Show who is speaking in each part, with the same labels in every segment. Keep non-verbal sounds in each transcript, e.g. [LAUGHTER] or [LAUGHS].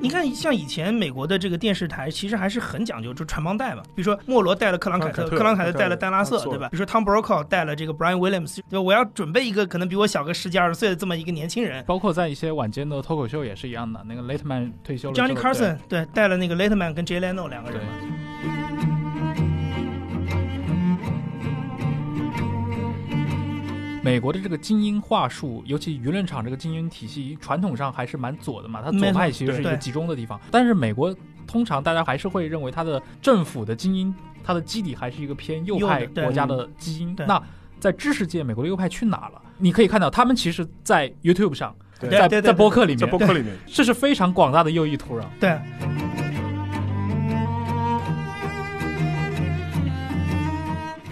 Speaker 1: 你看，像以前美国的这个电视台，其实还是很讲究，就传帮带嘛。比如说莫罗带了克朗凯特，
Speaker 2: 克朗凯特
Speaker 1: 克朗凯特带了
Speaker 2: 带
Speaker 1: 丹
Speaker 2: 了
Speaker 1: 拉瑟
Speaker 2: 丹拉，瑟
Speaker 1: 对吧？比如说 Tom Brokaw 带了这个 Brian Williams，对吧？我要准备一个可能比我小个十几二十岁的这么一个年轻人。
Speaker 3: 包括在一些晚间的脱口秀也是一样的，那个 Lateman 退休了之后
Speaker 1: Johnny Carson 对带了那个 Letterman 跟 Jay Leno 两个
Speaker 3: 对
Speaker 1: 人
Speaker 3: 对
Speaker 1: 嘛，
Speaker 3: 美国的这个精英话术，尤其舆论场这个精英体系，传统上还是蛮左的嘛，它
Speaker 1: 没
Speaker 3: 左
Speaker 1: 错
Speaker 3: 派其实是一个
Speaker 1: 对
Speaker 3: 集中的地方。但是美国通常大家还是会认为它的政府的精英，它的基底还是一个偏右派
Speaker 1: 右的对
Speaker 3: 国家的基因。
Speaker 1: 对
Speaker 3: 那在知识界，美国的右派去哪了？你可以看到，他们其实，在 YouTube 上，
Speaker 2: 对
Speaker 3: 在
Speaker 1: 对对
Speaker 3: 在
Speaker 1: 对
Speaker 3: 播客里
Speaker 2: 在
Speaker 3: 面
Speaker 2: 播，客里面，
Speaker 3: 这是非常广大的右翼土壤。
Speaker 1: 对。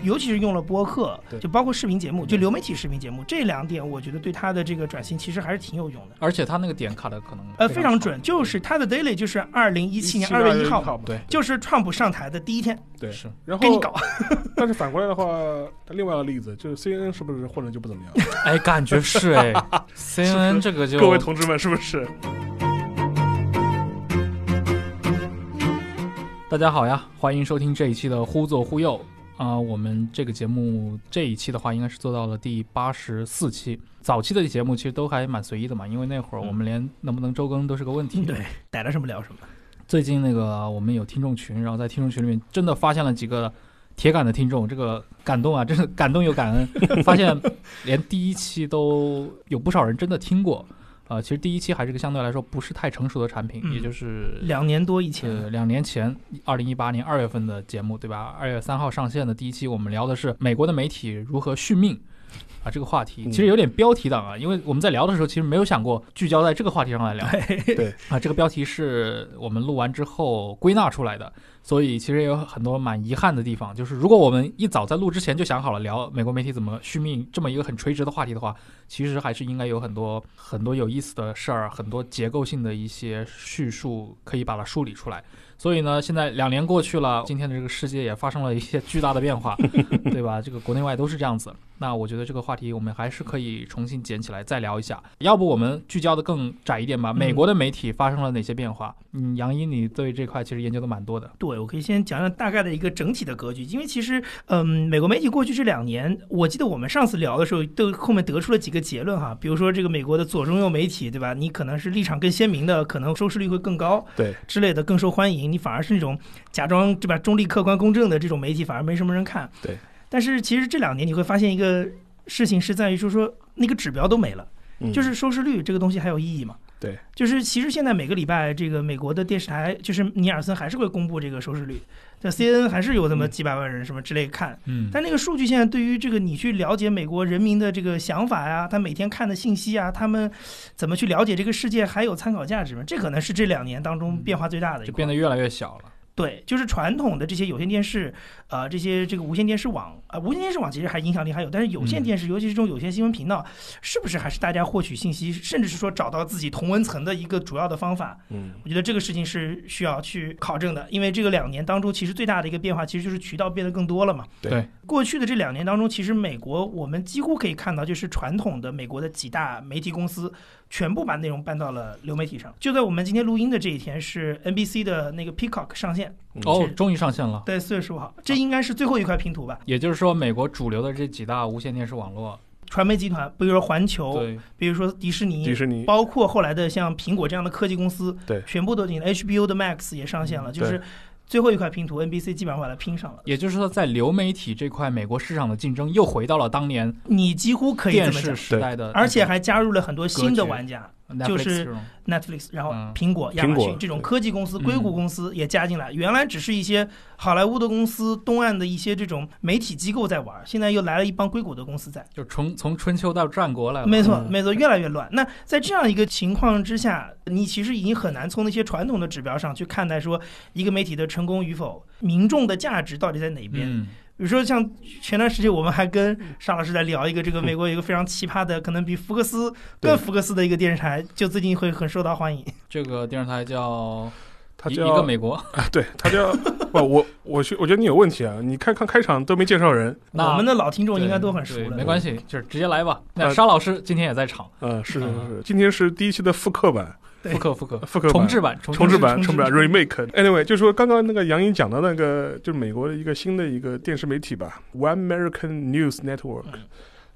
Speaker 1: 尤其是用了播客
Speaker 3: 对，
Speaker 1: 就包括视频节目，就流媒体视频节目这两点，我觉得对他的这个转型其实还是挺有用的。
Speaker 3: 而且他那个点卡的可能
Speaker 1: 呃，非
Speaker 3: 非
Speaker 1: 常
Speaker 3: 准。
Speaker 1: 准，就是他的 daily 就是二零一七年
Speaker 2: 17
Speaker 1: 二月
Speaker 2: 一
Speaker 1: 一号，
Speaker 2: 嘛
Speaker 3: 对
Speaker 1: 就是川普上台的第一天，
Speaker 2: 对。
Speaker 3: 是
Speaker 2: 然后
Speaker 1: 给你搞。
Speaker 2: 但是反过来的话，另外的例子就是 CNN 是不是混的就不怎么样？
Speaker 3: 哎，感觉是哎，CNN 这个就
Speaker 2: 各位同志们，是不是？
Speaker 3: 大家好呀，欢迎收听这一期的《忽左忽右》啊、我们这个节目这一期的话，应该是做到了第八十四期。早期的节目其实都还蛮随意的嘛，因为那会儿我们连能不能周更都是个问题。
Speaker 1: [LAUGHS] 对，逮了什么聊什么。
Speaker 3: 最近那个我们有听众群，然后在听众群里面真的发现了几个铁杆的听众，这个感动啊，真是感动又感恩。发现连第一期都有不少人真的听过，呃，其实第一期还是个相对来说不是太成熟的产品，
Speaker 1: 嗯
Speaker 3: 也就是
Speaker 1: 两年多以前，
Speaker 3: 呃，两年前，二零一八年二月份的节目，对吧？二月三号上线的第一期，我们聊的是美国的媒体如何续命啊这个话题，
Speaker 2: 嗯
Speaker 3: 其实有点标题党啊，因为我们在聊的时候，其实没有想过聚焦在这个话题上来聊。
Speaker 2: 对
Speaker 3: 啊，这个标题是我们录完之后归纳出来的，所以其实也有很多蛮遗憾的地方。就是如果我们一早在录之前就想好了聊美国媒体怎么续命这么一个很垂直的话题的话，其实还是应该有很多很多有意思的事儿，很多结构性的一些叙述可以把它梳理出来。所以呢，现在两年过去了，今天的这个世界也发生了一些巨大的变化，对吧？这个国内外都是这样子。那我觉得这个话题我们还是可以重新捡起来再聊一下。要不我们聚焦的更窄一点吧？美国的媒体发生了哪些变化？嗯，杨一，你对这块其实研究的蛮多的。
Speaker 1: 对，我可以先讲讲大概的一个整体的格局，因为其实，嗯，美国媒体过去这两年，我记得我们上次聊的时候，都后面得出了几个结论哈，比如说这个美国的左中右媒体，对吧？你可能是立场更鲜明的，可能收视率会更高，
Speaker 2: 对
Speaker 1: 之类的更受欢迎，你反而是那种假装对吧中立、客观、公正的这种媒体，反而没什么人看。
Speaker 2: 对，
Speaker 1: 但是其实这两年你会发现一个事情是在于，就是说那个指标都没了。
Speaker 2: 嗯
Speaker 3: 嗯
Speaker 1: 就是收视率这个东西还有意义吗？
Speaker 2: 对，
Speaker 1: 就是其实现在每个礼拜，这个美国的电视台，就是尼尔森还是会公布这个收视率，那 CNN 还是有那么几百万人什么之类看，
Speaker 3: 嗯
Speaker 1: 但那个数据现在对于这个你去了解美国人民的这个想法呀、他每天看的信息啊，他们怎么去了解这个世界，还有参考价值吗？这可能是这两年当中变化最大的
Speaker 3: 嗯
Speaker 1: 一
Speaker 3: 就
Speaker 1: 块，
Speaker 3: 变得越来越小了。
Speaker 1: 对，就是传统的这些有线电视，呃，这些这个无线电视网啊、呃无线电视网其实还影响力还有，但是有
Speaker 3: 嗯
Speaker 1: 线电视，尤其是这种有线新闻频道，是不是还是大家获取信息，甚至是说找到自己同温层的一个主要的方法？
Speaker 2: 嗯，
Speaker 1: 我觉得这个事情是需要去考证的，因为这个两年当中，其实最大的一个变化，其实就是渠道变得更多了嘛。
Speaker 3: 对，
Speaker 1: 过去的这两年当中，其实美国我们几乎可以看到，就是传统的美国的几大媒体公司全部把内容搬到了流媒体上。就在我们今天录音的这一天，是 NBC 的那个 Peacock 上线。
Speaker 3: 哦，
Speaker 1: 是
Speaker 3: 终于上线了。
Speaker 1: 对，四月十五号，这应该是最后一块拼图吧？
Speaker 3: 也就是说，美国主流的这几大无线电视网络，
Speaker 1: 传媒集团，比如说环球，
Speaker 3: 对，
Speaker 1: 比如说迪士尼，
Speaker 2: 迪士尼
Speaker 1: 包括后来的像苹果这样的科技公司，
Speaker 2: 对
Speaker 1: 全部都进了。HBO 的 Max 也上线了，就是最后一块拼图 NBC 基本上把它拼上了。
Speaker 3: 也就是说，在流媒体这块美国市场的竞争又回到了当年
Speaker 1: 你几乎可以这
Speaker 3: 电
Speaker 1: 么
Speaker 3: 视
Speaker 1: 讲，
Speaker 3: 时代的那种，
Speaker 1: 而且还加入了很多新的
Speaker 3: 格局
Speaker 1: 玩家，
Speaker 3: Netflix
Speaker 1: 就是
Speaker 3: 这种
Speaker 1: Netflix，然后
Speaker 3: 嗯
Speaker 1: 苹果、亚
Speaker 4: 苹
Speaker 1: 马
Speaker 4: 果
Speaker 1: 逊这种
Speaker 4: 对
Speaker 1: 科技公司、
Speaker 3: 嗯
Speaker 1: 硅谷公司也加进来。原来只是一些好莱坞的公司、东岸的一些这种媒体机构在玩，现在又来了一帮硅谷的公司在。
Speaker 3: 就从从春秋到战国来了，
Speaker 1: 没错，
Speaker 4: 嗯
Speaker 1: 没错，越来越乱。那在这样一个情况之下，你其实已经很难从那些传统的指标上去看待说一个媒体的成功与否，民众的价值到底在哪边。
Speaker 3: 嗯，
Speaker 1: 比如说，像前段时间我们还跟沙老师在聊一个这个美国有一个非常奇葩的，可能比福克斯更
Speaker 4: 对
Speaker 1: 福克斯的一个电视台，就最近会很受到欢迎。
Speaker 3: 这个电视台叫
Speaker 2: 他
Speaker 3: 一一
Speaker 2: 叫 [LAUGHS]
Speaker 3: 个美国，
Speaker 2: 啊，对他叫不，我我去，我觉得你有问题啊！你看看开场都没介绍人，
Speaker 3: 那
Speaker 1: [LAUGHS] 我们的老听众应该
Speaker 3: 对
Speaker 1: 都很熟
Speaker 3: 对
Speaker 1: 了，
Speaker 3: 没关系，就是直接来吧。那
Speaker 2: 呃
Speaker 3: 沙老师今天也在场，
Speaker 2: 嗯，是是
Speaker 3: 嗯
Speaker 2: 是，今天是第一期的复刻版，呃
Speaker 1: 对
Speaker 3: 复刻复刻
Speaker 2: 复刻
Speaker 3: 重
Speaker 2: 版。
Speaker 3: 制版重
Speaker 2: 重
Speaker 3: 制
Speaker 2: 制
Speaker 3: 版，
Speaker 2: 版、
Speaker 1: 重制
Speaker 2: 重制版
Speaker 1: 重制
Speaker 2: remake。Anyway，就是说刚刚那个杨颖讲的那个，就是美国的一个新的一个电视媒体吧，One American News Network，
Speaker 1: 嗯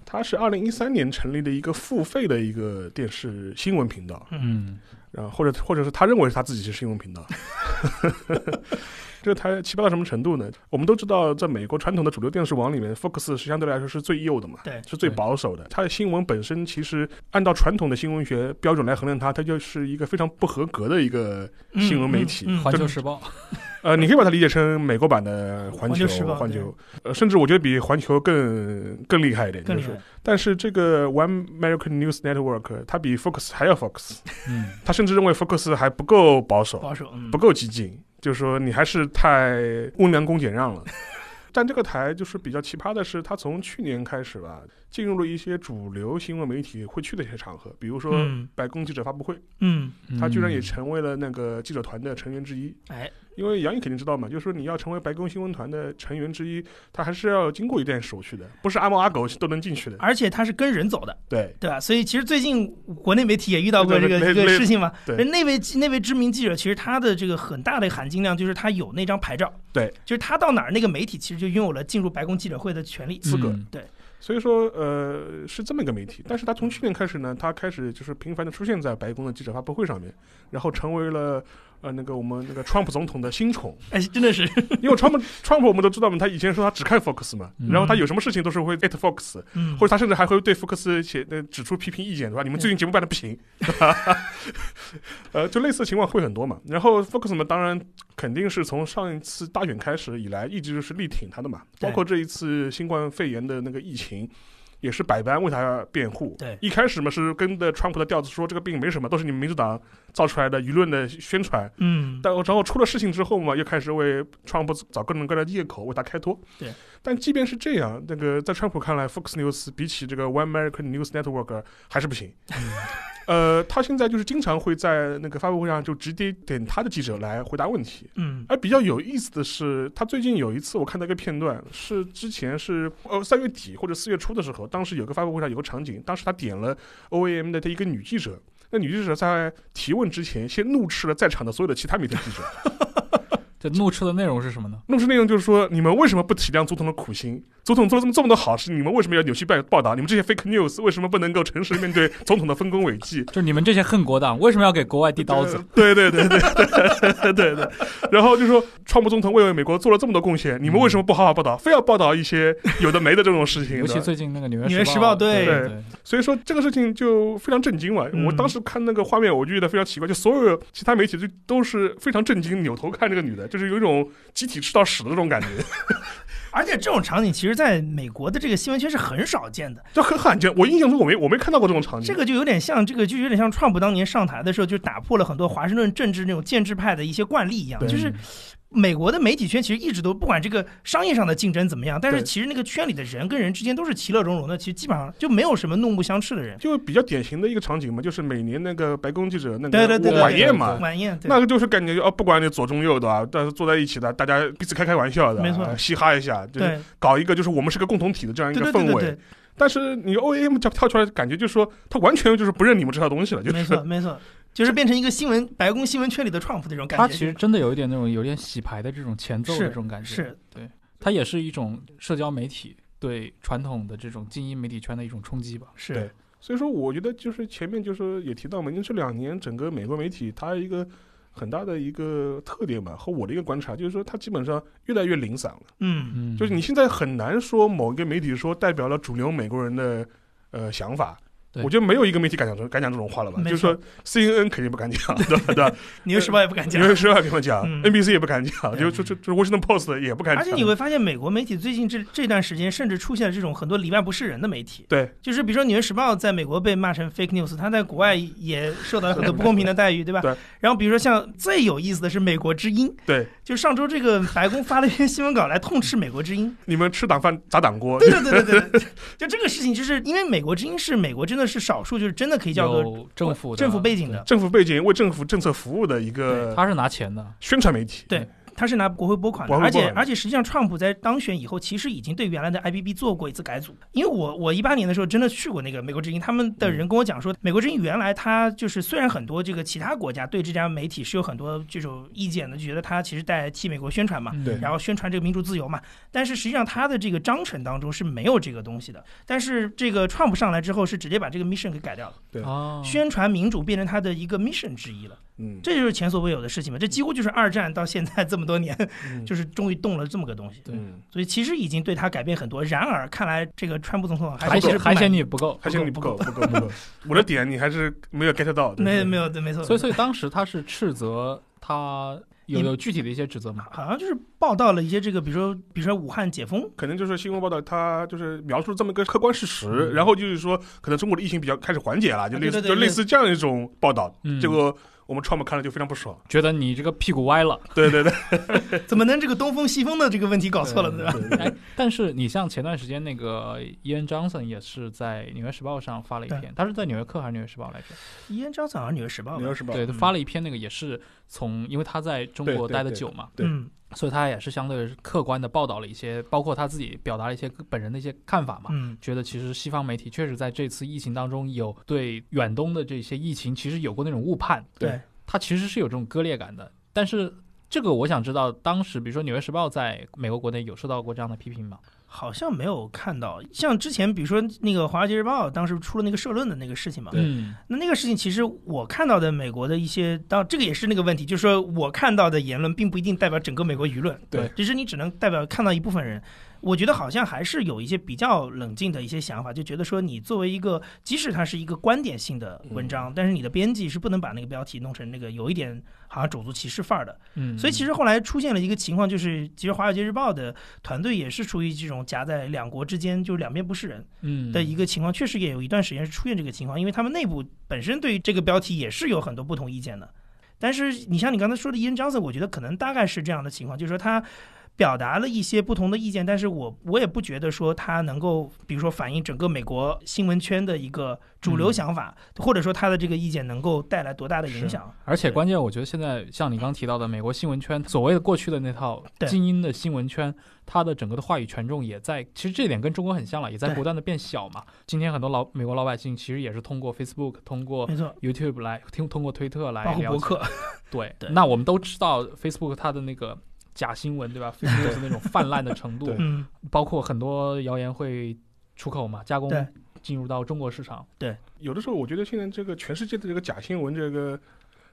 Speaker 2: 它是二零一三年成立的一个付费的一个电视新闻频道，
Speaker 3: 嗯，
Speaker 2: 然后或者或者是他认为他自己是新闻频道。 [LAUGHS] 这个台奇葩到什么程度呢？我们都知道，在美国传统的主流电视网里面，Fox 是相对来说是最右的嘛，
Speaker 1: 对
Speaker 2: 是最保守的。它的新闻本身其实按照传统的新闻学标准来衡量它，它就是一个非常不合格的一个
Speaker 1: 嗯
Speaker 2: 新闻媒体
Speaker 1: 嗯嗯
Speaker 3: 环球时报
Speaker 2: 呃，你可以把它理解成美国版的环
Speaker 1: 环球时报
Speaker 2: 球，环球，呃，甚至我觉得比环球更更厉害一点，
Speaker 1: 更
Speaker 2: 就
Speaker 1: 厉害
Speaker 2: 是，。但是这个 One American News Network 它比 Focus 还要 Focus，
Speaker 3: 嗯，
Speaker 2: [LAUGHS] 它甚至认为 Focus 还不够保守，
Speaker 1: 保守，嗯
Speaker 2: 不，够激进，就是说你还是太温良恭俭
Speaker 1: [LAUGHS]
Speaker 2: 让了。但这个台就是比较奇葩的是，它从去年开始吧，进入了一些主流新闻媒体会去的一些场合，比如说
Speaker 1: 嗯
Speaker 2: 白宫记者发布会，
Speaker 1: 嗯，
Speaker 2: 他居然也
Speaker 3: 嗯
Speaker 2: 成为了那个记者团的成员之一。
Speaker 1: 哎，
Speaker 2: 因为杨毅肯定知道嘛，就是说你要成为白宫新闻团的成员之一，他还是要经过一段手续的，不是阿猫阿狗都能进去的。
Speaker 1: 而且他是跟人走的，
Speaker 2: 对，
Speaker 1: 对吧？所以其实最近国内媒体也遇到过这个
Speaker 2: 对对
Speaker 1: 一
Speaker 2: 对
Speaker 1: 个
Speaker 2: 那
Speaker 1: 事情嘛。
Speaker 2: 对
Speaker 1: 人那位那位知名记者，其实他的这个很大的含金量就是他有那张牌照，
Speaker 2: 对，
Speaker 1: 就是他到哪儿，那个媒体其实就拥有了进入白宫记者会的权利。 [LAUGHS]
Speaker 2: 资格
Speaker 3: 嗯
Speaker 2: 所以说呃是这么一个媒体，但是他从去年开始呢，他开始就是频繁的出现在白宫的记者发布会上面，然后成为了。呃，那个我们那个川普总统的新宠，
Speaker 1: 哎，真的
Speaker 2: [LAUGHS]
Speaker 1: 是，
Speaker 2: 因为川普川普我们都知道嘛，他以前说他只看 Fox 嘛，
Speaker 3: 嗯
Speaker 2: 然后他有什么事情都是会 at Fox，
Speaker 1: 嗯
Speaker 2: 或者他甚至还会对福克斯写呃指出批评意见，对吧？你们最近节目办的不行， [LAUGHS] 呃，就类似的情况会很多嘛。然后福克斯嘛，当然肯定是从上一次大选开始以来，一直是力挺他的嘛，
Speaker 1: 对
Speaker 2: 包括这一次新冠肺炎的那个疫情。也是百般为他辩护。
Speaker 1: 对
Speaker 2: 一开始嘛是跟着川普的调子说这个病没什么，都是你们民主党造出来的舆论的宣传。
Speaker 1: 嗯，
Speaker 2: 但然后出了事情之后嘛，又开始为川普找各种各样的借口为他开脱。
Speaker 1: 对，
Speaker 2: 但即便是这样，那个在川普看来，Fox News 比起这个 One American News Network 还是不行。
Speaker 1: 嗯
Speaker 2: 呃，他现在就是经常会在那个发布会上就直接点他的记者来回答问题。
Speaker 1: 嗯
Speaker 2: 而比较有意思的是，他最近有一次我看到一个片段，是之前是呃三月底或者四月初的时候，当时有个发布会上有个场景，当时他点了 OAM 的一个女记者，那女记者在提问之前先怒斥了在场的所有的其他媒体记者，
Speaker 3: 这怒斥的内容是什么呢？
Speaker 2: 怒斥内容就是说你们为什么不体谅总统的苦心？总统做了这么这么多好事，你们为什么要扭曲报报道？你们这些 fake news 为什么不能够诚实面对总统的丰功伟绩？
Speaker 3: 就是你们这些恨国党为什么要给国外递刀子？
Speaker 2: [LAUGHS] 对对对对对对对。然后就说，川普总统为美国做了这么多贡
Speaker 1: 嗯
Speaker 2: 献，你们为什么不好好报道，非要报道一些有的没的这种
Speaker 1: [LAUGHS]
Speaker 2: 事情
Speaker 3: 尤其
Speaker 2: 呢？
Speaker 3: 最近那个《纽约
Speaker 1: 纽约时
Speaker 3: 时报》
Speaker 1: 报对
Speaker 3: 对对，
Speaker 2: 所以说这个事情就非常震惊嘛。
Speaker 1: 嗯
Speaker 2: 我当时看那个画面，我就觉得非常奇怪，就所有其他媒体就都是非常震惊，扭头看这个女的，就是有一种集体吃到屎的这种感觉，
Speaker 1: 而且这种场景其实在美国的这个新闻圈是很少见的，
Speaker 2: 就很罕见。我印象中我没我没看到过这种场景。
Speaker 1: 这个就有点像这个，就有点像川普当年上台的时候，就打破了很多华盛顿政治那种建制派的一些惯例一样，
Speaker 2: 对
Speaker 1: 就是。美国的媒体圈其实一直都不管这个商业上的竞争怎么样，但是
Speaker 2: 对
Speaker 1: 其实那个圈里的人跟人之间都是其乐融融的，其实基本上就没有什么怒目相斥的人。
Speaker 2: 就比较典型的一个场景嘛，就是每年那个白宫记者那
Speaker 1: 对对对对
Speaker 2: 个晚宴嘛，
Speaker 1: 晚宴，对
Speaker 2: 啊那个就是感觉哦，不管你左中右对吧？但是坐在一起的，大家彼此开开玩笑的，啊
Speaker 1: 没错
Speaker 2: 嘻哈一下，就是
Speaker 1: 对
Speaker 2: 搞一个就是我们是个共同体的这样一
Speaker 1: 对
Speaker 2: 个
Speaker 1: 对
Speaker 2: 氛
Speaker 1: 对
Speaker 2: 围。
Speaker 1: 对
Speaker 2: 但是你 OAM 跳跳出来，感觉就是说他完全就是不认你们这套东西了，
Speaker 1: 对，
Speaker 2: 就
Speaker 1: 没
Speaker 2: 是
Speaker 1: 错
Speaker 2: [LAUGHS]
Speaker 1: 没错，就是变成一个新闻白宫新闻圈里的 Trump 那种感
Speaker 3: 他
Speaker 1: 觉。
Speaker 3: 其实真的有一点那种有点洗牌的这种前奏的
Speaker 1: 是
Speaker 3: 这种感觉，
Speaker 1: 是
Speaker 3: 它也是一种社交媒体对传统的这种精英媒体圈的一种冲击吧。
Speaker 1: 是
Speaker 2: 对，所以说，我觉得就是前面就是也提到嘛，因为这两年整个美国媒体它一个很大的一个特点吧，和我的一个观察就是说，它基本上越来越零散了。
Speaker 1: 嗯
Speaker 3: 嗯，
Speaker 2: 就是你现在很难说某一个媒体说代表了主流美国人的呃想法。
Speaker 3: 对
Speaker 2: 我觉得没有一个媒体敢讲这敢讲这种话了吧？
Speaker 1: 没
Speaker 2: 就
Speaker 1: 错
Speaker 2: 是说，CNN 肯定不敢讲， [LAUGHS] 对吧？对吧？
Speaker 1: 纽约时报也不 [LAUGHS] 敢讲
Speaker 2: 纽。约时报也不敢讲
Speaker 1: 嗯
Speaker 2: ，NBC 也不敢讲，
Speaker 1: 对
Speaker 2: 就就就就 Washington Post 也不敢讲。
Speaker 1: 而且你会发现，美国媒体最近这这段时间，甚至出现了这种很多里外不是人的媒体。
Speaker 2: 对，
Speaker 1: 就是比如说《纽约时报》在美国被骂成 fake news，它在国外也受到了很多不公平的待遇，对吧？
Speaker 2: 对。
Speaker 1: 然后比如说像最有意思的是《美国之音》，
Speaker 2: 对，
Speaker 1: 就上周这个白宫发了一篇新闻稿来痛斥《美国之音》，
Speaker 2: [LAUGHS] 你们吃党饭砸党锅，
Speaker 1: 对对对对对，对，就这个事情，就是因为美国之音是美国真的是少数，就是真的可以叫做
Speaker 3: 有政府的
Speaker 1: 政府背景的，
Speaker 2: 政府背景为政府政策服务的一
Speaker 3: 对，
Speaker 2: 个
Speaker 3: 他是拿钱的，
Speaker 2: 宣传媒体。
Speaker 1: 对他是拿国会拨款的，
Speaker 2: 国会
Speaker 1: 而
Speaker 2: 拨
Speaker 1: 且
Speaker 2: 款的
Speaker 1: 而且实际上，川普在当选以后，其实已经对原来的 IBB 做过一次改组。因为我我一八年的时候真的去过那个美国之音，他们的人跟我讲说，美国之音原来它就是虽然很多这个其他国家对这家媒体是有很多这种意见的，就觉得它其实在替美国宣传嘛，
Speaker 3: 嗯
Speaker 2: 对
Speaker 1: 然后宣传这个民主自由嘛。但是实际上，他的这个章程当中是没有这个东西的。但是这个 Trump 上来之后，是直接把这个 mission 给改掉了，
Speaker 2: 对
Speaker 3: 啊，
Speaker 1: 宣传民主变成他的一个 mission 之一了。
Speaker 2: 嗯，
Speaker 1: 这就是前所未有的事情嘛。这几乎就是二战到现在这么多年，
Speaker 2: 嗯
Speaker 1: 就是终于动了这么个东西。
Speaker 3: 对
Speaker 2: 嗯
Speaker 1: 所以其实已经对他改变很多。然而，看来这个川普总统还
Speaker 3: 还
Speaker 1: 是
Speaker 3: 嫌
Speaker 1: 不满
Speaker 3: 还
Speaker 1: 意
Speaker 3: 嫌你不够，
Speaker 2: 还行，你
Speaker 1: 不
Speaker 2: 不
Speaker 1: 够
Speaker 2: 够不够不够，我的点你还是没有 get 到。对
Speaker 1: 没
Speaker 2: 对
Speaker 1: 没有对没错，
Speaker 3: 所以所以当时他是斥责他有有具体的一些指责嘛？
Speaker 1: 好像就是报道了一些这个，比如说比如说武汉解封，
Speaker 2: 可能就是新闻报道，它就是描述这么一个客观事实，然后就是说，可能中国的疫情比较开始缓解了，就类似
Speaker 1: 对对对
Speaker 2: 就类似这样一种报道。
Speaker 3: 嗯
Speaker 2: 结果我们 Trump 看了就非常不爽。
Speaker 3: 觉得你这个屁股歪
Speaker 1: [LAUGHS]
Speaker 3: 了。
Speaker 2: 对对对，
Speaker 1: 怎么能这个东风西风的这个问题搞错了，对吧？
Speaker 3: 哎，但是你像前段时间那个伊恩·张森也是在《纽约时报》上发了一
Speaker 1: 对
Speaker 3: 篇，他是在《纽约客》还是《纽约时报》来着？
Speaker 1: 伊恩·张森好像《纽约时报》吧，
Speaker 2: 时报
Speaker 3: 对，他
Speaker 1: 嗯
Speaker 3: 发了一篇那个也是从，因为他在中
Speaker 2: 对
Speaker 3: 国
Speaker 2: 对
Speaker 3: 待的
Speaker 2: 对
Speaker 3: 久嘛，
Speaker 2: 对
Speaker 1: 嗯
Speaker 3: 所以他也是相对客观的报道了一些，包括他自己表达了一些本人的一些看法嘛。
Speaker 1: 嗯，
Speaker 3: 觉得其实西方媒体确实在这次疫情当中有对远东的这些疫情其实有过那种误判，
Speaker 1: 对，
Speaker 3: 它其实是有这种割裂感的。但是这个我想知道，当时比如说《纽约时报》在美国国内有受到过这样的批评吗？
Speaker 1: 好像没有看到。像之前比如说那个《华尔街日报》当时出了那个社论的那个事情嘛，
Speaker 3: 嗯，
Speaker 1: 那那个事情，其实我看到的美国的一些，当然这个也是那个问题，就是说我看到的言论并不一定代表整个美国舆论，
Speaker 2: 对，
Speaker 1: 只是你只能代表看到一部分人。我觉得好像还是有一些比较冷静的一些想法，就觉得说你作为一个，即使它是一个观点性的文章，但是你的编辑是不能把那个标题弄成那个有一点好像种族歧视范儿的。
Speaker 3: 嗯，
Speaker 1: 所以其实后来出现了一个情况，就是其实《华尔街日报》的团队也是处于这种夹在两国之间，就是两边不是人。
Speaker 3: 嗯
Speaker 1: 的一个情况，确实也有一段时间是出现这个情况，因为他们内部本身对于这个标题也是有很多不同意见的。但是你像你刚才说的伊恩·张森，我觉得可能大概是这样的情况，就是说他表达了一些不同的意见，但是我我也不觉得说他能够，比如说反映整个美国新闻圈的一个主
Speaker 3: 嗯
Speaker 1: 流想法，或者说他的这个意见能够带来多大的影响。
Speaker 3: 而且关键，我觉得现在像你刚提到的美国新闻圈，所谓的过去的那套
Speaker 1: 对
Speaker 3: 精英的新闻圈，它的整个的话语权重也在，其实这点跟中国很像了，也在
Speaker 1: 对
Speaker 3: 不断的变小嘛。今天很多老美国老百姓其实也是通过 Facebook、通过
Speaker 1: 没错，
Speaker 3: YouTube 来听，通过推特来
Speaker 1: 嗯包括
Speaker 3: 了
Speaker 1: 博
Speaker 3: 解
Speaker 1: 客， [LAUGHS]
Speaker 3: 对，
Speaker 1: 对
Speaker 3: 那我们都知道 Facebook 它的那个假新闻，对
Speaker 1: [LAUGHS]
Speaker 3: 吧？Facebook 的那种泛滥的程度
Speaker 2: 对，
Speaker 1: 嗯，
Speaker 3: 包括很多谣言会出口嘛，加工
Speaker 1: 对
Speaker 3: 进入到中国市场。
Speaker 2: 有的时候我觉得现在这个全世界的这个假新闻这个。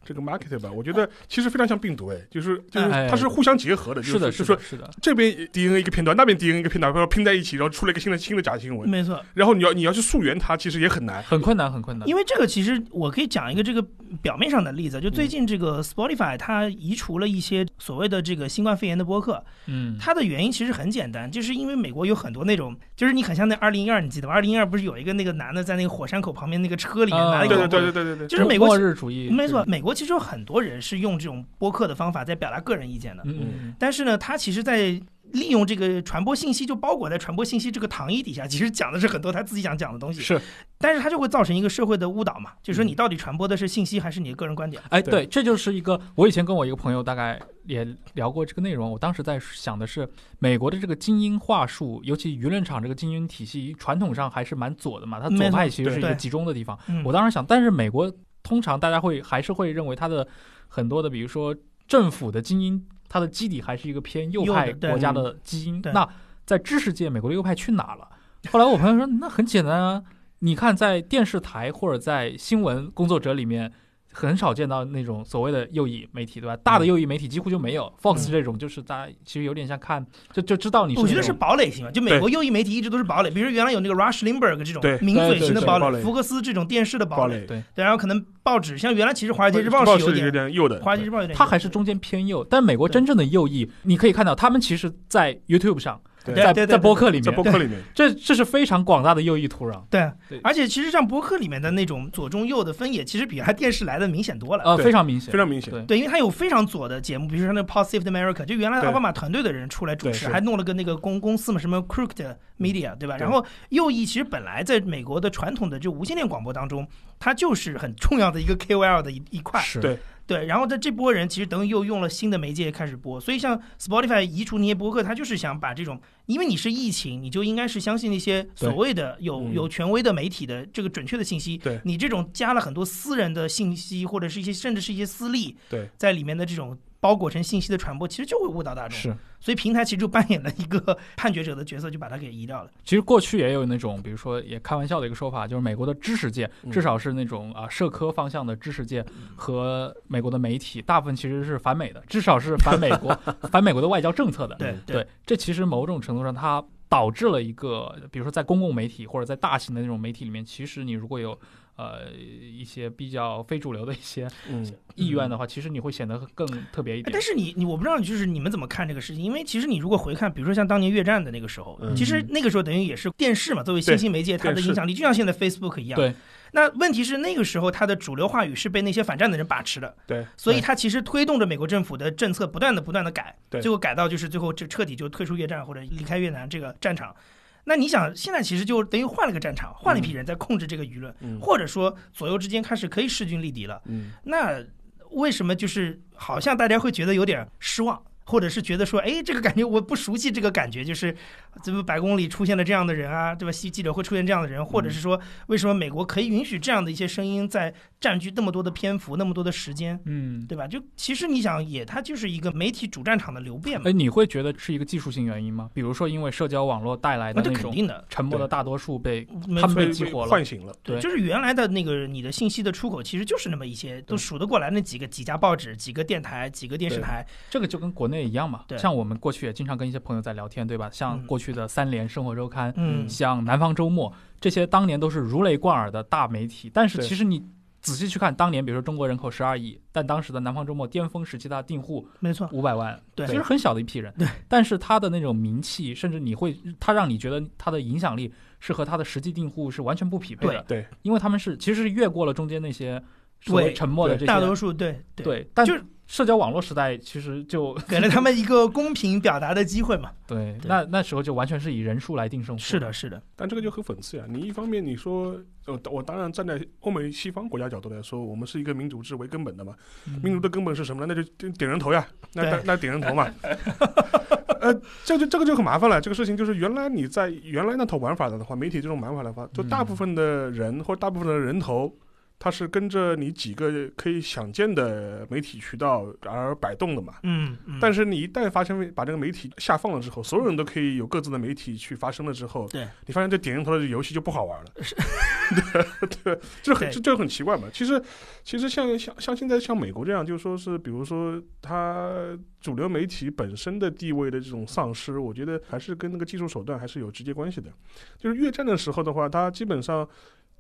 Speaker 2: 这个 market 吧，我觉得其实非常像病毒，哎，就是就是
Speaker 3: 哎
Speaker 2: 它是互相结合的，就是
Speaker 3: 的，
Speaker 2: 就是说
Speaker 3: 的，是的，
Speaker 1: [LAUGHS]
Speaker 2: 这边 DNA 一个片段，那边 DNA 一个片段，然后拼在一起，然后出了一个新的新的假新
Speaker 1: 嗯
Speaker 2: 闻，
Speaker 1: 没错。
Speaker 2: 然后你要你要去溯源它，其实也很难。
Speaker 3: 很困难，很
Speaker 2: 嗯
Speaker 3: 困难。
Speaker 1: 因为这个其实我可以讲一个这个表面上的例子，
Speaker 2: 嗯
Speaker 1: 就最近这个 Spotify 它移除了一些呃所谓的这个新冠肺炎的播客，
Speaker 3: 嗯，
Speaker 1: 它的原因其实很简单，就是因为美国有很多那种，就是你很像那二零一二，你记得吗？二零一二不是有一个那个男的在那个火山口旁边那个车里面
Speaker 3: 啊
Speaker 1: 拿了
Speaker 2: 对
Speaker 1: 一个
Speaker 2: 对
Speaker 1: 火，
Speaker 2: 对对对对对，
Speaker 1: 就是美国
Speaker 3: 末日主义，
Speaker 1: 没错，
Speaker 3: 对，
Speaker 1: 美国其实有很多人是用这种播客的方法在表达个人意见的，
Speaker 3: 嗯嗯
Speaker 1: 但是呢，它其实在。利用这个传播信息，就包裹在传播信息这个糖衣底下，其实讲的是很多他自己想讲的东西。
Speaker 2: 是，
Speaker 1: 但是嗯它就会造成一个社会的误导嘛，就是说你到底传播的是信息还是你的个人观点？
Speaker 3: 哎，
Speaker 2: 对
Speaker 3: 对，这就是一个我以前跟我一个朋友大概也聊过这个内容。我当时在想的是，美国的这个精英话术，尤其舆论场这个精英体系，传统上还是蛮左的嘛，它
Speaker 1: 没
Speaker 3: 左
Speaker 1: 错
Speaker 3: 派其实是一个
Speaker 1: 对
Speaker 3: 集中的地方。
Speaker 1: 嗯，
Speaker 3: 我当时想，但是美国通常大家会还是会认为它的很多的，比如说政府的精英，它的基底还是一个偏右派
Speaker 1: 右的对嗯
Speaker 3: 国家的基因。
Speaker 1: 对
Speaker 3: 那在知识界，美国的右派去哪了？后来我朋友说，那很简单啊，你看在电视台或者在新闻工作者里面。很少见到那种所谓的右翼媒体，对吧？大的右翼媒体几乎就没有。Fox
Speaker 1: 嗯
Speaker 3: 这种就是大家其实有点像看，就就知道你是
Speaker 1: 我觉得
Speaker 3: 那
Speaker 1: 是
Speaker 3: 种
Speaker 1: 堡垒型的，就美国右翼媒体一直都是堡垒，比如说原来有那个 Rush Limberg 这种
Speaker 2: 对
Speaker 1: 名嘴型的堡
Speaker 2: 对对
Speaker 1: 垒，
Speaker 2: 对
Speaker 1: 福克斯这种电视的
Speaker 2: 堡
Speaker 1: 堡垒，
Speaker 2: 垒，
Speaker 3: 对
Speaker 1: 对，然后可能报纸，像原来其实《华尔街日报》
Speaker 2: 报
Speaker 1: 是有
Speaker 2: 是有
Speaker 1: 点，
Speaker 2: 点右的，
Speaker 1: 《华尔街日报》有点，
Speaker 3: 他还是中间偏右，但美国
Speaker 1: 对
Speaker 3: 真正的右翼，你可以看到他们其实，在 YouTube 上，
Speaker 2: 对
Speaker 3: 在
Speaker 1: 对对对
Speaker 3: 在播客里
Speaker 2: 在播
Speaker 3: 面，
Speaker 2: 客里面，
Speaker 3: 这这是非常广大的右翼土壤，
Speaker 1: 对
Speaker 3: 对，
Speaker 1: 而且其实像博客里面的那种左中右的分野，其实比他电视来的明显多了。
Speaker 3: 呃，
Speaker 2: 对
Speaker 3: 非常明显，
Speaker 2: 非常明显。
Speaker 3: 对
Speaker 1: 对，因为他有非常左的节目，比如说那个 Positive America，就原来
Speaker 2: 对
Speaker 1: 奥巴马团队的人出来主
Speaker 2: 对
Speaker 1: 持，
Speaker 2: 是嗯
Speaker 1: 还弄了个那个公公司嘛，什么 Crooked Media，对吧？
Speaker 2: 对
Speaker 1: 然后右翼其实本来在美国的传统的就无线电广播当中，它就是很重要的一个 KOL 的一一块，
Speaker 3: 是
Speaker 2: 对
Speaker 1: 对。然后在这波人其实等于又用了新的媒介开始播，所以像 Spotify 移除那些播客，它就是想把这种，因为你是疫情，你就应该是相信那些所谓的有
Speaker 2: 嗯
Speaker 1: 有权威的媒体的这个准确的信息，
Speaker 2: 对
Speaker 1: 你这种加了很多私人的信息或者是一些甚至是一些私利，
Speaker 2: 对，
Speaker 1: 在里面的这种包裹成信息的传播，其实就会误导大众。
Speaker 3: 是。
Speaker 1: 所以平台其实就扮演了一个 [LAUGHS] 判决者的角色，就把它给移掉了。
Speaker 2: 嗯
Speaker 3: 其实过去也有那种，比如说也开玩笑的一个说法，就是美国的知识界，
Speaker 2: 嗯
Speaker 3: 至少是那种啊社科方向的知识界和美国的媒体，大部分其实是反美的，至少是反美国、反美国的外交政策的。
Speaker 1: 对
Speaker 3: 对，这其实某种程度上它导致了一个，比如说在公共媒体或者在大型的那种媒体里面，其实你如果有呃一些比较非主流的一些
Speaker 2: 嗯，
Speaker 3: 意愿的话，其实你会显得更特别一
Speaker 1: 哎
Speaker 3: 点
Speaker 1: 但。是你你我不知道就是你们怎么看这个事情，因为其实你如果回看，比如说像当年越战的那个时候，
Speaker 2: 嗯
Speaker 1: 其实那个时候等于也是电视嘛，作为新兴媒介，它的
Speaker 2: 电视
Speaker 1: 影响力就像现在 Facebook 一样。
Speaker 3: 对。
Speaker 1: 那问题是那个时候它的主流话语是被那些反战的人把持的，
Speaker 2: 对，
Speaker 1: 所以它其实推动着美国政府的政策不断的不断的改，
Speaker 2: 对
Speaker 1: 最后改到就是最后就彻底就退出越战或者离开越南这个战场。那你想，现在其实就等于换了个战场，换了一批人在控制这个舆论，
Speaker 2: 嗯
Speaker 1: 或者说左右之间开始可以势均力敌了。
Speaker 2: 嗯，
Speaker 1: 那为什么就是好像大家会觉得有点失望，或者是觉得说，哎，这个感觉我不熟悉，这个感觉就是怎么白宫里出现了这样的人啊，对吧？西记者会出现这样的人，
Speaker 3: 嗯
Speaker 1: 或者是说，为什么美国可以允许这样的一些声音在占据那么多的篇幅、那么多的时间，
Speaker 3: 嗯，
Speaker 1: 对吧？就其实你想也，它就是一个媒体主战场的流变嘛
Speaker 3: 哎，，你会觉得是一个技术性原因吗？比如说因为社交网络带来的
Speaker 1: 那这
Speaker 3: 哎那
Speaker 1: 肯
Speaker 3: 种
Speaker 1: 定的。
Speaker 3: 沉默的大多数被
Speaker 1: 没
Speaker 3: 他们
Speaker 2: 所
Speaker 3: 被
Speaker 2: 以
Speaker 3: 激活了
Speaker 2: 唤醒了，
Speaker 3: 对
Speaker 1: 就是原来的那个你的信息的出口，其实就是那么一些都数得过来那几个几家报纸、几个电台、几个电视
Speaker 2: 对
Speaker 1: 台，
Speaker 3: 这个就跟国内一样嘛
Speaker 1: 对，
Speaker 3: 像我们过去也经常跟一些朋友在聊天，对吧？像
Speaker 1: 嗯
Speaker 3: 过去的三联、生活周刊，
Speaker 1: 嗯，
Speaker 3: 像南方周末，这些当年都是如雷贯耳的大媒体。但是
Speaker 2: 对
Speaker 3: 其实你仔细去看，当年比如说中国人口十二亿，但当时的南方周末巅峰时期，它的订户
Speaker 1: 没错，
Speaker 3: 五百万，
Speaker 1: 对
Speaker 3: 其实很小的一批人。对，但是它的那种名气，甚至你会，它让你觉得它的影响力是和它的实际订户是完全不匹配的。
Speaker 2: 对对，
Speaker 3: 因为他们是其实是越过了中间那些所谓
Speaker 1: 对
Speaker 3: 沉默的这些
Speaker 2: 对
Speaker 1: 大多数对对
Speaker 3: 对，但
Speaker 1: 就是
Speaker 3: 社交网络时代其实就
Speaker 1: [LAUGHS] 给了他们一个公平表达的机会嘛。
Speaker 3: 对，
Speaker 1: 对
Speaker 3: 那那时候就完全是以人数来定胜负。
Speaker 1: 是，的，是的，
Speaker 2: 但这个就很讽刺啊呀、你一方面你说，呃，我当然站在欧美西方国家角度来说，我们是一个民主制为根本的嘛，
Speaker 3: 嗯
Speaker 2: 民族
Speaker 1: 嗯
Speaker 2: 的根本是什么呢？那就点点人头呀，那那
Speaker 1: 对
Speaker 2: 那点人头嘛。
Speaker 3: [LAUGHS]
Speaker 2: 呃，这就这个就很麻烦了。这个事情就是原来你在原来那套玩法的话，媒体这种玩法的话，就大
Speaker 3: 嗯
Speaker 2: 部分的人或大部分的人头，它是跟着你几个可以想见的媒体渠道而摆动的嘛。
Speaker 1: 嗯，嗯
Speaker 2: 但是你一旦发现把这个媒体下放了之后，所有人都可以有各自的媒体去发声了之后，
Speaker 1: 对
Speaker 2: 你发现这点人头的游戏就不好玩了，对对，这很
Speaker 1: 对
Speaker 2: 这这很奇怪嘛。其实其实像像像现在像美国这样，就是说是比如说它主流媒体本身的地位的这种丧失，我觉得还是跟那个技术手段还是有直接关系的。就是越战的时候的话，它基本上。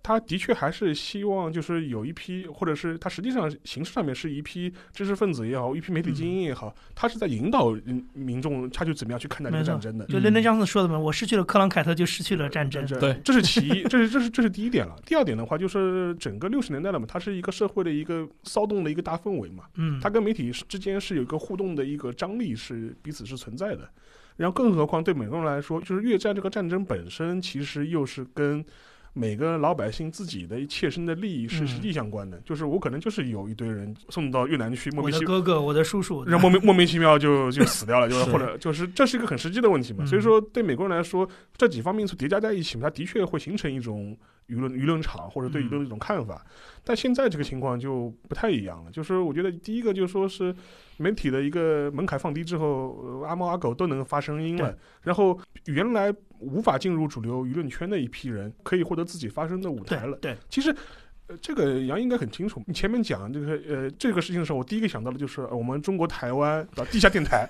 Speaker 2: 他的确还是希望，就是有一批，或者是他实际上形式上面是一批知识分子也好，一批媒体精英也好，他是在引导嗯民众他去怎么样去看待这
Speaker 1: 没
Speaker 2: 个
Speaker 1: 错
Speaker 2: 战争的。
Speaker 1: 就伦敦江斯说的嘛，我失去了克朗凯特，就失去了战争。
Speaker 2: 这
Speaker 3: 对
Speaker 2: 这是其一，这是这是这是第一点了。第二点的话，就是整个六十年代了嘛，它是一个社会的一个骚动的一个大氛围嘛，
Speaker 1: 嗯，
Speaker 2: 它跟媒体是之间是有一个互动的一个张力是彼此是存在的。然后，更何况对美国人来说，就是越战这个战争本身，其实又是跟每个老百姓自己的切身的利益是
Speaker 1: 嗯
Speaker 2: 实际相关的。就是我可能就是有一堆人送到越南去，莫
Speaker 1: 我
Speaker 2: 名
Speaker 1: 的
Speaker 2: 其
Speaker 1: 哥哥，我的叔叔，
Speaker 2: 让莫名莫名其妙就就死掉了，就是
Speaker 3: 是
Speaker 2: 或者就是这是一个很实际的问题嘛。
Speaker 1: 嗯
Speaker 2: 所以说，对美国人来说，这几方面素叠加在一起，它的确会形成一种舆论舆论场或者对舆
Speaker 1: 嗯
Speaker 2: 论的一种看法。但现在这个情况就不太一样了，就是我觉得第一个就是说是媒体的一个门槛放低之后，呃阿猫阿狗都能发声音了
Speaker 1: 对，
Speaker 2: 然后原来无法进入主流舆论圈的一批人，可以获得自己发声的舞台了
Speaker 1: 对。对，
Speaker 2: 其实。呃这个杨应该很清楚。你前面讲这个呃这个事情的时候，我第一个想到的就是、呃我们中国台湾的地下
Speaker 1: [LAUGHS]
Speaker 2: 电台，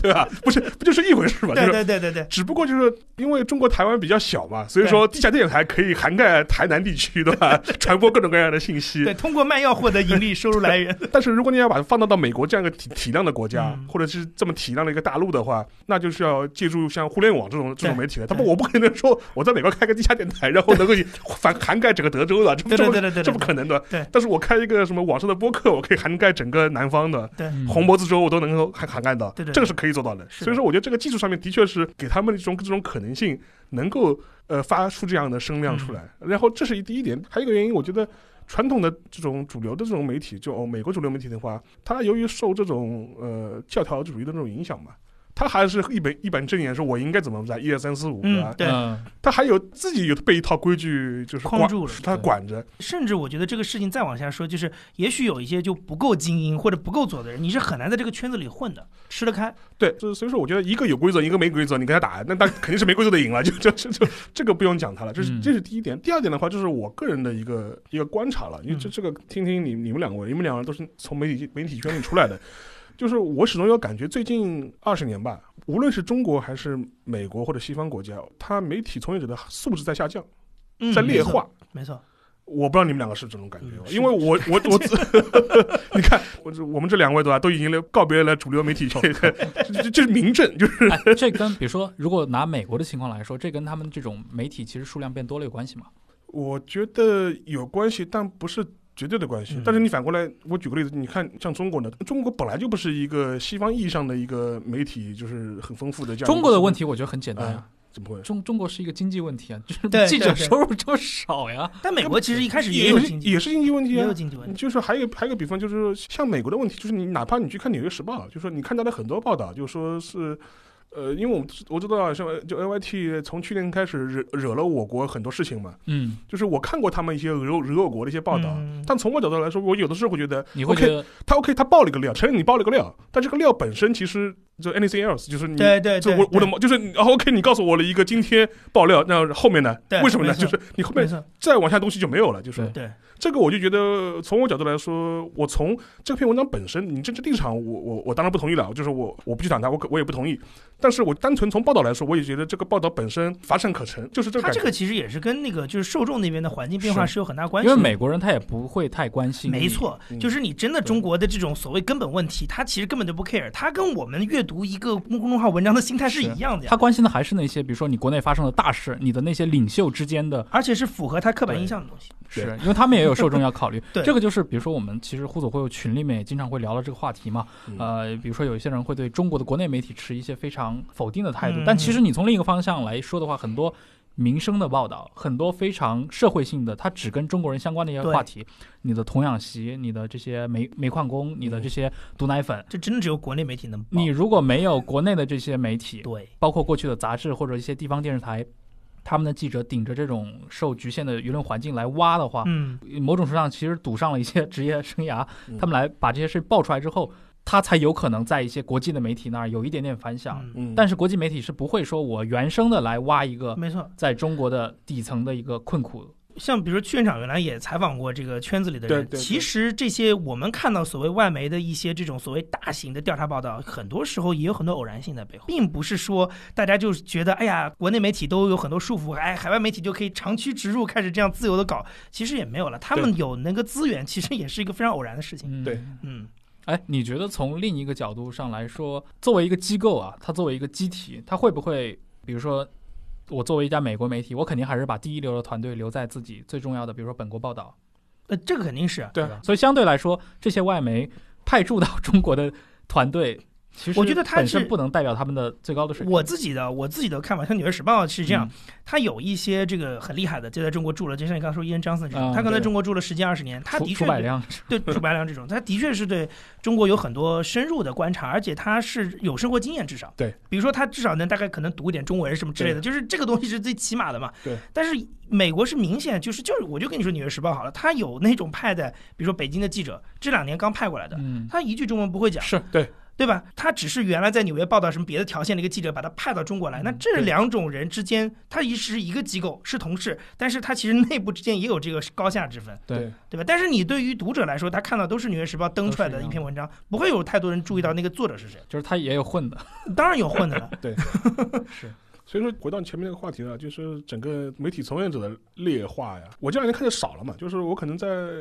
Speaker 2: 对吧？不是不就是一回事吧？就
Speaker 1: 对
Speaker 2: 是
Speaker 1: 对对对
Speaker 2: [LAUGHS]
Speaker 1: 对，
Speaker 2: 只不过就是因为中国台湾比较小嘛，所以说地下电台可以涵盖台南地区，
Speaker 1: [LAUGHS]
Speaker 2: 对吧？传播各种各样的信息
Speaker 1: 对，。通过卖药获得盈利收入来源。
Speaker 2: 但是如果你要把它放到到美国这样一个体体量的国家
Speaker 1: 嗯，
Speaker 2: 或者是这么体量的一个大陆的话，那就是要借助像互联网这种这种
Speaker 1: 对
Speaker 2: 媒体了。他
Speaker 1: 对
Speaker 2: 不，我不可能说我在美国开个地下电台，然后能够以反涵盖整个德州的，这不
Speaker 1: 对
Speaker 2: [LAUGHS] 这
Speaker 1: 对
Speaker 2: 不
Speaker 1: 对对对，
Speaker 2: 这不可能的。
Speaker 1: 对
Speaker 2: 但是我开一个什么网上的播客，我可以涵盖整个南方的。
Speaker 1: 对
Speaker 3: 嗯
Speaker 2: 红脖子州我都能够涵涵盖到，
Speaker 1: 对对对
Speaker 2: 这个是可以做到的。
Speaker 1: 是的
Speaker 2: 所以说，我觉得这个技术上面的确是给他们这种这种可能性，能够呃发出这样的声量出来。
Speaker 1: 嗯
Speaker 2: 然后这是第一点，还有一个原因，我觉得传统的这种主流的这种媒体，就、哦、美国主流媒体的话，它由于受这种呃教条主义的这种影响嘛。它还是一本一本正言，说我应该怎么来，一二三四五，
Speaker 1: 嗯
Speaker 2: 对吧？
Speaker 1: 对
Speaker 3: 嗯
Speaker 2: 它还有自己有被一套规矩，就是
Speaker 1: 框
Speaker 2: 管
Speaker 1: 住了
Speaker 2: 它
Speaker 3: 对
Speaker 2: 管着。
Speaker 1: 甚至我觉得这个事情再往下说，就是也许有一些就不够精英或者不够左的人，你是很难在这个圈子里混的，吃得开。
Speaker 2: 对，就是所以说，我觉得一个有规则，一个没规则，你跟他打，那他肯定是没规则的赢了，就就就就这个不用讲他了，这是
Speaker 3: 嗯
Speaker 2: 这是第一点。第二点的话，就是我个人的一个一个观察了，因为这
Speaker 1: 嗯
Speaker 2: 这个听听你你们两位，你们两个人都是从媒体媒体圈里出来的，就是我始终有感觉，最近二十年吧，无论是中国还是美国或者西方国家，它媒体从业者的素质在下降，
Speaker 1: 嗯，
Speaker 2: 在劣化。
Speaker 1: 没错，
Speaker 2: 我不知道你们两个是这种感觉
Speaker 1: 嗯
Speaker 2: 吗，
Speaker 1: 是
Speaker 2: 因为我我我， [LAUGHS] 你看，我这我们这两位对吧，都已经告别了主流媒
Speaker 1: [LAUGHS]
Speaker 2: 体圈，这这这是明证，就是。
Speaker 3: 哎，这跟比如说，如果拿美国的情况来说，这跟他们这种媒体其实数量变多了有关系嘛？
Speaker 2: 我觉得有关系，但不是绝对的关系。
Speaker 1: 嗯
Speaker 2: 但是你反过来，我举个例子，你看像中国呢，中国本来就不是一个西方意义上的一个媒体，就是很丰富的这样。
Speaker 3: 中国的问题我觉得很简单啊，
Speaker 2: 怎么会？
Speaker 3: 中中国是一个经济问题啊，就
Speaker 1: 对
Speaker 3: 是记者
Speaker 1: 对对
Speaker 3: 收入这么少呀。
Speaker 1: 但美国其实一开始也
Speaker 2: 也
Speaker 1: 有
Speaker 2: 是
Speaker 1: 经济，
Speaker 2: 也是经济问题
Speaker 1: 也
Speaker 2: 啊
Speaker 1: 有。经济问题。
Speaker 2: 就是还有还有一个比方，就是像美国的问题，就是你哪怕你去看《纽约时报》，就说你看到的很多报道，就说是，呃，因为我们我知道像就 NYT 从去年开始惹惹了我国很多事情嘛，
Speaker 3: 嗯，
Speaker 2: 就是我看过他们一些惹惹我国的一些报道，
Speaker 1: 嗯
Speaker 2: 但从我角度来说，我有的时候会觉得
Speaker 3: 你会
Speaker 2: OK，
Speaker 3: 觉得
Speaker 2: 他 OK，他爆了一个料，承认你爆了一个料，但这个料本身其实就 anything else，就是你。
Speaker 1: 对对
Speaker 2: 就
Speaker 1: 对，
Speaker 2: 我我的
Speaker 1: 对
Speaker 2: 毛就是你 OK，你告诉我了一个今天爆料，那后面呢
Speaker 1: 对？
Speaker 2: 为什么呢？
Speaker 1: 没错
Speaker 2: 就是你后
Speaker 1: 没
Speaker 2: 面
Speaker 1: 错，
Speaker 2: 再往下东西就没有了。就是
Speaker 3: 对
Speaker 1: 对
Speaker 2: 这个，我就觉得从我角度来说，我从这篇文章本身，你政治立场，我我我当然不同意了，就是我我不去讲它，我可我也不同意。但是我单纯从报道来说，我也觉得这个报道本身乏善可陈，就是这个
Speaker 1: 它
Speaker 2: 感
Speaker 1: 这
Speaker 2: 觉。
Speaker 1: 个其实也是跟那个就是受众那边的环境变化
Speaker 2: 是
Speaker 1: 是有很大关
Speaker 3: 因
Speaker 1: 系的。
Speaker 3: 为美国人他也不会太关心，
Speaker 1: 没，错
Speaker 2: 嗯，
Speaker 1: 就是你真的
Speaker 2: 对
Speaker 1: 中国的这种所谓根本问题，他其实根本就不 care，他跟我们阅读一个公众号文章的心态是
Speaker 3: 是
Speaker 1: 一样的呀
Speaker 3: 他，关心的还是那些，比如说你国内发生的大事，你的那些领袖之间的，
Speaker 1: 而且是符合他刻板印象的东西。
Speaker 2: 对
Speaker 3: 是因为他们也有受众要考虑
Speaker 1: [LAUGHS] 。对
Speaker 3: 这个就是比如说我们其实互组会友群里面也经常会聊到这个话题嘛，
Speaker 2: 嗯
Speaker 3: 呃，比如说有一些人会对中国的国内媒体持一些非常否定的态度，
Speaker 1: 嗯
Speaker 3: 但其实你从另一个方向来说的话，很多民生的报道，很多非常社会性的，它只跟中国人相关的一些
Speaker 1: 对
Speaker 3: 话题，你的童养媳，你的这些煤煤矿工，你的这些毒奶粉，
Speaker 1: 这真的只有国内媒体能报。
Speaker 3: 你如果没有国内的这些媒体，
Speaker 1: 对
Speaker 3: 包括过去的杂志或者一些地方电视台，他们的记者顶着这种受局限的舆论环境来挖的
Speaker 2: 啊
Speaker 3: 话，
Speaker 1: 嗯，
Speaker 3: 某种程度上其实赌上了一些 [LAUGHS] 职业生涯
Speaker 2: 嗯。
Speaker 3: 他们来把这些事爆出来之后，他才有可能在一些国际的媒体那儿有一点点反响。
Speaker 1: 嗯
Speaker 2: 嗯，
Speaker 3: 但是国际媒体是不会说我原生的来挖一个
Speaker 1: 没错。
Speaker 3: 在中国的底层的一个困苦。
Speaker 1: 像比如说，院长原来也采访过这个圈子里的人。
Speaker 2: 对对对
Speaker 1: 其实这些我们看到所谓外媒的一些这种所谓大型的调查报道，很多时候也有很多偶然性在背后，并不是说大家就是觉得哎呀，国内媒体都有很多束缚，哎，海外媒体就可以长驱直入，开始这样自由的搞，其实也没有了。他们有那个资源，其实也是一个非常偶然的事情。
Speaker 3: 嗯
Speaker 2: 对
Speaker 1: 嗯，
Speaker 3: 哎，你觉得从另一个角度上来说，作为一个机构啊，它作为一个机体，它会不会，比如说，我作为一家美国媒体，我肯定还是把第一流的团队留在自己最重要的，比如说本国报道，
Speaker 1: 呃，这个肯定是。
Speaker 2: 对啊
Speaker 3: 吧？所以相对来说，这些外媒派驻到中国的团队，其实
Speaker 1: 我觉得它
Speaker 3: 本
Speaker 1: 是
Speaker 3: 身不能代表他们的最高的水平。
Speaker 1: 我自己的我自己的看法，像《纽约时报》是这样
Speaker 3: 嗯，
Speaker 1: 他有一些这个很厉害的，就在中国住了，就像你刚才说伊恩·张森这样，
Speaker 3: 嗯
Speaker 1: 他可能在
Speaker 2: 对
Speaker 1: 中国住了十几二十年，他
Speaker 3: 出
Speaker 1: 的确
Speaker 3: 出版量
Speaker 1: 对诸白良这种，他的确是对中国有很多深入的观察，而且他是有生活经验，至少
Speaker 2: 对，
Speaker 1: 比如说他至少能大概可能读一点中文什么之类的，就是这个东西是最起码的嘛。
Speaker 2: 对，
Speaker 1: 但是美国是明显就是就是，我就跟你说《纽约时报》好了，他有那种派的，比如说北京的记者，这两年刚派过来的，
Speaker 3: 嗯，
Speaker 1: 他一句中文不会讲，
Speaker 3: 是
Speaker 2: 对
Speaker 1: 对吧？他只是原来在纽约报道什么别的条线的一个记者，把他派到中国来。那这
Speaker 3: 嗯对
Speaker 1: 两种人之间，他一是一个机构是同事，但是他其实内部之间也有这个高下之分，
Speaker 3: 对，
Speaker 1: 对吧？但是你对于读者来说，他看到都是《纽约时报》登出来的一篇文章，不会有太多人注意到那个作者
Speaker 3: [LAUGHS]
Speaker 1: 是谁。
Speaker 3: 就是他也有混的，
Speaker 1: 当然有混
Speaker 3: [LAUGHS]
Speaker 1: 的了，
Speaker 3: 是
Speaker 2: 所以说，回到前面那个话题了，就是整个媒体从业者的劣化呀。我这两年看的少了嘛，就是我可能在呃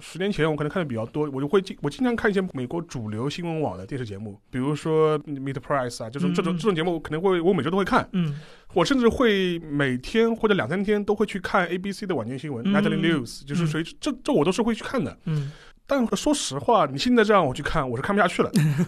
Speaker 2: 十年前，我可能看的比较多，我就会经我经常看一些美国主流新闻网的电视节目，比如说 Meet the Press 啊，就是这种
Speaker 1: 嗯嗯
Speaker 2: 这种节目，我可能会我每周都会看，
Speaker 1: 嗯，
Speaker 2: 我甚至会每天或者两三天都会去看 ABC 的晚间新闻
Speaker 1: 嗯
Speaker 2: Nightly News，就是谁这这我都是会去看的。
Speaker 1: 嗯，
Speaker 2: 但说实话，你现在这样我去看，我是看不下去了。
Speaker 1: 嗯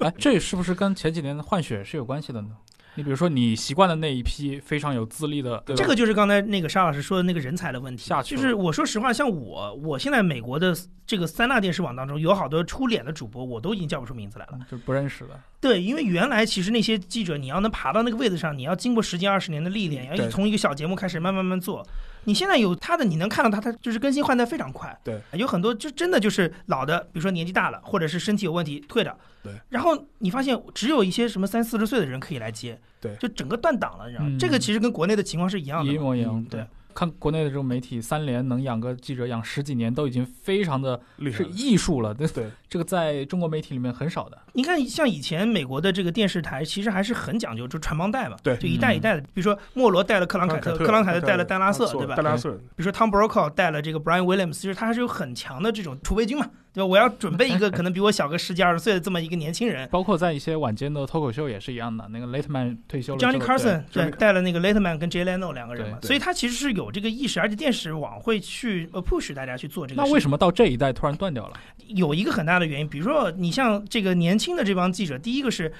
Speaker 3: 哎，这是不是跟前几年的换血是有关系的呢？你比如说，你习惯的那一批非常有资历的，对吧
Speaker 1: 这个就是刚才那个沙老师说的那个人才的问题。
Speaker 3: 下去
Speaker 1: 就
Speaker 3: 了
Speaker 1: 是我说实话，像我，我现在美国的这个三大电视网当中，有好多出脸的主播，我都已经叫不出名字来了。
Speaker 3: 嗯就不认识的，
Speaker 1: 对，因为原来其实那些记者，你要能爬到那个位子上，你要经过十几二十年的历练，要
Speaker 2: 对
Speaker 1: 一从一个小节目开始慢慢慢做。你现在有他的，你能看到他，他就是更新换代非常快。
Speaker 2: 对，
Speaker 1: 有很多就真的就是老的，比如说年纪大了，或者是身体有问题退了。
Speaker 2: 对，
Speaker 1: 然后你发现只有一些什么三四十岁的人可以来接。
Speaker 2: 对
Speaker 1: 就整个断档了，你知道吗？
Speaker 3: 嗯
Speaker 1: 这个其实跟国内的情况是一样的
Speaker 3: 一
Speaker 1: 嘛。
Speaker 3: 模一样
Speaker 2: 嗯。
Speaker 1: 对，
Speaker 3: 看国内的这种媒体，三联能养个记者养十几年，都已经非常的
Speaker 2: 厉害
Speaker 3: 是
Speaker 2: 了，
Speaker 3: 艺术了。对
Speaker 2: 对，
Speaker 3: 这个在中国媒体里面很少的。
Speaker 1: 你看，像以前美国的这个电视台，其实还是很讲究，就传帮带嘛，
Speaker 2: 对
Speaker 1: 就一代一
Speaker 3: 嗯
Speaker 1: 代的。比如说莫罗带了克朗凯特，克朗凯特带了戴拉瑟，对吧嗯
Speaker 2: 戴？拉瑟，
Speaker 1: 比如说 Tom Brokaw 带了这个 Brian Williams，就是他还是有很强的这种储备军嘛，对吧？我要准备一个可能比我小个十几二十岁的这么一个年轻
Speaker 3: [LAUGHS]
Speaker 1: 人
Speaker 3: 包括在一些晚间的脱口秀也是一样的，那个 Late Man 退休了之后
Speaker 1: ，Johnny Carson
Speaker 2: 对
Speaker 1: 对
Speaker 2: Johnny
Speaker 1: 带了那个 Letterman 跟 Jay Leno 两个人嘛，
Speaker 2: 对
Speaker 1: 所以他其实是有这个意识，而且电视网会去呃 push 大家去做这个
Speaker 3: 那
Speaker 1: 事情。
Speaker 3: 为什么到这一代突然断掉了？
Speaker 1: 有一个很大的原因，比如说你像这个年轻的这帮记者，第一个是。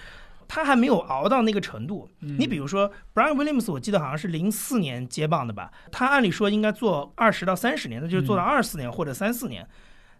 Speaker 1: 他还没有熬到那个程度。
Speaker 2: 嗯
Speaker 1: 你比如说，Brian Williams，我记得好像是零四年接棒的吧？他按理说应该做二十到三十年，那就是
Speaker 2: 嗯
Speaker 1: 做到二四年或者三四年。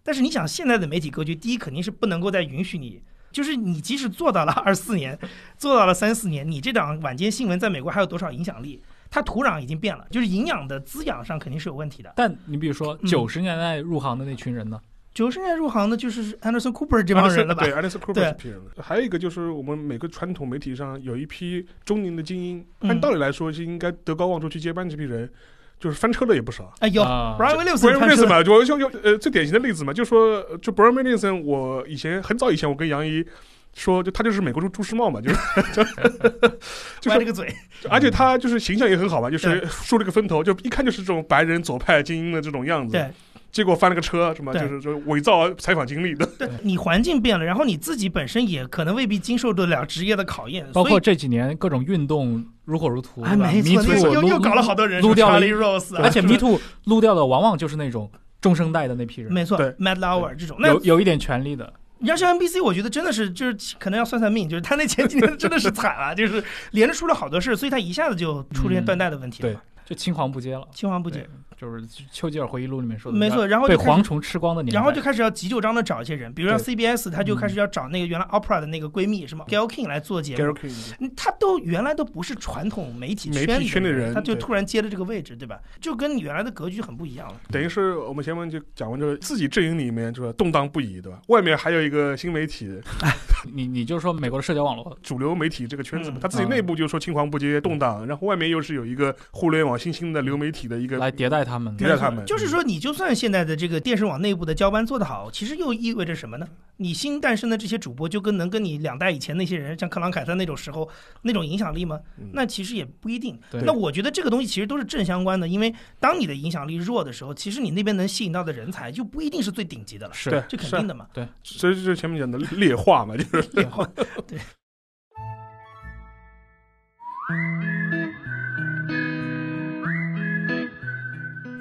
Speaker 1: 但是你想，现在的媒体格局，第一肯定是不能够再允许你，就是你即使做到了二四年，做到了三四年，你这档晚间新闻在美国还有多少影响力？它土壤已经变了，就是营养的滋养上肯定是有问题的。
Speaker 3: 但你比如说
Speaker 1: 嗯
Speaker 3: 九十年代入行的那群人呢？
Speaker 1: 九十年代入行的就是 Anderson Cooper 这帮人了吧？
Speaker 2: 对 a l e x Cooper
Speaker 1: 对
Speaker 2: 是批人的。还有一个就是我们每个传统媒体上有一批中年的精英，
Speaker 1: 嗯
Speaker 2: 按道理来说是应该德高望重去接班这批人，就是翻车的也
Speaker 1: [LAUGHS]
Speaker 2: 不少。
Speaker 1: 哎，有
Speaker 3: 啊
Speaker 1: Brian Williams
Speaker 2: Brian
Speaker 1: 翻车
Speaker 2: Williams 嘛，就就就呃最典型的例子嘛，就说呃就 Brian Williams，我以前很早以前我跟杨一。说，就他就是美国朱朱时茂嘛，就是 [LAUGHS] 就
Speaker 1: 歪了
Speaker 2: 是，
Speaker 1: 个嘴，
Speaker 2: 而且他就是形象也很好嘛，就是
Speaker 1: 对
Speaker 2: 梳了个分头，就一看就是这种白人左派精英的这种样子。
Speaker 1: 对
Speaker 2: 结果翻了个车，什么
Speaker 1: 对
Speaker 2: 就是就伪造采访经历的，
Speaker 1: 对，你环境变了，然后你自己本身也可能未必经受得了职业的考验，
Speaker 3: 包
Speaker 1: 所
Speaker 3: 括
Speaker 1: 以
Speaker 3: 这几年各种运动如火如荼，
Speaker 1: 哎，没错，
Speaker 3: Me
Speaker 1: 那
Speaker 3: Too，
Speaker 1: 又
Speaker 3: 撸
Speaker 1: 又搞了好多人，
Speaker 3: 撸掉了
Speaker 1: Charlie Rose，啊
Speaker 3: 而且
Speaker 1: 什么
Speaker 3: Me Too 撸掉的往往就是那种中生代的那批人，
Speaker 1: [LAUGHS] 没错
Speaker 2: 对
Speaker 1: ，Mad Lauer 这种，那
Speaker 3: 有有一点权利的。
Speaker 1: 你要是 NBC，我觉得真的是就是可能要算算命，就是他那前几年真的是惨啊， [LAUGHS] 就是连着出了好多事，所以他一下子就出
Speaker 3: 嗯
Speaker 1: 现断代的问题了嘛，
Speaker 3: 就青黄不接了，
Speaker 1: 青黄不接，
Speaker 3: 就是《丘吉尔回忆录》里面说的，
Speaker 1: 没错，然后
Speaker 3: 被
Speaker 1: 就开始
Speaker 3: 蝗虫吃光的年代，嗯
Speaker 1: 然后就开始要急就章的找一些人，比如说 CBS，他就开始要找那个原来 Opera 的那个闺蜜什么 Gail King 来做节
Speaker 2: g a r
Speaker 1: 目
Speaker 2: y。King
Speaker 1: 嗯他都原来都不是传统媒体圈
Speaker 2: 媒体圈的
Speaker 1: 的
Speaker 2: 人
Speaker 1: 他就
Speaker 2: 对
Speaker 1: 突然接了这个位置，对吧？就跟你原来的格局很不一样了。
Speaker 2: 等于是我们前面就讲完，就是自己阵营里面就是动荡不已，对吧？外面还有一个新媒体
Speaker 3: 你你就说美国的社交网络，
Speaker 2: 主流媒体这个圈子嘛
Speaker 1: 嗯，
Speaker 2: 他自己内部就说青黄不接、动荡，然后外面又是有一个互联网新兴的流媒体的一个
Speaker 3: 来迭代他们，
Speaker 2: 迭代他们，嗯
Speaker 1: 就是说，你就算现在的这个电视网内部的交班做得好，其实又意味着什么呢？你新诞生的这些主播，就跟能跟你两代以前那些人，像克朗凯特那种时候那种影响力吗
Speaker 2: 嗯？
Speaker 1: 那其实也不一定。
Speaker 3: 对
Speaker 1: 那我觉得这个东西其实都是正相关的，因为当你的影响力弱的时候，其实你那边能吸引到的人才就不一定是最顶级的了，
Speaker 3: 是
Speaker 2: 对
Speaker 1: 这肯
Speaker 2: 是啊
Speaker 1: 定的嘛。
Speaker 2: 所以就是前面讲的劣化嘛，就是
Speaker 1: 对后对。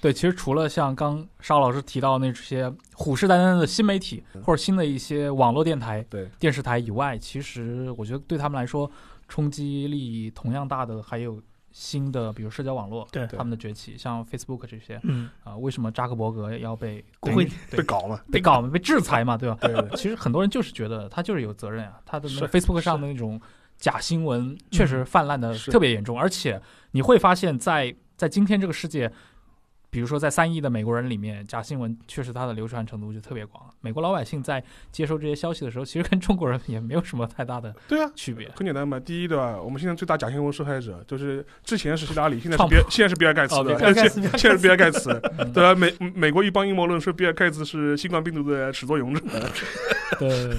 Speaker 3: 对，其实除了像刚沙老师提到那些虎视眈眈的新媒体或者新的一些网络电台、
Speaker 2: 对
Speaker 3: 电视台以外，其实我觉得对他们来说冲击力同样大的还有新的，比如社交网络，
Speaker 1: 对
Speaker 3: 他们的崛起，像 Facebook 这些，
Speaker 1: 嗯，
Speaker 3: 啊、为什么扎克伯格要被
Speaker 1: 国会
Speaker 3: 对
Speaker 2: 被搞嘛，
Speaker 3: 被搞被制裁嘛，对吧？啊
Speaker 2: 对对
Speaker 3: 其实很多人就是觉得他就是有责任啊，他的那个
Speaker 2: 是嗯
Speaker 3: Facebook 上的那种假新闻确实泛滥的
Speaker 2: 是
Speaker 3: 特别严重，而且你会发现在在今天这个世界，比如说在三亿的美国人里面，假新闻确实它的流传程度就特别广。美国老百姓在接收这些消息的时候，其实跟中国人也没有什么太大的
Speaker 2: [LAUGHS] 对啊。
Speaker 3: 区别。
Speaker 2: 很简单嘛，第一对吧？我们现在最大假新闻受害者就是之前是希拉里，现在是比尔，现在是比尔盖茨
Speaker 3: 哦
Speaker 2: 的，
Speaker 3: 比尔
Speaker 1: 盖茨
Speaker 2: 现
Speaker 1: 比尔盖茨
Speaker 2: 现在是比尔盖茨，
Speaker 3: 嗯
Speaker 2: 啊对吧？美美国一帮阴谋论说比尔盖茨是新冠病毒的始作俑者，啊
Speaker 3: 对，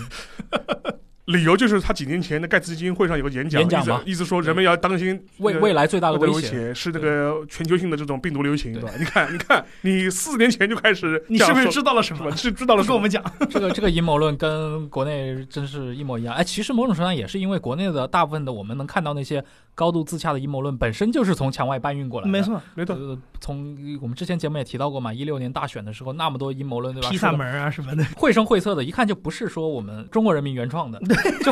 Speaker 2: 理由就是他几年前的盖茨基金会上有个演讲，
Speaker 3: 演讲
Speaker 2: 意思
Speaker 3: 嘛
Speaker 2: 意思说人们要当心
Speaker 3: 未
Speaker 2: 呃
Speaker 3: 未来最大的
Speaker 2: 的
Speaker 3: 威
Speaker 2: 威
Speaker 3: 胁，
Speaker 2: 胁是这个全球性的这种病毒流行，
Speaker 3: 对
Speaker 2: 对吧？你看，你看，你四年前就开始
Speaker 1: 你
Speaker 2: 这
Speaker 1: 是不
Speaker 2: 样
Speaker 1: 是
Speaker 2: 说
Speaker 1: 知道了什么
Speaker 2: 是吧？？是知道了
Speaker 1: 不
Speaker 2: 什
Speaker 1: 跟我
Speaker 2: 么？
Speaker 1: 们讲，
Speaker 3: 这个这个阴谋论跟国内真是一模一样。哎，其实某种程度上也是因为国内的大部分的我们能看到那些高度自洽的阴谋论，本身就是从墙外搬运过来的。
Speaker 1: 没。错，
Speaker 2: 没懂，
Speaker 3: 呃，从我们之前节目也提到过嘛，一六年大选的时候，那么多阴谋论，对吧？
Speaker 1: 披萨
Speaker 3: 说得
Speaker 1: 门啊什么的，
Speaker 3: 绘声绘色的，一看就不是说我们中国人民原创的，就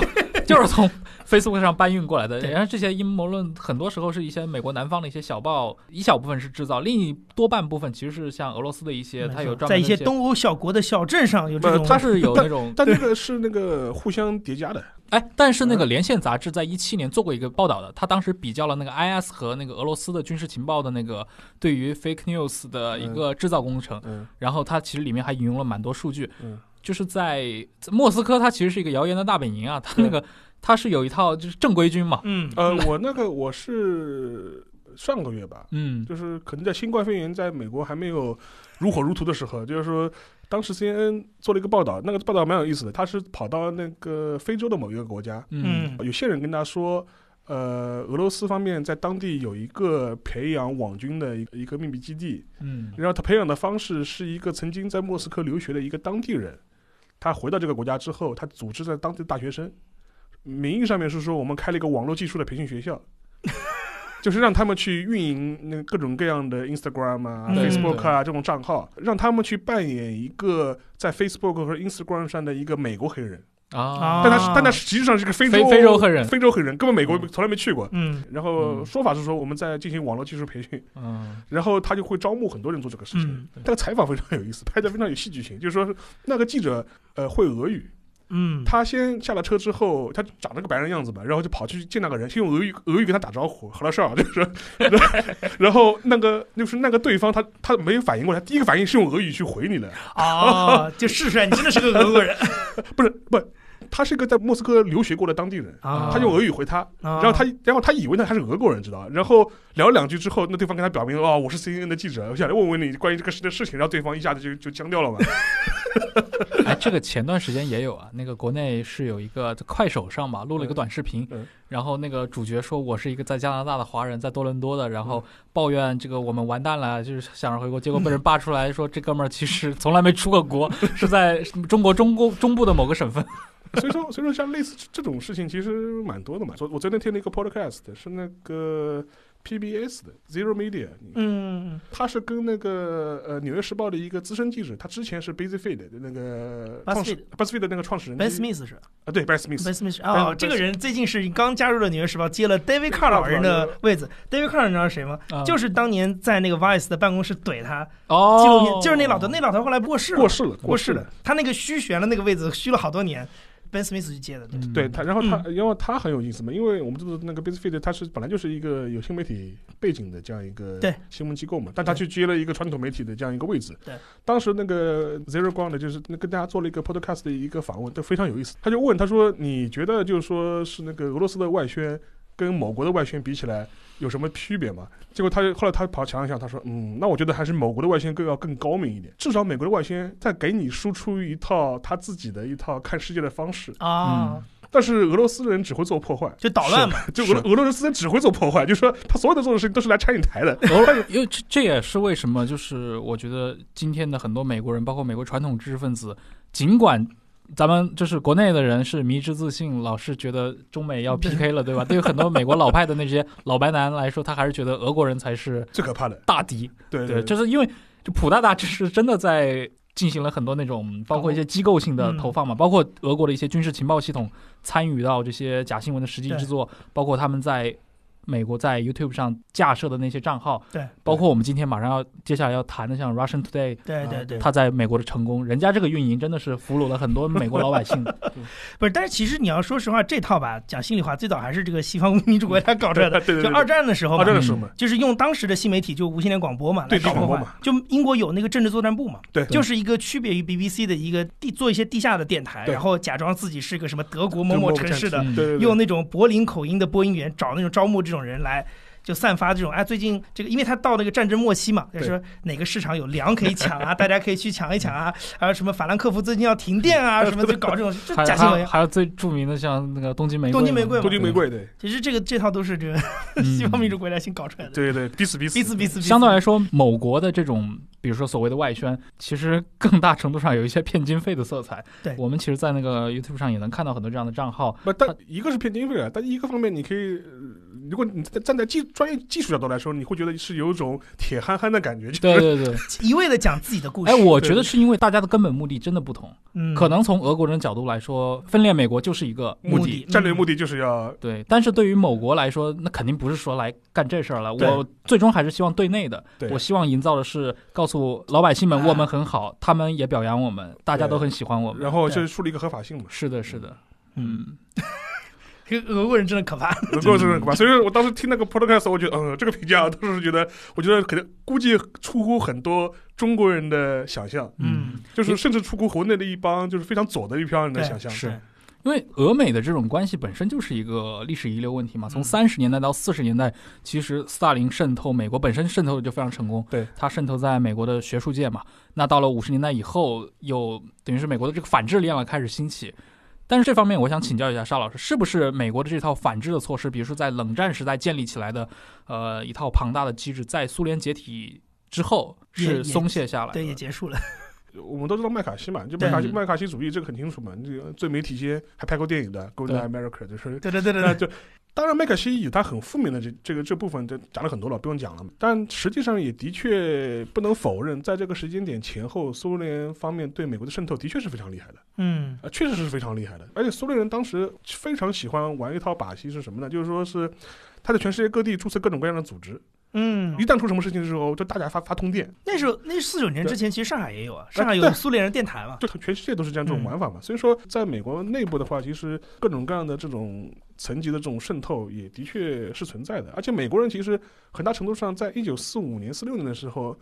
Speaker 3: 就是从 Facebook 上搬运过来的。
Speaker 1: 对
Speaker 3: 然后这些阴谋论很多时候是一些美国南方的一些小报，一小部分是制造，另一多半部分其实是像俄罗斯的一些，它有专门
Speaker 1: 在
Speaker 3: 的
Speaker 1: 一
Speaker 3: 一些
Speaker 1: 些，东欧小国的小镇上有这种，
Speaker 3: 它是有那种
Speaker 2: [LAUGHS] 但那个是那个互相叠加的，
Speaker 3: 哎，但是那
Speaker 2: 嗯
Speaker 3: 个《连线》杂志在一七年做过一个报道的，他当时比较了那个 IS 和那个俄罗斯的军事情报的那个对于 fake news 的一个制造工程，
Speaker 2: 嗯
Speaker 3: 然后它其实里面还引用了蛮多数据，
Speaker 2: 嗯
Speaker 3: 就是在在莫斯科，它其实是一个谣言的大本营啊，它
Speaker 2: 对
Speaker 3: 那个它是有一套就是正规军嘛，
Speaker 1: 嗯
Speaker 2: 呃，我那个我是上个月吧，
Speaker 3: 嗯，
Speaker 2: 就是可能在新冠肺炎在美国还没有如火如荼的时候，就是说，当时 CNN 做了一个报道，那个报道蛮有意思的，他是跑到那个非洲的某一个国家，
Speaker 3: 嗯
Speaker 1: 嗯
Speaker 2: 有些人跟他说。呃，俄罗斯方面在当地有一个培养网军的一个一个秘密基地，
Speaker 3: 嗯
Speaker 2: 然后他培养的方式是一个曾经在莫斯科留学的一个当地人，他回到这个国家之后，他组织在当地的大学生，名义上面是说我们开了一个网络技术的培训学校，就是让他们去运营那各种各样的 Instagram 啊、
Speaker 1: 嗯
Speaker 2: Facebook 啊这种账号，让他们去扮演一个在 Facebook 和 Instagram 上的一个美国黑人，
Speaker 3: 啊
Speaker 1: 啊
Speaker 2: 但他是但他实际上是个非洲
Speaker 3: 非非洲黑人
Speaker 2: [LAUGHS] 非洲黑人根本美国
Speaker 3: 嗯
Speaker 2: 从来没去过。
Speaker 1: 嗯
Speaker 2: 然后
Speaker 3: 嗯
Speaker 2: 说法是说我们在进行网络技术培训， [LAUGHS]
Speaker 3: 嗯
Speaker 2: 然后他就会招募很多人做这个事情。
Speaker 1: 嗯
Speaker 2: 那个采访非常有意思， [LAUGHS] 拍的非常有戏剧性。就是说，那个记者呃会俄语，
Speaker 1: 嗯，
Speaker 2: 他先下了车之后，他长了个白人样子吧，然后就跑去见那个人，先用俄语俄语跟他打招呼，好
Speaker 1: [LAUGHS]
Speaker 2: 了事儿啊， [LAUGHS] 就是说，然后然后那个就是那个对方他他没有反应过来，第一个反应是用俄语去回你的，
Speaker 1: [LAUGHS] 哦，就试出来你真的是个俄国人
Speaker 2: 不是不，他是一个在莫斯科留学过的当地人。
Speaker 1: [LAUGHS] 啊，
Speaker 2: 他用俄语回他，
Speaker 1: 啊，
Speaker 2: 然后他，然后他以为呢他是俄国人，知道吧？然后聊两句之后，那对方跟他表明，哦，我是 CNN 的记者，我想来问问你关于这个事的事情，然后对方一下子就就僵
Speaker 1: [LAUGHS]
Speaker 2: 掉了嘛。
Speaker 3: [LAUGHS] 哎，这个前段时间也有啊，那个国内是有一个在快手上吧，录了一个短视频，
Speaker 2: 嗯
Speaker 3: 然后那个主角说我是一个在加拿大的华人，在多伦多的，然后抱怨这个我们完蛋了，就是想着回国，结果被人扒出来说这哥们儿其实从来没出过国，是在中国中国中部的某个省份。
Speaker 2: 所以说，所以说像类似这这种事情其实蛮多的嘛。我我昨天听了一个 podcast，是那个 PBS 的 Zero Media，你
Speaker 1: 嗯，
Speaker 2: 他是跟那个呃《纽约时报》的一个资深记者，他之前是 BuzzFeed 的那个
Speaker 1: Buzzfeed
Speaker 2: 创始 BuzzFeed 的那个创始人
Speaker 1: Ben
Speaker 2: 之一
Speaker 1: Smith 是
Speaker 2: 啊，对 Ben Smith，
Speaker 1: Ben Smith 是哦，
Speaker 2: Ben-
Speaker 1: 这个人最近是刚加入了《纽约时报》，接了 David Carr 老人的位子。David Carr 你知道是谁吗？
Speaker 3: 啊
Speaker 1: 就是当年在那个 Vice 的办公室怼他
Speaker 3: 哦，
Speaker 1: 纪录片，就是那老头，那老头后来过世了，
Speaker 2: 过世了，
Speaker 1: 过
Speaker 2: 世
Speaker 1: 世了。。他那个虚悬了那个位子，虚了好多年。 Ben Smith 去接的，对，
Speaker 3: 嗯
Speaker 2: 对他，然后他，然后他很有意思嘛，因为我们知道那个 BuzzFeed 它是本来就是一个有新媒体背景的这样一个
Speaker 1: 对
Speaker 2: 新闻机构嘛，但他
Speaker 1: 对
Speaker 2: 去接了一个传统媒体的这样一个位置。
Speaker 1: 对，
Speaker 2: 当时那个 Zero g r o u n d 就是那跟大家做了一个 podcast 的一个访问，都非常有意思。他就问他说：“你觉得就是说是那个俄罗斯的外宣跟某国的外宣比起来有什么区别吗？”结果他就后来他跑想了想，他说：“嗯，那我觉得还是某国的外宣更要更高明一点，至少美国的外宣在给你输出一套他自己的一套看世界的方式。”
Speaker 1: 啊，
Speaker 2: 但是俄罗斯人只会做破 [LAUGHS] 坏，
Speaker 1: 就捣乱嘛，
Speaker 2: 就俄罗俄罗斯人只会做破坏，就是说他所有的做的事情都是来拆你台 [LAUGHS] 的。
Speaker 3: 因为这这也是为什么，就是我觉得今天的很多美国人，包括美国传统知识分子，尽管咱们就是国内的人是迷之自信，老是觉得中美要 PK 了，对吧？对于很多美国老派的那些老白男来说，他还是觉得俄国人才是
Speaker 2: 最可怕的，
Speaker 3: 大敌。
Speaker 2: 对
Speaker 3: 对，
Speaker 2: 对，
Speaker 3: 就是因为就普大大就是真的在进行了很多那种，包括一些机构性
Speaker 1: 嗯
Speaker 3: 的投放嘛，包括俄国的一些军事情报系统参与到这些假新闻的实际
Speaker 1: 对
Speaker 3: 制作，包括他们在美国在 YouTube 上架设的那些账号，
Speaker 1: 对，
Speaker 3: 包括我们今天马上要接下来要谈的像 Russian Today。
Speaker 1: 对
Speaker 2: 啊
Speaker 1: 对对，
Speaker 3: 他在美国的成功，人家这个运营真的是俘虏了很多美国老百姓。
Speaker 1: 不 [LAUGHS] 是，但是其实你要说实话，这套吧，讲心里话，最早还是这个西方民主国家搞出来的，
Speaker 2: [LAUGHS] 对对对
Speaker 1: 就
Speaker 2: 对
Speaker 1: 二战的时候
Speaker 2: 啊，
Speaker 1: 嘛
Speaker 2: 真。的是嘛，
Speaker 1: 就是用当时的新媒体，就无线电广播嘛，来
Speaker 2: 对
Speaker 1: 搞
Speaker 2: 广播
Speaker 1: 破
Speaker 2: 嘛
Speaker 1: 坏。就英国有那个政治作战部嘛，
Speaker 2: 对
Speaker 1: 就是一个区别于 BBC 的一个地做一些地下的电台，
Speaker 2: 对
Speaker 1: 然后假装自己是个什么德国某某城市的，
Speaker 3: 嗯
Speaker 2: 对对对，
Speaker 1: 用那种柏林口音的播音员找那种招募这种人来。就散发这种哎，最近这个，因为他到那个战争末期嘛，就是说哪个市场有粮可以抢啊，大家可以去抢一抢啊，还有什么法兰克福最近要停电啊，什么就搞这种就
Speaker 3: 还
Speaker 1: 假新
Speaker 3: 还有
Speaker 1: 闻。
Speaker 3: 还有最著名的像那个东京玫瑰嘛，
Speaker 1: 东京玫瑰嘛
Speaker 2: 东京玫瑰，对
Speaker 1: 其实这个这套都是这个
Speaker 3: 嗯
Speaker 1: [LAUGHS] 西方民主国家新搞出来的，
Speaker 2: 对对，彼此彼此
Speaker 1: 彼此彼此彼此
Speaker 3: 相对来说，某国的这种，比如说所谓的外宣，其实更大程度上有一些骗经费的色彩。
Speaker 1: 对
Speaker 3: 我们其实，在那个 YouTube 上也能看到很多这样的账号。
Speaker 2: 不，但一个是骗经费啊，但一个方面你可以，呃如果你站在技专业技术角度来说，你会觉得是有一种铁憨憨的感觉，就
Speaker 3: 对对
Speaker 2: 是
Speaker 3: 对，
Speaker 1: 一味的讲自己的故事。
Speaker 3: 哎，我觉得是因为大家的根本目的真的不同。
Speaker 1: 嗯
Speaker 3: 可能从俄国人角度来说，分裂美国就是一个
Speaker 2: 目
Speaker 1: 目
Speaker 2: 的嗯
Speaker 1: 的
Speaker 2: 战略目的就是要
Speaker 3: 对，但是对于某国来说，那肯定不是说来干这事儿了。
Speaker 2: 对
Speaker 3: 我最终还是希望对内的
Speaker 2: 对，
Speaker 3: 我希望营造的是告诉老百姓们
Speaker 1: 啊
Speaker 3: 我们很好，他们也表扬我们，大家都很喜欢我们。
Speaker 2: 然后就是树立一个合法性嘛，
Speaker 3: 是的，是的，嗯。
Speaker 1: 这个俄国人真的可怕。
Speaker 2: 能够这种吧。所以说我当时听那个 podcast，我觉得，嗯，这个评价当时觉得，我觉得可能估计出乎很多中国人的想象。
Speaker 3: 嗯，
Speaker 2: 就是甚至出国国内的一帮就是非常左的一票人的
Speaker 1: 对
Speaker 2: 想象，
Speaker 3: 是因为俄美的这种关系本身就是一个历史遗留问题嘛。从
Speaker 1: 嗯
Speaker 3: 三十年代到四十年代，其实斯大林渗透美国本身渗透的就非常成功，
Speaker 2: 对，
Speaker 3: 它渗透在美国的学术界嘛。那到了五十年代以后，又等于是美国的这个反制力量开始兴起。但是这方面，我想请教一下沙老师，是不是美国的这套反制的措施，比如说在冷战时代建立起来的，呃，一套庞大的机制，在苏联解体之后
Speaker 1: 也
Speaker 3: 是
Speaker 1: 也
Speaker 3: 松懈下来
Speaker 1: 对，也
Speaker 3: 的？
Speaker 1: 结束了。
Speaker 2: 我们都知道麦卡锡嘛，就麦卡锡
Speaker 3: 对
Speaker 2: 麦卡锡主义这个很清楚嘛，这个最媒体界还拍过电影的《Going to
Speaker 3: 对
Speaker 2: America》，就是
Speaker 1: 对对对对
Speaker 2: 那
Speaker 1: 对，
Speaker 2: 就。当然，麦卡锡有他很负面的这这个这部分，就讲了很多了，不用讲了。但实际上也的确不能否认，在这个时间点前后，苏联方面对美国的渗透的确是非常厉害的。
Speaker 1: 嗯
Speaker 2: 啊，确实是非常厉害的。而且苏联人当时非常喜欢玩一套把戏是什么呢？就是说是他在全世界各地注册各种各样的组织，
Speaker 1: 嗯
Speaker 2: 一，旦出什么事情的时候，就大家发发通电，
Speaker 1: 那时候那四九年之前，其实上海也有啊，上海
Speaker 2: 对
Speaker 1: 有苏联人电台嘛。
Speaker 2: 就全世界都是这样这种玩法嘛。所以说，在美国内部的话，其实各种各样的这种层级的这种渗透也的确是存在的。而且美国人其实很大程度上，在一九四五年、四六年的时候，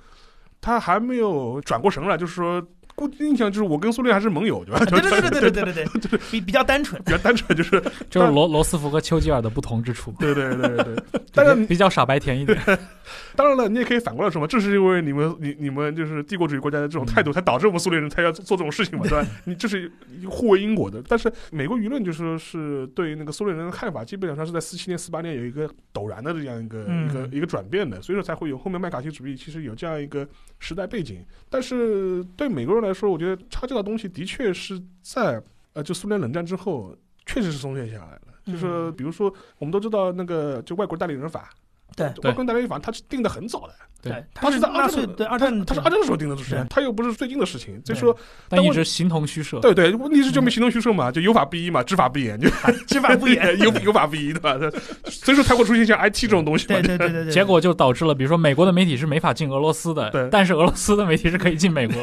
Speaker 2: 他还没有转过神来，就是说。固印象就是我跟苏联还是盟友，对吧？
Speaker 1: 啊对对对对对对对对，比比较单纯。
Speaker 2: 比较单纯，就是
Speaker 3: 这是罗罗斯福和丘吉尔的不同之处，
Speaker 2: 对对对对对。但是
Speaker 3: 比较傻白甜一点。
Speaker 2: 当然了，你也可以反过来说嘛，正是因为你们你你们就是帝国主义国家的这种态
Speaker 1: 嗯
Speaker 2: 度，才导致我们苏联人才要做这
Speaker 1: [LAUGHS]
Speaker 2: 种事情嘛，对吧？你这是互为因果的。但是美国舆论就说是对那个苏联人的看法，基本上是在四七年、四八年有一个陡然的这样一个、
Speaker 1: 嗯
Speaker 2: 一个一个转变的，所以说才会有后面麦卡锡主义，其实有这样一个时代背景。但是对美国人来说，我觉得差这的东西的确是在呃，就苏联冷战之后，确实是松懈下来了。就是说
Speaker 1: 嗯
Speaker 2: 比如说，我们都知道那个就外国代理人法，
Speaker 1: 对
Speaker 2: 外国代理人法它是定的很早的。
Speaker 1: 对，
Speaker 2: 他
Speaker 1: 他
Speaker 2: 是
Speaker 1: 是
Speaker 2: 在二
Speaker 1: 纳
Speaker 2: 战
Speaker 1: 粹对二战，
Speaker 2: 他是二战时候定的时间
Speaker 1: 对，
Speaker 2: 他又不是最近的事情，
Speaker 1: 对
Speaker 2: 所以说，
Speaker 3: 但一直形同虚设。
Speaker 2: 对对，问题是就没形同虚设嘛，就有法必依嘛，知法不言，就
Speaker 1: 嗯啊知法不言。
Speaker 2: [LAUGHS] 有有法必依，对吧？所以说才会出现像 IT 这种东西嘛
Speaker 1: 对。对对对对，
Speaker 3: 结果就导致了，比如说美国的媒体是没法进俄罗斯
Speaker 2: 对
Speaker 3: 的，但是俄罗斯的媒体是
Speaker 1: [LAUGHS]
Speaker 3: 可以进美国。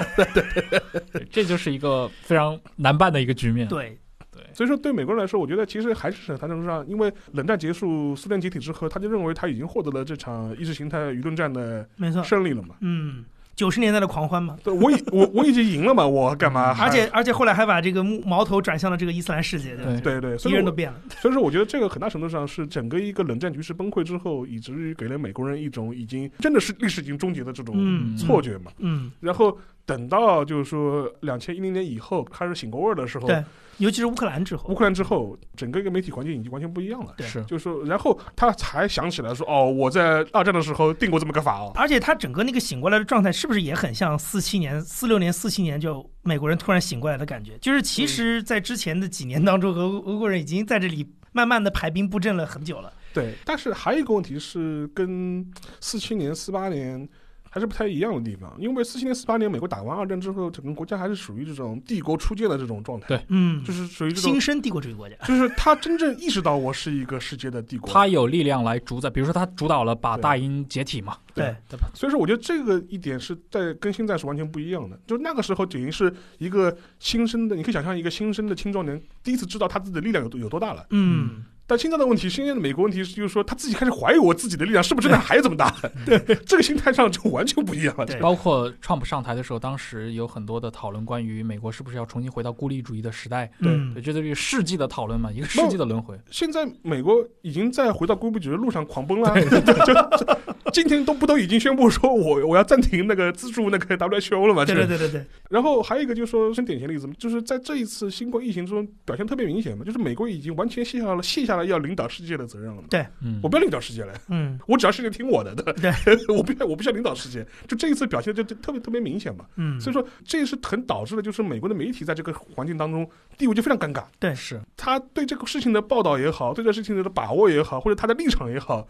Speaker 3: 对，这就是一个非常难办的一个局面。
Speaker 1: 对
Speaker 3: 对
Speaker 2: 所以说，对美国人来说，我觉得其实还是很大程度上，因为冷战结束、苏联解体之后，他就认为他已经获得了这场意识形态舆论战的
Speaker 1: 没错，
Speaker 2: 胜利了嘛。
Speaker 1: 嗯，九十年代的狂欢嘛。
Speaker 2: 对，我已我我已经赢了嘛，我干嘛
Speaker 1: 嗯
Speaker 2: 还？
Speaker 1: 而且而且后来还把这个目矛头转向了这个伊斯兰世界，对吧？
Speaker 3: 对
Speaker 2: 对对，所
Speaker 1: 敌
Speaker 2: 以
Speaker 1: 人
Speaker 2: 我
Speaker 1: 都变了，
Speaker 2: 所以说，我觉得这个很大程度上是整个一个冷战局势崩溃之后，以至于给了美国人一种已经真的是历史已经终结的这种
Speaker 1: 嗯，
Speaker 2: 错觉嘛。
Speaker 1: 嗯，
Speaker 2: 然后等到就是说两千一零年以后开始醒过味儿的时候，
Speaker 1: 对尤其是乌克兰之
Speaker 2: 乌
Speaker 1: 后，
Speaker 2: 克兰之后，整个一个媒体环境已经完全不一样了。
Speaker 1: 对
Speaker 3: 是
Speaker 2: 就是说，然后他才想起来说，哦，我在二战的时候定过这么个法哦。
Speaker 1: 而且他整个那个醒过来的状态，是不是也很像四七年、四六年、四七年就美国人突然醒过来的感觉？就是其实，在之前的几年当中，俄俄国人已经在这里慢慢的排兵布阵了很久了。
Speaker 2: 对，但是还有一个问题是跟四七年、四八年还是不太一样的地方，因为四七年、四八年美国打完二战之后，整个国家还是属于这种帝国初建的这种状态，
Speaker 3: 对
Speaker 1: 嗯，
Speaker 2: 就是属于这种
Speaker 1: 新生帝国主义国家。
Speaker 2: 就是他真正意识到我是一个世界的帝国，
Speaker 3: 他有力量来主宰，比如说他主导了把
Speaker 2: 对
Speaker 3: 大英解体嘛，
Speaker 1: 对，
Speaker 3: 对吧？
Speaker 2: 所以说我觉得这个一点是在跟现在是完全不一样的。就那个时候等于是一个新生的，你可以想象一个新生的青壮年第一次知道他自己的力量有多有多大了。
Speaker 1: 嗯，
Speaker 2: 但现在的问题，现在的美国问题是就是说他自己开始怀疑我自己的力量是不是真的还有这么大，对，这个心态上就完全不一样了。
Speaker 1: 嗯对
Speaker 3: 包括 Trump 上台的时候，当时有很多的讨论关于美国是不是要重新回到孤立主义的时代，
Speaker 2: 对
Speaker 1: 嗯
Speaker 3: 对，这就是世纪的讨论嘛，一个世纪的轮回。
Speaker 2: 现在美国已经在回到孤立主义的路上狂奔了， [LAUGHS] 就就今天都不都已经宣布说我我要暂停那个资助那个 WHO 了嘛？
Speaker 1: 对
Speaker 2: 这
Speaker 1: 对
Speaker 2: 个
Speaker 1: 对对对，
Speaker 2: 然后还有一个就是说，很典型的例子，就是在这一次新冠疫情中表现特别明显嘛，就是美国已经完全卸下了卸下了要领导世界的责任了嘛。
Speaker 3: 嗯，
Speaker 2: 我不要领导世界了，
Speaker 1: 嗯
Speaker 2: 我只要世界听我的，对，
Speaker 1: 对
Speaker 2: [LAUGHS] 我不要我不需要领导世界。就这一次表现就就特别特别明显嘛，
Speaker 1: 嗯，
Speaker 2: 所以说这也是很导致了就是美国的媒体在这个环境当中地位就非常尴尬，
Speaker 1: 对
Speaker 3: 是
Speaker 2: 他对这个事情的报道也好，对这事情的把握也好，或者他的立场也好。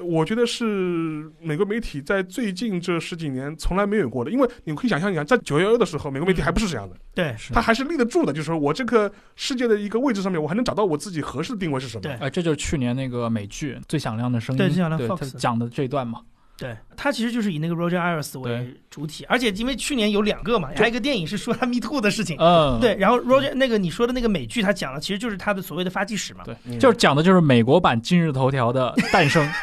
Speaker 2: 我觉得是美国媒体在最近这十几年从来没有过的，因为你可以想象一下，在九幺幺的时候，美国媒体还不是这样的，
Speaker 1: 对
Speaker 3: 是
Speaker 2: 他。还是立得住的，就是说我这个世界的一个位置上面，我还能找到我自己合适的定位是什么
Speaker 1: 对。
Speaker 3: 哎，这就是去年那个美剧《最响亮的声音》，
Speaker 1: 对最响亮
Speaker 3: 对
Speaker 1: Fox
Speaker 3: 他讲的这一段嘛，
Speaker 1: 对，他其实就是以那个 Roger Ayers 为
Speaker 3: 对
Speaker 1: 主体，而且因为去年有两个嘛，还有一个电影是说他 Me Too 的事情。
Speaker 3: 嗯，
Speaker 1: 对，，然后 Roger 那个你说的那个美剧，他讲的其实就是他的所谓的发迹史嘛。
Speaker 3: 对
Speaker 2: 嗯
Speaker 3: 就是讲的就是美国版今日头条的诞生。 [LAUGHS]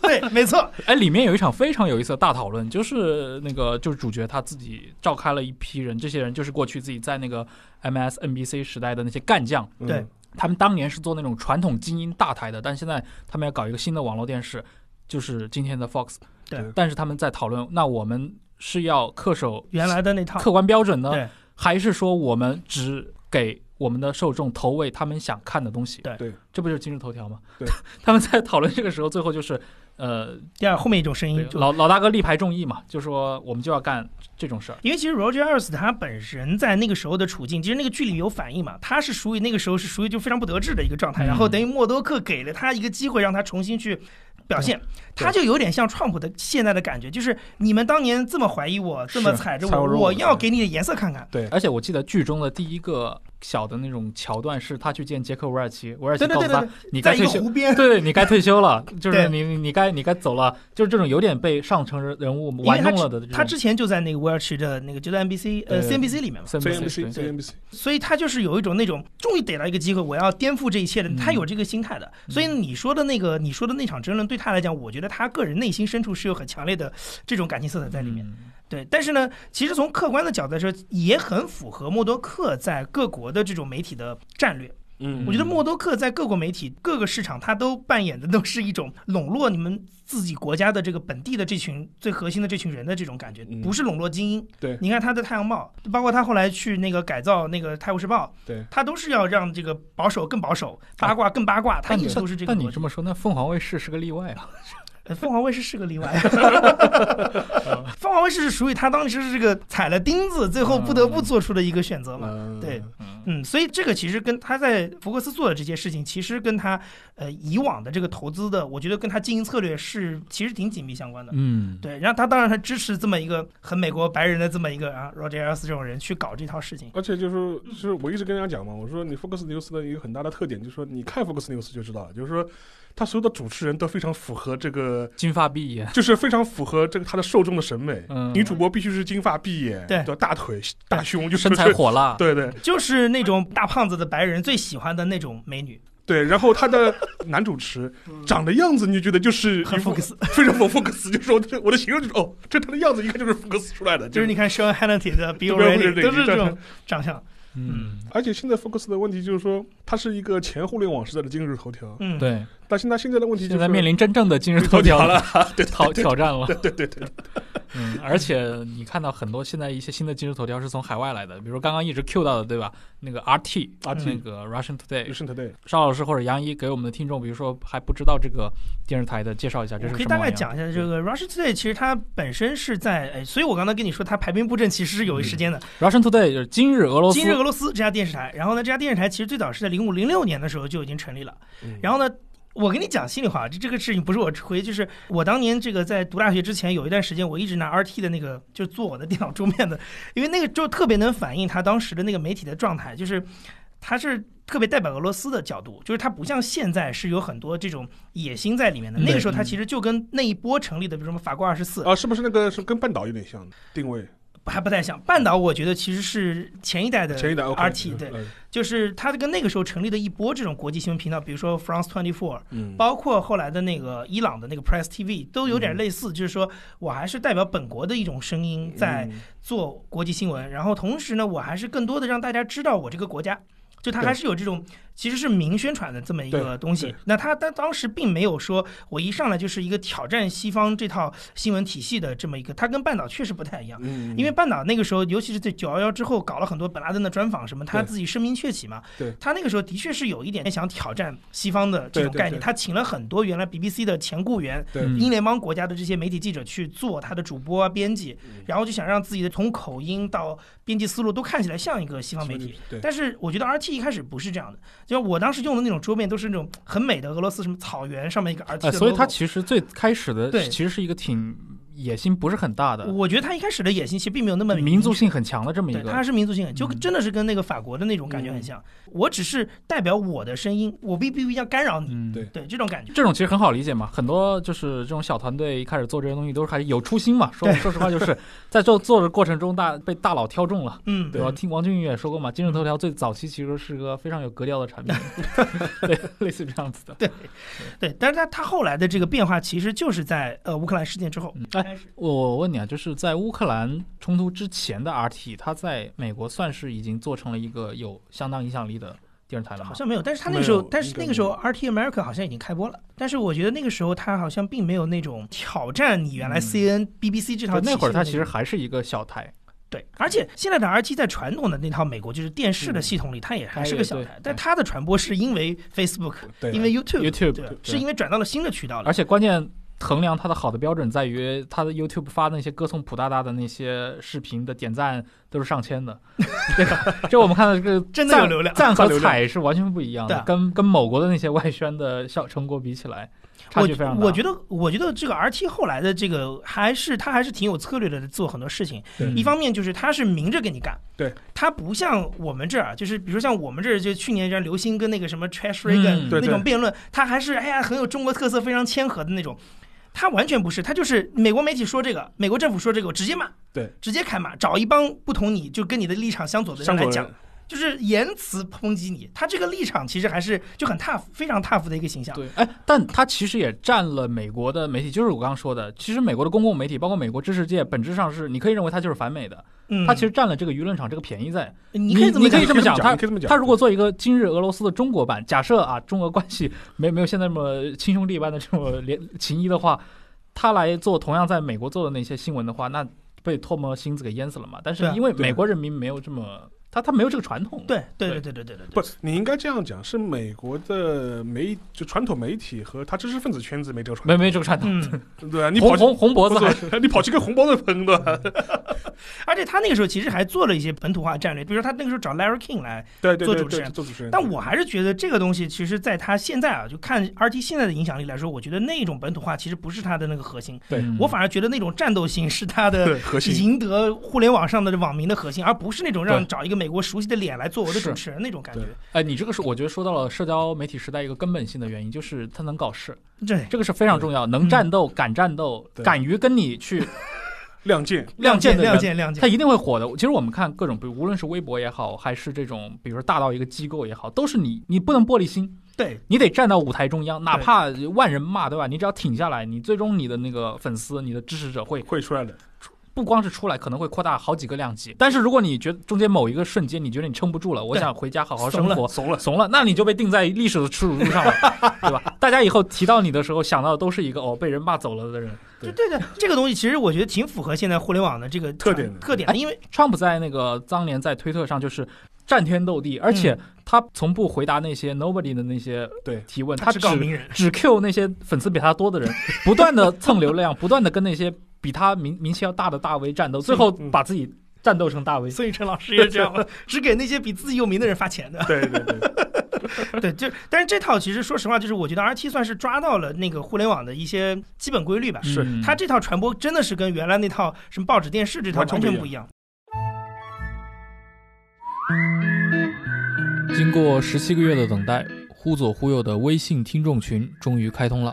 Speaker 1: 对，没错，
Speaker 3: 哎，里面有一场非常有意思的大讨论，就是那个就是主角他自己召开了一批人，这些人就是过去自己在那个 MSNBC 时代的那些干将，
Speaker 2: 嗯
Speaker 1: 对
Speaker 3: 他们当年是做那种传统精英大台的，但现在他们要搞一个新的网络电视，就是今天的 Fox。
Speaker 1: 对
Speaker 3: 但是他们在讨论，那我们是要恪守
Speaker 1: 原来的那套。
Speaker 3: 客观标准呢，
Speaker 1: 啊对
Speaker 3: 还是说我们只给我们的受众投喂他们想看的东西？
Speaker 1: 对
Speaker 2: 对，
Speaker 3: 这不就是今日头条吗？
Speaker 2: 对，
Speaker 3: 他们在讨论这个时候，最后就是，呃，
Speaker 1: 第二，后面一种声
Speaker 3: 对
Speaker 1: 音嗯就
Speaker 3: 老老大哥力排众议嘛，就说我们就要干这种事儿。
Speaker 1: 因为其实 Roger Ailes 他本人在那个时候的处境，其实那个剧里有反映嘛，他是属于那个时候是属于就非常不得志的一个状
Speaker 3: 嗯
Speaker 1: 态，然后等于默多克给了他一个机会，让他重新去表现，
Speaker 2: 对
Speaker 1: 他就有点像川普的现在的感觉，就是你们当年这么怀疑我，这么踩着
Speaker 2: 踩我
Speaker 1: 我，
Speaker 2: 肉
Speaker 1: 我要给你的颜色看看。
Speaker 2: 对
Speaker 3: 而且我记得剧中的第一个小的那种桥段是他去见杰克韦尔奇，韦尔奇
Speaker 1: 对对
Speaker 3: 告诉
Speaker 1: 对
Speaker 3: 他
Speaker 1: 对，
Speaker 3: 你
Speaker 1: 在
Speaker 3: 该
Speaker 1: 一个
Speaker 3: 退休，
Speaker 1: 湖边，
Speaker 3: [LAUGHS] 对你该退休
Speaker 1: [LAUGHS]
Speaker 3: 了，就
Speaker 1: 对
Speaker 3: 是你你你该你该走了，就是这种有点被上层人物
Speaker 1: 因为
Speaker 3: 玩
Speaker 1: 他
Speaker 3: 弄
Speaker 1: 之
Speaker 3: 了的这种。
Speaker 1: 他之前就在那个威尔奇的那个就在 NBC 呃
Speaker 2: 对
Speaker 1: CNBC 里面嘛，
Speaker 2: CNBC
Speaker 3: 对
Speaker 2: CNBC
Speaker 1: 所以他就是有一种那种终于逮到一个机会，我要颠覆这一切的，
Speaker 3: 嗯
Speaker 1: 他有这个心态的。所以你说的那个，你说的那场争论，对他来讲，我觉得他个人内心深处是有很强烈的这种感情色彩在里面。
Speaker 3: 嗯
Speaker 1: 对，但是呢，其实从客观的角度来说，也很符合默多克在各国的这种媒体的战略。
Speaker 2: 嗯
Speaker 1: 我觉得默多克在各国媒体、各个市场，他都扮演的都是一种笼络你们自己国家的这个本地的这群最核心的这群人的这种感觉
Speaker 2: 嗯，
Speaker 1: 不是笼络精英。
Speaker 2: 对
Speaker 1: 你看他的《太阳报》，包括他后来去那个改造那个《泰晤士报》，
Speaker 2: 对，
Speaker 1: 他都是要让这个保守更保守，八卦更八卦，他
Speaker 3: 但
Speaker 1: 一
Speaker 3: 你
Speaker 1: 直都是这个
Speaker 3: 但你
Speaker 1: 逻
Speaker 3: 这
Speaker 1: 辑。
Speaker 3: 么说，那凤凰卫视是个例外啊。
Speaker 1: 呃凤凰卫视是个
Speaker 2: [LAUGHS]
Speaker 1: 例外，凤凰卫视是属于他当时是这个踩了钉子，最后不得不做出的一个选择嘛。
Speaker 2: 嗯
Speaker 1: 对嗯，所以这个其实跟他在福克斯做的这些事情，其实跟他呃以往的这个投资的，我觉得跟他经营策略是其实挺紧密相关的。
Speaker 3: [LAUGHS] 嗯，
Speaker 1: 对，然后他当然他支持这么一个很美国白人的这么一个啊 Roger Ailes 这种人去搞这套事情。
Speaker 2: 而且就是说就是我一直跟大家讲嘛，我说你 Focus News 的一个很大的特点就是说，你看 Focus News 就知道了，就是说他所有的主持人都非常符合这个个
Speaker 3: 金发碧眼，
Speaker 2: 就是非常符合这个他的受众的审美。
Speaker 3: [LAUGHS] 嗯，
Speaker 2: [LAUGHS] 女主播必须是金发碧眼，
Speaker 1: 对
Speaker 2: 吧大腿大胸，就是
Speaker 3: 身材火辣，
Speaker 2: 对对
Speaker 1: 就是那种大胖子的白人最喜欢的那种美女，
Speaker 2: 对，然后他的男主持长的样子，你就觉得就是
Speaker 1: 很
Speaker 2: 一副
Speaker 1: 福克斯，
Speaker 2: 非常某福克斯，就是我的我的形容就是哦，这他的样子一看就是福克斯出来的，
Speaker 1: 就是你看 Sean Hannity 的 Bill
Speaker 2: 不要忽视
Speaker 1: Ready
Speaker 2: 这
Speaker 1: 都
Speaker 2: 个
Speaker 1: 是这
Speaker 2: 这
Speaker 1: 种长相，
Speaker 3: 嗯，
Speaker 2: 而且现在 Focus 的问题就是说，它是一个前互联网时代的今日头条，
Speaker 1: 嗯，，
Speaker 3: 对，
Speaker 2: 但现在现在的问题就是
Speaker 3: 现在面临真正的今日头条
Speaker 2: 了，对
Speaker 3: 挑挑战了，
Speaker 2: 对对对，
Speaker 3: 嗯，而且你看到很多现在一些新的今日头条是从海外来的，比如说刚刚一直 Q 到的，对吧？那个 RT 那
Speaker 2: RT
Speaker 3: 个 Russian Today，
Speaker 2: Russian Today，
Speaker 3: 邵老师或者杨一给我们的听众，比如说还不知道这个电视台的，介绍一下这
Speaker 1: 我
Speaker 3: 是
Speaker 1: 可以
Speaker 3: 什
Speaker 1: 大
Speaker 3: 么玩
Speaker 1: 概
Speaker 3: 意儿？
Speaker 1: 讲一下这个 Russia Today，其实它本身是在，哎，所以我刚才跟你说它排兵布阵其实是有一时间的。
Speaker 3: Russian Today 就是今日俄罗斯嗯
Speaker 1: 今，日俄罗斯这家电视台，然后呢，这家电视台其实最早是在零五零六年的时候就已经成立了。
Speaker 2: 嗯
Speaker 1: 然后呢，我跟你讲心里话，这这个事情不是我吹，就是我当年这个在读大学之前有一段时间，我一直拿 RT 的那个就做我的电脑桌面的，因为那个就特别能反映他当时的那个媒体的状态，就是他是。特别代表俄罗斯的角度，就是它不像现在是有很多这种野心在里面的。
Speaker 3: 嗯
Speaker 1: 那个时候，它其实就跟那一波成立的，比如什么法国二十四，
Speaker 2: 啊，是不是那个是跟半岛有点像定位？
Speaker 1: 还不太像。半岛，我觉得其实是呃前一代的
Speaker 2: 前一代 OK，
Speaker 1: RT，对，
Speaker 2: 嗯
Speaker 1: 就是它跟那个时候成立的一波这种国际新闻频道，比如说 France Twenty Four，
Speaker 2: 嗯，
Speaker 1: 包括后来的那个伊朗的那个 Press TV，都有点类似，就是说我还是代表本国的一种声音在
Speaker 2: 嗯
Speaker 1: 做国际新闻，然后同时呢，我还是更多的让大家知道我这个国家。就它还是有这种，其实是明宣传的这么一个东
Speaker 2: 对
Speaker 1: 西
Speaker 2: 对。
Speaker 1: 那它当当时并没有说，我一上来就是一个挑战西方这套新闻体系的这么一个，它跟半岛确实不太一样。
Speaker 2: 嗯，
Speaker 1: 因为半岛那个时候，尤其是在九幺幺之后，搞了很多本拉登的专访什么，他
Speaker 2: 对
Speaker 1: 自己声名鹊起嘛。
Speaker 2: 对
Speaker 1: 他那个时候的确是有一点想挑战西方的这种
Speaker 2: 对对
Speaker 1: 概念，
Speaker 2: 对
Speaker 1: 他请了很多原来 BBC 的前雇员。
Speaker 2: 对
Speaker 3: 嗯
Speaker 1: 英联邦国家的这些媒体记者去做他的主播啊、编辑，
Speaker 2: 嗯
Speaker 1: 然后就想让自己的从口音到编辑思路都看起来像一个西方媒体，
Speaker 2: 对
Speaker 1: 但是我觉得 RT 一开始不是这样的，就我当时用的那种桌面都是那种很美的俄罗斯什么草原上面一个 RT 的
Speaker 3: 呃，
Speaker 1: logo，
Speaker 3: 所以它其实最开始的
Speaker 1: 对
Speaker 3: 其实是一个挺野心不是很大的，
Speaker 1: 我觉得他一开始的野心其实并没有那么
Speaker 3: 民族
Speaker 1: 明确
Speaker 3: 性很强的这么一
Speaker 1: 对，
Speaker 3: 个
Speaker 1: 它，是民族性感，就
Speaker 3: 嗯
Speaker 1: 真的是跟那个法国的那种感觉很像。我只是代表我的声音，我必必须要干扰你，
Speaker 3: 嗯，
Speaker 2: 对
Speaker 1: 对这种感觉。
Speaker 3: 这种其实很好理解嘛，很多就是这种小团队一开始做这些东西都是还有初心嘛。说
Speaker 1: 对
Speaker 3: 说实话，
Speaker 1: [LAUGHS]
Speaker 3: 就是在做做的过程中大被大佬挑中了。
Speaker 1: 嗯，
Speaker 3: 对吧？听王俊宇也说过嘛，今日头条最早期其实是个非常有格调的
Speaker 1: [LAUGHS]
Speaker 3: 产品，对，类似于这样子的。
Speaker 1: 对，但是它它后来的这个变化，其实就是在呃乌克兰事件之后
Speaker 3: 嗯哎，
Speaker 1: 开始。
Speaker 3: 我问你啊，就是在乌克兰冲突之前的 RT，它在美国算是已经做成了一个有相当影响力的电视台了吗
Speaker 1: 好？像没有，但是他那个时候
Speaker 2: 没，有
Speaker 1: 但是
Speaker 2: 应该
Speaker 1: 那个时候 RT America 好像已经开播了，但是我觉得那个时候他好像并没有那种挑战你原来
Speaker 3: 嗯
Speaker 1: CNN、BBC 这
Speaker 3: 对
Speaker 1: 套体系
Speaker 3: 那会儿
Speaker 1: 的
Speaker 3: 它其实
Speaker 1: 种
Speaker 3: 还是一个小台，
Speaker 1: 对，而且现在的 RT 在传统的那套美国就是电视的系统里，它也还是个小
Speaker 3: 哎
Speaker 1: 台
Speaker 3: 嗯对，
Speaker 1: 但它的传播是因为 Facebook，
Speaker 2: 对
Speaker 1: 因为 YouTube，
Speaker 3: YouTube，
Speaker 1: 对吧
Speaker 3: 对
Speaker 1: 是因为转到了新的渠道了
Speaker 3: 而。且关键衡量它的好的标准在于它的 YouTube 发那些歌颂普大大的那些视频的点赞都是上千
Speaker 1: [LAUGHS]
Speaker 3: 的，对吧？这我们看到这个
Speaker 1: 真的
Speaker 3: 赞
Speaker 1: 有流量
Speaker 3: 赞
Speaker 2: 赞
Speaker 3: 和
Speaker 2: 流量
Speaker 3: 踩是完全不一样
Speaker 1: 对
Speaker 3: 的
Speaker 1: 啊，
Speaker 3: 跟跟某国的那些外宣的效成果比起来，差
Speaker 1: 我
Speaker 3: 距非常大。
Speaker 1: 我觉得，我觉得这个 RT 后来的这个还是他还是挺有策略的，做很多事情。
Speaker 3: 嗯
Speaker 1: 一方面就是他是明着给你干，
Speaker 2: 对，
Speaker 1: 他不像我们这儿，就是比如像我们这儿，就去年像刘星跟那个什么 Trash Reagan、
Speaker 3: 嗯
Speaker 2: 对
Speaker 1: 那
Speaker 2: 对
Speaker 1: 种辩论，他还是哎呀很有中国特色，非常谦和的那种。他完全不是，他就是美国媒体说这个，美国政府说这个，我直接骂，
Speaker 2: 对，
Speaker 1: 直接开骂，找一帮不同你就跟你的立场相左的人
Speaker 2: 上
Speaker 1: 来
Speaker 2: 口
Speaker 1: 讲，就是言辞抨击你。他这个立场其实还是就很 tough，非常 tough 的一个形象。
Speaker 3: 对，哎，但它其实也占了美国的媒体，就是我刚刚说的，其实美国的公共媒体，包括美国知识界，本质上是你可以认为它就是反美的，
Speaker 1: 嗯，
Speaker 3: 它其实占了这个舆论场这个便宜在。
Speaker 1: 你可以这
Speaker 3: 你
Speaker 1: 么
Speaker 3: 可
Speaker 1: 讲
Speaker 3: 以，这么讲，
Speaker 2: 你
Speaker 3: 他
Speaker 2: 可以这么讲
Speaker 3: 他如果做一个今日俄罗斯的中国版，假设啊，中俄关系没没有现在那么亲兄弟般的这种联情谊的话，他来做同样在美国做的那些新闻的话，那被唾沫星子给淹死了嘛。但是
Speaker 1: 对啊
Speaker 3: 因为
Speaker 2: 对啊
Speaker 3: 美国人民没有这么，他他没有这个传统，
Speaker 1: [LAUGHS] 对对对对对对对
Speaker 2: 不
Speaker 1: 对，，
Speaker 2: 你应该这样讲，是美国的媒就传统媒体和他知识分子圈子没这个传
Speaker 3: 没没这个传统。
Speaker 1: 嗯，
Speaker 2: 统，对啊，你跑
Speaker 3: 红
Speaker 2: 去
Speaker 3: 红红脖子还是
Speaker 2: [LAUGHS] 你跑去跟红包子喷的，
Speaker 1: 而且他那个时候其实还做了一些本土化战略，比如说他那个时候找 Larry King 来，
Speaker 2: 对对
Speaker 1: 做
Speaker 2: 对
Speaker 1: 主持
Speaker 2: 对，
Speaker 1: 人
Speaker 2: 做主持人。
Speaker 1: 但我还是觉得这个东西其实在他现在啊，就看 RT 现在的影响力来说，我觉得那种本土化其实不是他的那个核心，
Speaker 2: 对
Speaker 3: 嗯
Speaker 1: 我反而觉得那种战斗性是他的
Speaker 2: 对核心
Speaker 1: 赢得互联网上的网民的核心，而不是那种让
Speaker 3: 对
Speaker 1: 找一个美美国熟悉的脸来做我的主
Speaker 3: 是
Speaker 1: 持人那种感觉。
Speaker 3: 哎，你这个是我觉得说到了社交媒体时代一个根本性的原因，就是它能搞事，
Speaker 1: 对，
Speaker 3: 这个是非常重要，能战斗、敢战斗、
Speaker 2: 对
Speaker 3: 敢于跟你去
Speaker 2: 亮剑，
Speaker 3: 亮剑的
Speaker 1: 亮
Speaker 3: 人，
Speaker 1: 剑亮
Speaker 3: 他
Speaker 1: 剑，
Speaker 3: 一定会火的。其实我们看各种，比如无论是微博也好，还是这种，比如说大到一个机构也好，都是你，你不能玻璃心，
Speaker 1: 对
Speaker 3: 你得站到舞台中央，哪怕万人骂，对吧？你只要挺下来，你最终你的那个粉丝、你的支持者会
Speaker 2: 会出来的。
Speaker 3: 不光是出来，可能会扩大好几个量级。但是如果你觉得中间某一个瞬间，你觉得你撑不住了，我
Speaker 1: 对
Speaker 3: 想回家好好
Speaker 1: 怂
Speaker 3: 生
Speaker 1: 了
Speaker 3: 活，怂了，怂了，那你就被定在历史的耻辱柱
Speaker 1: [LAUGHS]
Speaker 3: 上了，对吧？大家以后提到你的时候，想到的都是一个哦被人骂走了的人。
Speaker 1: 对对对，这个东西其实我觉得挺符合现在互联网的这个
Speaker 2: 特点的
Speaker 1: 特点的，因为
Speaker 3: Trump 在那个当年在推特上就是战天斗地，而且他从不回答那些 nobody 的那些
Speaker 2: 嗯对
Speaker 3: 提问，
Speaker 1: 他
Speaker 3: 他
Speaker 1: 只
Speaker 3: 只
Speaker 1: 搞名人，
Speaker 3: 只 Q 那些粉丝比他多的人，不断的蹭流量，不断的跟那些比他名名气要大的大 V 战斗，最后
Speaker 2: 嗯
Speaker 3: 把自己战斗成大 V。
Speaker 1: 所以陈老师 [LAUGHS] 也是这样嘛，只给那些比自己有名的人发钱的。
Speaker 2: 对对对，
Speaker 1: [LAUGHS] 对，就但是这套其实说实话，就是我觉得 R T 算是抓到了那个互联网的一些基本规律吧。
Speaker 2: 是
Speaker 3: 嗯
Speaker 1: 它这套传播真的是跟原来那套什么报纸、电视这套
Speaker 2: 完全
Speaker 1: 完全
Speaker 2: 不
Speaker 1: 不
Speaker 2: 一
Speaker 1: 一样。
Speaker 3: 经过十七个月的等待，忽左忽右的微信听众群终于开通了。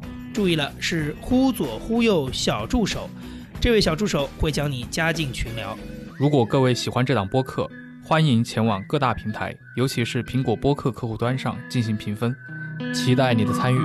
Speaker 1: 注意了，是忽左忽右小助手，这位小助手会将你加进群聊。
Speaker 3: 如果各位喜欢这档播客，欢迎前往各大平台，尤其是苹果播客客户端上进行评分，期待你的参与。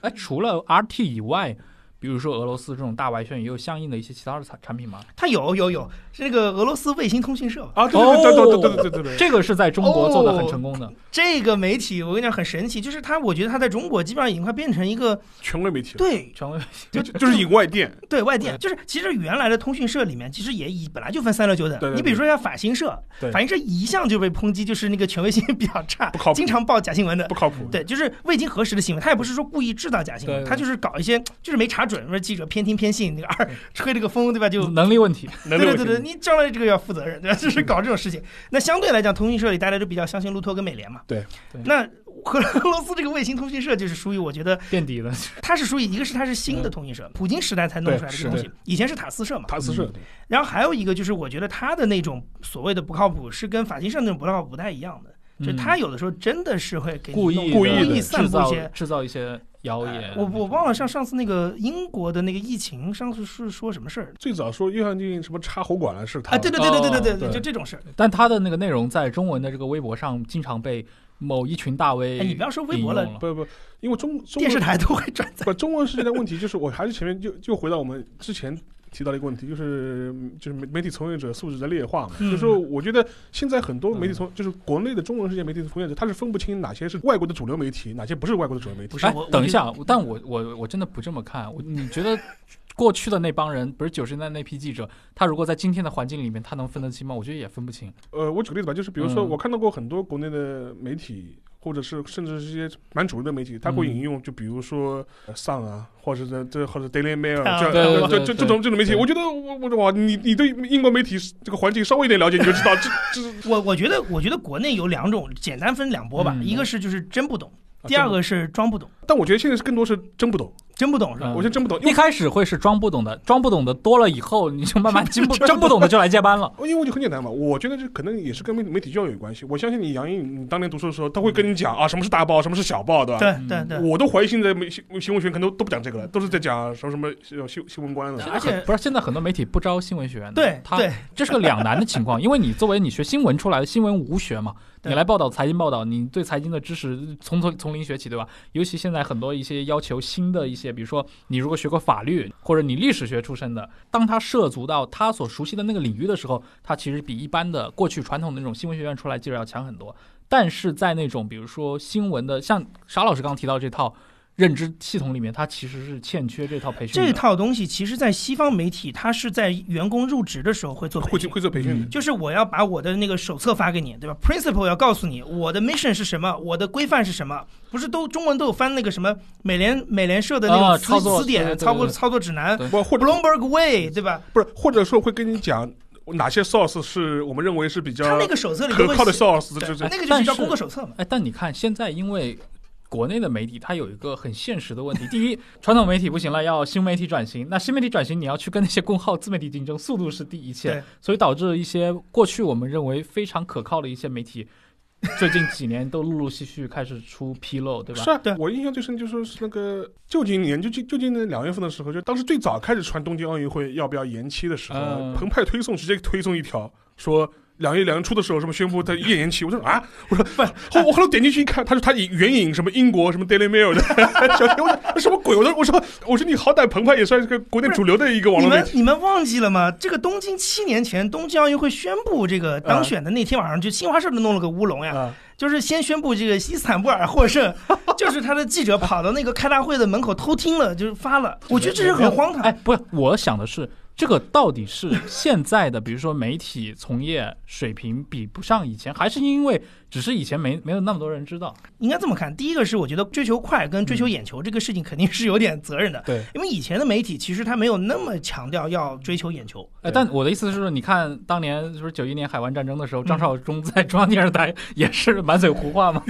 Speaker 3: 哎，除了 RT 以外，比如说俄罗斯这种大外宣，也有相应的一些其他的产产品吗？
Speaker 1: 他有有有，是那个俄罗斯卫星通讯社吧？
Speaker 2: [LAUGHS] 啊，对对对对对对对对对对，
Speaker 3: 这个是在中国做的很成
Speaker 1: 哦
Speaker 3: 功的，
Speaker 1: 这个媒体我跟你讲很神奇，就是它，我觉得它在中国基本上已经快变成一个
Speaker 2: 权威媒体了，
Speaker 1: 对
Speaker 3: 成为
Speaker 2: 就就是引外电，
Speaker 1: 对外电，就是其实原来的通讯社里面，其实也以本来就分三六九等。
Speaker 2: 对对对
Speaker 1: 你比如说像法新社
Speaker 2: 对，
Speaker 1: 法新社一向就被抨击，就是那个权威性比较差
Speaker 2: 不靠，谱
Speaker 1: 经常报假新闻的
Speaker 2: 不。靠谱。
Speaker 1: 对，就是未经核实的新闻，他也不是说故意制造假新闻，
Speaker 3: 对对
Speaker 1: 他就是搞一些，就是没查准，说记者偏听偏信，那个二吹了个风，对吧？就
Speaker 3: 能力问题。
Speaker 2: 能
Speaker 1: 对
Speaker 2: 量
Speaker 1: 对对
Speaker 2: 问
Speaker 1: 对，
Speaker 2: 题
Speaker 1: 你将来这个要负责任， [LAUGHS] 对吧？
Speaker 3: 嗯
Speaker 1: 就是搞这种事情。那相对来讲，通讯社里大家就比较相信路透跟美联嘛。
Speaker 2: 对
Speaker 3: 对
Speaker 1: 那俄罗斯这 [LAUGHS] 个卫星通讯社就是属于，我觉得
Speaker 3: 垫底
Speaker 1: [LAUGHS]
Speaker 3: 的，
Speaker 1: 它是属于一个是它是新
Speaker 3: 嗯
Speaker 1: 的通讯社，普京时代才弄出来的
Speaker 2: 对
Speaker 1: 这个东西，以前是塔斯社嘛。
Speaker 2: 塔斯社，
Speaker 1: 然后还有一个就是，我觉得它的那种所谓的不靠谱，是跟法新社那种不靠谱不太一样的，就
Speaker 3: 嗯
Speaker 1: 它有的时候真的是会给你
Speaker 3: 故意
Speaker 1: 弄
Speaker 3: 的
Speaker 2: 故意的
Speaker 1: 散
Speaker 3: 制
Speaker 1: 布一
Speaker 3: 造
Speaker 1: 些。
Speaker 3: 制造一些谣言。
Speaker 1: 我我忘了上上次那个英国的那个疫情，上次是说什么事儿
Speaker 2: 最早说约翰逊什么插喉管了是他
Speaker 1: 啊？对对对对对对
Speaker 2: 哦对
Speaker 1: 就这种事儿。
Speaker 3: 但他的那个内容在中文的这个微博上经常被某一群大 V
Speaker 1: 哎你不要说微博了
Speaker 3: 引用
Speaker 2: 不不，因为中中
Speaker 1: 电
Speaker 2: 国
Speaker 1: 视台都会转载。
Speaker 2: 不，中文世界的问题就是，我还是前面就就回到我们之前提到的一个问题，就是就是媒媒体从业者素质的劣化嘛。
Speaker 1: 嗯
Speaker 2: 就是说，我觉得现在很多媒体从、就是国内的中文世界媒体从业者，他是分不清哪些是外国的主流媒体，哪些不是外国的主流媒体
Speaker 1: 不。是
Speaker 3: 哎
Speaker 1: 我，我
Speaker 3: 等一
Speaker 1: 觉得
Speaker 3: 下，但我我我真的不这么看。我你觉得过去的那帮人，不是九十年代那批记者，他如果在今天的环境里面，他能分得清吗？我觉得也分不清。
Speaker 2: 呃，我举个例子吧，就是比如说，
Speaker 3: 嗯
Speaker 2: 我看到过很多国内的媒体。或者是甚至是一些蛮主流的媒体，他会
Speaker 3: 嗯
Speaker 2: 引用，就比如说呃 Sun 啊，或者是这或者 Daily Mail，
Speaker 1: 啊
Speaker 2: 这
Speaker 1: [LAUGHS] 对
Speaker 3: 对
Speaker 2: 这
Speaker 3: 对
Speaker 2: 这这
Speaker 3: 对
Speaker 2: 这种这种媒体，
Speaker 3: 对
Speaker 2: 我觉得我我哇，你你对英国媒体这个环境稍微有点了解，你就知道这这
Speaker 1: [LAUGHS]
Speaker 2: 这
Speaker 1: 我我觉得，我觉得国内有两种，简单分两波吧。
Speaker 3: 嗯
Speaker 1: 一个是就是真不懂，第二个是装不懂，
Speaker 2: 但我觉得现在是更多是真不懂，
Speaker 1: 真不懂是吧？
Speaker 3: 嗯
Speaker 2: 我觉得真不懂，
Speaker 3: 一
Speaker 2: 因为
Speaker 3: 开始会是装不懂的，装不懂的多了以后，你就慢慢进步，
Speaker 1: [LAUGHS]
Speaker 3: 真不懂的就来接班了。
Speaker 2: 因为我就很简单嘛，我觉得这可能也是跟媒媒体教育有关系。我相信你杨颖，你当年读书的时候，他会跟你讲啊，什么是大报，什么是小报，对吧？
Speaker 1: 对
Speaker 3: 嗯
Speaker 1: 对对。
Speaker 2: 我都怀疑现在媒新新闻学可能都不讲这个了，都是在讲什么什么呃新新闻观的。
Speaker 1: 而且
Speaker 3: 不是现在很多媒体不招新闻学院的，
Speaker 1: 对
Speaker 3: 他
Speaker 1: 对
Speaker 3: [LAUGHS] 这是个两难的情况，因为你作为你学新闻出来的新闻无学嘛，
Speaker 1: 对
Speaker 3: 你来报道财经报道，你对财经的知识从从从零学起，对吧？尤其现在很多一些要求新的一些，比如说你如果学过法律或者你历史学出身的，当他涉足到他所熟悉的那个领域的时候，他其实比一般的过去传统的那种新闻学院出来记者要强很多。但是在那种比如说新闻的，像沙老师刚提到这套。认知系统里面，它其实是欠缺这套培训的。
Speaker 1: 这套东西其实，在西方媒体，它是在员工入职的时候会做培
Speaker 2: 会去
Speaker 1: 训，
Speaker 2: 会做培训的
Speaker 3: 嗯。
Speaker 1: 就是我要把我的那个手册发给你，对吧？Principle 要告诉你我的 mission 是什么，我的规范是什么，不是都中文都有翻那个什么美联美联社的那
Speaker 3: 啊
Speaker 1: 种词、
Speaker 3: 操作
Speaker 1: 词
Speaker 3: 对对对
Speaker 1: 典、操作
Speaker 3: 对
Speaker 1: 操作指南
Speaker 3: 对
Speaker 2: 不或者
Speaker 1: Bloomberg Way，对吧？
Speaker 2: 不是，或者说会跟你讲哪些 source 是我们认为是比较
Speaker 1: 他那个手册里
Speaker 2: 可
Speaker 1: 都会
Speaker 2: 靠的
Speaker 1: 写，哎
Speaker 2: source，就是
Speaker 1: 那个就
Speaker 3: 但是
Speaker 1: 是叫功课手册嘛。
Speaker 3: 哎，但你看现在，因为国内的媒体它有一个很现实的问题：第一，传统媒体不行了，要新媒体转型。那新媒体转型，你要去跟那些公号自媒体竞争，速度是第一
Speaker 1: 对
Speaker 3: 切，所以导致一些过去我们认为非常可靠的一些媒体，最近几年都陆陆续续开始出纰漏，对吧？
Speaker 2: 是啊
Speaker 1: 对，
Speaker 2: 我印象最深就是是那个旧金年，就就旧金年两月份的时候，就当时最早开始传东京奥运会要不要延期的时候，
Speaker 3: 嗯
Speaker 2: 澎湃推送直接推送一条说。两月两月初的时候，什么宣布它夜延期，我说啊，我说不，后我后来点进去一看，他说他引援引什么英国什么 Daily Mail 的 [LAUGHS] 小天，我说什么鬼？我说我说我说你好歹澎湃也算是个国内主流的一个网
Speaker 1: 你
Speaker 2: 络媒
Speaker 1: 们
Speaker 2: 体，
Speaker 1: 你们忘记了吗？这个东京七年前东京奥运会宣布这个当选的那天晚上，就新华社都弄了个乌龙呀，
Speaker 2: 啊，
Speaker 1: 就是先宣布这个伊斯坦布尔获
Speaker 2: [LAUGHS]
Speaker 1: 胜，就是他的记者跑到那个开大会的门口偷听了，就是发
Speaker 2: [LAUGHS]
Speaker 1: 了。我觉得这是很荒
Speaker 3: 哎
Speaker 1: 唐。，
Speaker 3: 不是，我想的是，这个到底是现在的，比如说媒体从业水平比不上以前，还是因为只是以前没没有那么多人知道？
Speaker 1: 应该这么看，第一个是我觉得追求快跟追求眼球这个事情肯定是有点责任的，
Speaker 3: 对。
Speaker 1: 因为以前的媒体其实他没有那么强调要追求眼球。
Speaker 3: 哎，
Speaker 2: 对
Speaker 3: 但我的意思是，你看当年是不是九一年海湾战争的时候，
Speaker 1: 嗯
Speaker 3: 张绍忠在中央电视台 [LAUGHS] 也是满嘴胡话嘛，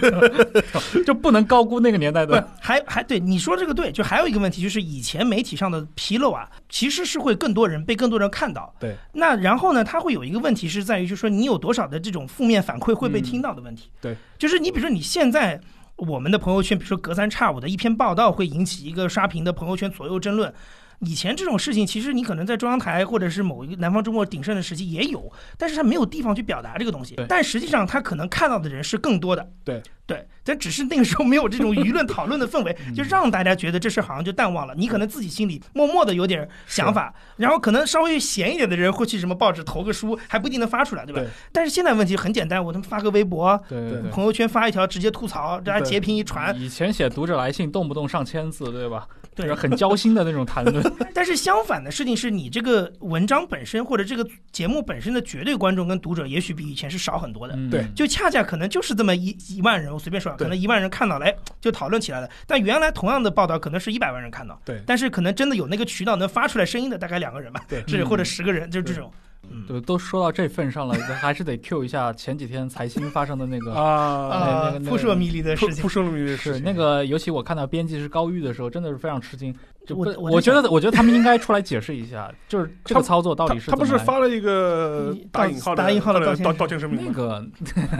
Speaker 3: 就不能高估那个年代
Speaker 1: 不
Speaker 3: 的。，
Speaker 1: 还还对你说这个对，就还有一个问题，就是以前媒体上的纰漏啊，其实是会更多人被更多人看到。
Speaker 3: 对，
Speaker 1: 那然后呢，它会有一个问题是在于，就是说你有多少的这种负面反馈会
Speaker 3: 嗯
Speaker 1: 被听到的问题。
Speaker 2: 对，
Speaker 1: 就是你比如说你现在。我们的朋友圈，比如说隔三差五的一篇报道会引起一个刷屏的朋友圈左右争论。以前这种事情，其实你可能在中央台或者是某一个南方周末鼎盛的时期也有，但是他没有地方去表达这个东西
Speaker 3: 对。
Speaker 1: 但实际上，他可能看到的人是更多的。
Speaker 2: 对
Speaker 1: 对，但只是那个时候没有这种舆论讨论的氛
Speaker 2: [LAUGHS]
Speaker 1: 围，
Speaker 2: 嗯
Speaker 1: 就让大家觉得这事儿好像就淡忘了。你可能自己心里默默的有点想
Speaker 2: [LAUGHS]
Speaker 1: 法，然后可能稍微闲一点的人会去什么报纸投个书，还不一定能发出来，对吧？
Speaker 2: 对
Speaker 1: 但是现在问题很简单，我他妈发个微博。
Speaker 3: 对
Speaker 2: 对
Speaker 1: 朋友圈发一条，直接吐槽，大家
Speaker 2: 对
Speaker 1: 截屏一传。
Speaker 3: 以前写读者来信，动不动上千字，对吧？
Speaker 1: 对
Speaker 3: 就是很交心的那种谈论。
Speaker 1: 但是相反的事情是你这个文章本身或者这个节目本身的绝对观众跟读者，也许比以前是少很多的。
Speaker 3: 嗯
Speaker 2: 对
Speaker 1: 就恰恰可能就是这么一一万人，我随便说啊，
Speaker 2: 对
Speaker 1: 可能一万人看到了，哎，就讨论起来了。但原来同样的报道，可能是一百万人看到，
Speaker 2: 对
Speaker 1: 但是可能真的有那个渠道能发出来声音的，大概两个人吧，
Speaker 2: 对
Speaker 1: 这
Speaker 3: 嗯
Speaker 1: 或者十个人，就是这种。嗯
Speaker 3: 对，都说到这份上了，还是得 Q 一下前几天财新发生的那个
Speaker 2: 啊，
Speaker 3: 那
Speaker 1: 啊
Speaker 3: 个那，个
Speaker 1: 扑朔迷离的
Speaker 2: 不
Speaker 1: 事情
Speaker 2: 不，说了这个事
Speaker 3: 是
Speaker 2: 情
Speaker 3: 那个，尤其我看到编辑是高玉的时候，真的是非常吃惊。就
Speaker 1: 我
Speaker 3: 不
Speaker 1: 我
Speaker 3: 我
Speaker 1: 在
Speaker 3: 觉得，我觉得他们应该出来解释一下，就是这个操作到
Speaker 2: 他
Speaker 3: 底是
Speaker 2: 他不
Speaker 3: 怎么
Speaker 2: 是
Speaker 3: 来
Speaker 2: 发了一个
Speaker 1: 嗯
Speaker 2: 打
Speaker 1: 打
Speaker 2: 引号的
Speaker 1: 打引号的
Speaker 2: 道
Speaker 1: 道歉
Speaker 2: 道道歉声明
Speaker 3: 那
Speaker 2: 吗？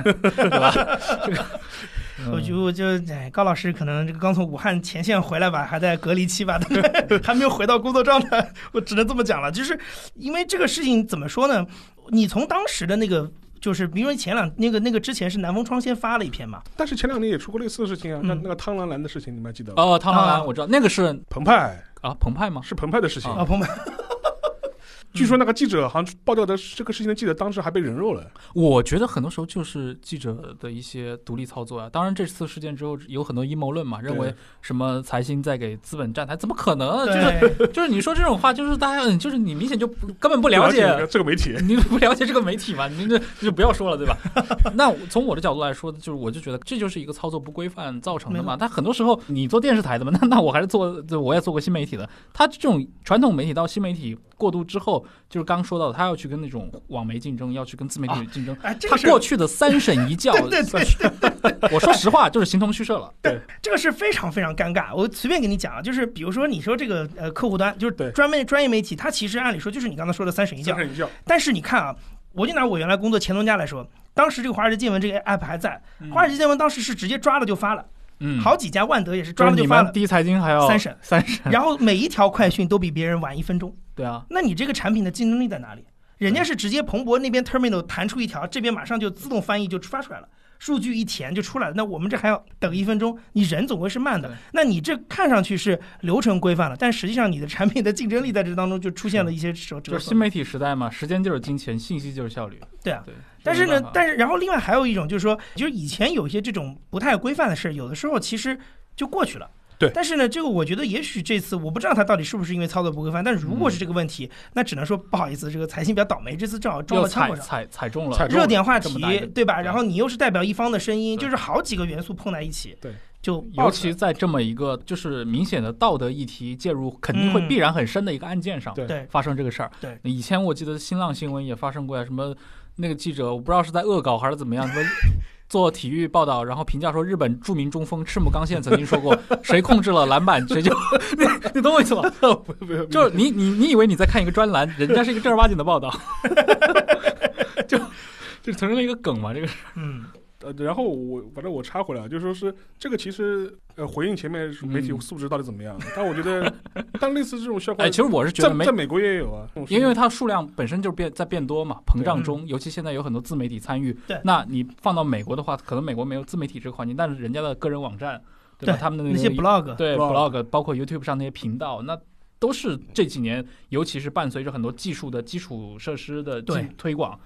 Speaker 3: 个，对 [LAUGHS] 吧？这个，
Speaker 1: 我就
Speaker 3: 嗯
Speaker 1: 我就哎，高老师可能这个刚从武汉前线回来吧，还在隔离
Speaker 3: [LAUGHS]
Speaker 1: 期吧，大概还没有回到工作状态， [LAUGHS] 我只能这么讲了。就是因为这个事情怎么说呢？你从当时的那个，就是因为前两那个那个之前是南风窗先发了一篇嘛，
Speaker 2: 但是前两年也出过类似的事情啊，
Speaker 1: 嗯
Speaker 2: 那那个汤兰兰的事情，你们还记得吗？
Speaker 3: 哦，汤汤
Speaker 1: 啊
Speaker 3: 兰，我知道那个是
Speaker 2: 澎湃
Speaker 3: 啊，澎湃吗？
Speaker 2: 是澎湃的事情，
Speaker 1: 啊，朋友们，
Speaker 2: 据说那个记者好像爆料的是这个事情的记者当时还被人肉了。
Speaker 3: 我觉得很多时候就是记者的一些独立操作啊。当然，这次事件之后有很多阴谋论嘛，认为
Speaker 2: 对
Speaker 3: 什么财新在给资本站台，怎么可能啊？就是
Speaker 1: 对。
Speaker 3: 就是你说这种话，就是大家嗯就是你明显就不根本不了解
Speaker 2: 这个
Speaker 3: [LAUGHS]
Speaker 2: 媒体，
Speaker 3: 你不了解这个媒体嘛？你这你就不要说了，对吧？ [LAUGHS] 那从我的角度来说，就是我就觉得这就是一个操作不规范造成的
Speaker 1: 没
Speaker 3: 嘛。但很多时候你做电视台的嘛，那那我还是做，对我也做过新媒体的。他这种传统媒体到新媒体过渡之后，就是刚说到的，他要去跟那种网媒竞争，要去跟自媒体竞争。 [LAUGHS]
Speaker 1: 哎，这
Speaker 3: 他
Speaker 1: 个是
Speaker 3: 过去的三审一教，
Speaker 1: [LAUGHS] 对对对，
Speaker 3: [LAUGHS] 我说实话就是形同虚设
Speaker 1: [LAUGHS]
Speaker 3: 了。
Speaker 1: 这个是非常非常尴尬。我随便给你讲啊，就是比如说你说这个呃客户端，就
Speaker 3: [LAUGHS]
Speaker 1: 是
Speaker 2: 对
Speaker 1: 专门专业媒体，它其实按理说就是你刚才说的三审一
Speaker 2: 三
Speaker 1: 教，
Speaker 2: 上一笑，
Speaker 1: 但是你看啊，我就拿我原来工作前东家来说，当时这个华尔街见闻这个 app 还在，华尔街见闻当时是直接抓了就发了，
Speaker 3: 嗯，
Speaker 1: 嗯好几家万德也是
Speaker 3: 就
Speaker 1: 抓
Speaker 3: 是
Speaker 1: 了就
Speaker 3: 你
Speaker 1: 发
Speaker 3: 们
Speaker 1: 了，
Speaker 3: 第一财经还要
Speaker 1: 三审
Speaker 3: 三
Speaker 1: [LAUGHS]
Speaker 3: 审，
Speaker 1: 然后每一条快讯都比别人晚一分钟，
Speaker 3: 对啊，
Speaker 1: 那你这个产品的竞争力在哪里？人家是直接彭博那边 terminal 弹出一条，这边马上就自动翻译就发出来了。数据一填就出来了，那我们这还要等一分钟，你人总归是慢的
Speaker 3: 对。
Speaker 1: 那你这看上去是流程规范了，但实际上你的产品的竞争力在这当中就出现了一些折折
Speaker 3: 就是
Speaker 1: 损
Speaker 3: 新。媒体时代嘛，时间就是金钱，信息就是效率。
Speaker 1: 对啊
Speaker 3: 对。
Speaker 1: 但是
Speaker 3: 没
Speaker 1: 呢
Speaker 3: 办法，
Speaker 1: 但是然后另外还有一种就是说，就是以前有一些这种不太规范的事，有的时候其实就过去了。
Speaker 2: 对
Speaker 1: 但是呢，这个我觉得也许这次我不知道他到底是不是因为操作不规范，但如
Speaker 3: 嗯
Speaker 1: 果是这个问题，那只能说不好意思，这个财新比较倒霉，这次正好撞
Speaker 3: 又
Speaker 1: 到枪
Speaker 3: 踩
Speaker 1: 口上。
Speaker 3: 踩踩中了，
Speaker 2: 踩中
Speaker 1: 热点话
Speaker 3: 这么
Speaker 1: 题
Speaker 3: 大一个
Speaker 1: 对吧？
Speaker 3: 对
Speaker 1: 然后你又是代表一方的声音，
Speaker 3: 对
Speaker 1: 就是好几个元素碰在一起，
Speaker 2: 对，
Speaker 1: 就爆
Speaker 3: 尤
Speaker 1: 出来
Speaker 3: 其在这么一个就是明显的道德议题介入，肯定会
Speaker 1: 嗯
Speaker 3: 必然很深的一个案件上，
Speaker 2: 对
Speaker 1: 对
Speaker 3: 发生这个事儿。
Speaker 1: 对
Speaker 3: 以前我记得新浪新闻也发生过呀，什么那个记者我不知道是在恶搞还是怎么样，什么做体育报道，然后评价说日本著名中锋赤木刚宪曾经说过，谁控制了篮板谁就，你你懂我意思吗？ [LAUGHS] 就是你你你以为你在看一个专栏，人家是一个正儿八经的报道， [LAUGHS] 就就成了一个梗嘛，这个是
Speaker 1: 嗯，
Speaker 2: 呃，然后我反正我插回来，啊就是说是这个其实呃回应前面是媒体
Speaker 3: 嗯
Speaker 2: 素质到底怎么样，啊但我觉得， [LAUGHS] 但类似这种笑话，
Speaker 3: 哎，其实我是觉得
Speaker 2: 在
Speaker 3: 没
Speaker 2: 在美国也有啊，这种事
Speaker 3: 因为它数量本身就变在变多嘛，膨胀中，尤其现在有很多自媒体参与。
Speaker 1: 嗯对
Speaker 3: 那你放到美国的话，可能美国没有自媒体这个环境，但是人家的个人网站，对吧？
Speaker 1: 对
Speaker 3: 他们的
Speaker 1: 那些 blog，
Speaker 3: 嗯对
Speaker 2: blog
Speaker 3: blog，包括 YouTube 上那些频道，那都是这几年，尤其是伴随着很多技术的基础设施的
Speaker 1: 对
Speaker 3: 进推广，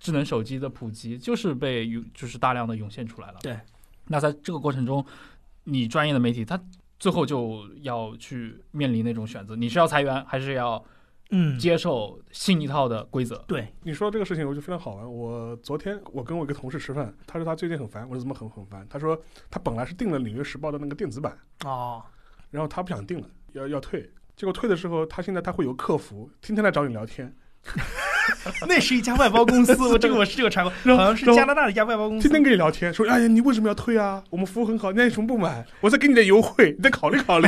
Speaker 3: 智能手机的普及，就是被涌就是大量的涌现出来了。
Speaker 1: 对，
Speaker 3: 那在这个过程中，你专业的媒体，它最后就要去面临那种选择，你是要裁员，还是要？
Speaker 1: 嗯，
Speaker 3: 接受新一套的规则。
Speaker 1: 对，
Speaker 2: 你说到这个事情，我就非常好玩。我昨天我跟我一个同事吃饭，他说他最近很烦，我说怎么很很烦？他说他本来是订了《纽约时报》的那个电子版，
Speaker 1: 哦，
Speaker 2: 然后他不想订了，要要退。结果退的时候，他现在他会有客服，天天来找你聊天，
Speaker 1: 那是一家外包公司，我这个我是有查
Speaker 3: [LAUGHS]
Speaker 1: 过，好像是
Speaker 2: 然后
Speaker 1: 加拿大的一家外包公司
Speaker 2: 天。天跟你聊天，说哎呀你为什么要退啊？我们服务很好，那你为什么不买？我再给你点优惠，你再考虑 [LAUGHS] 考虑。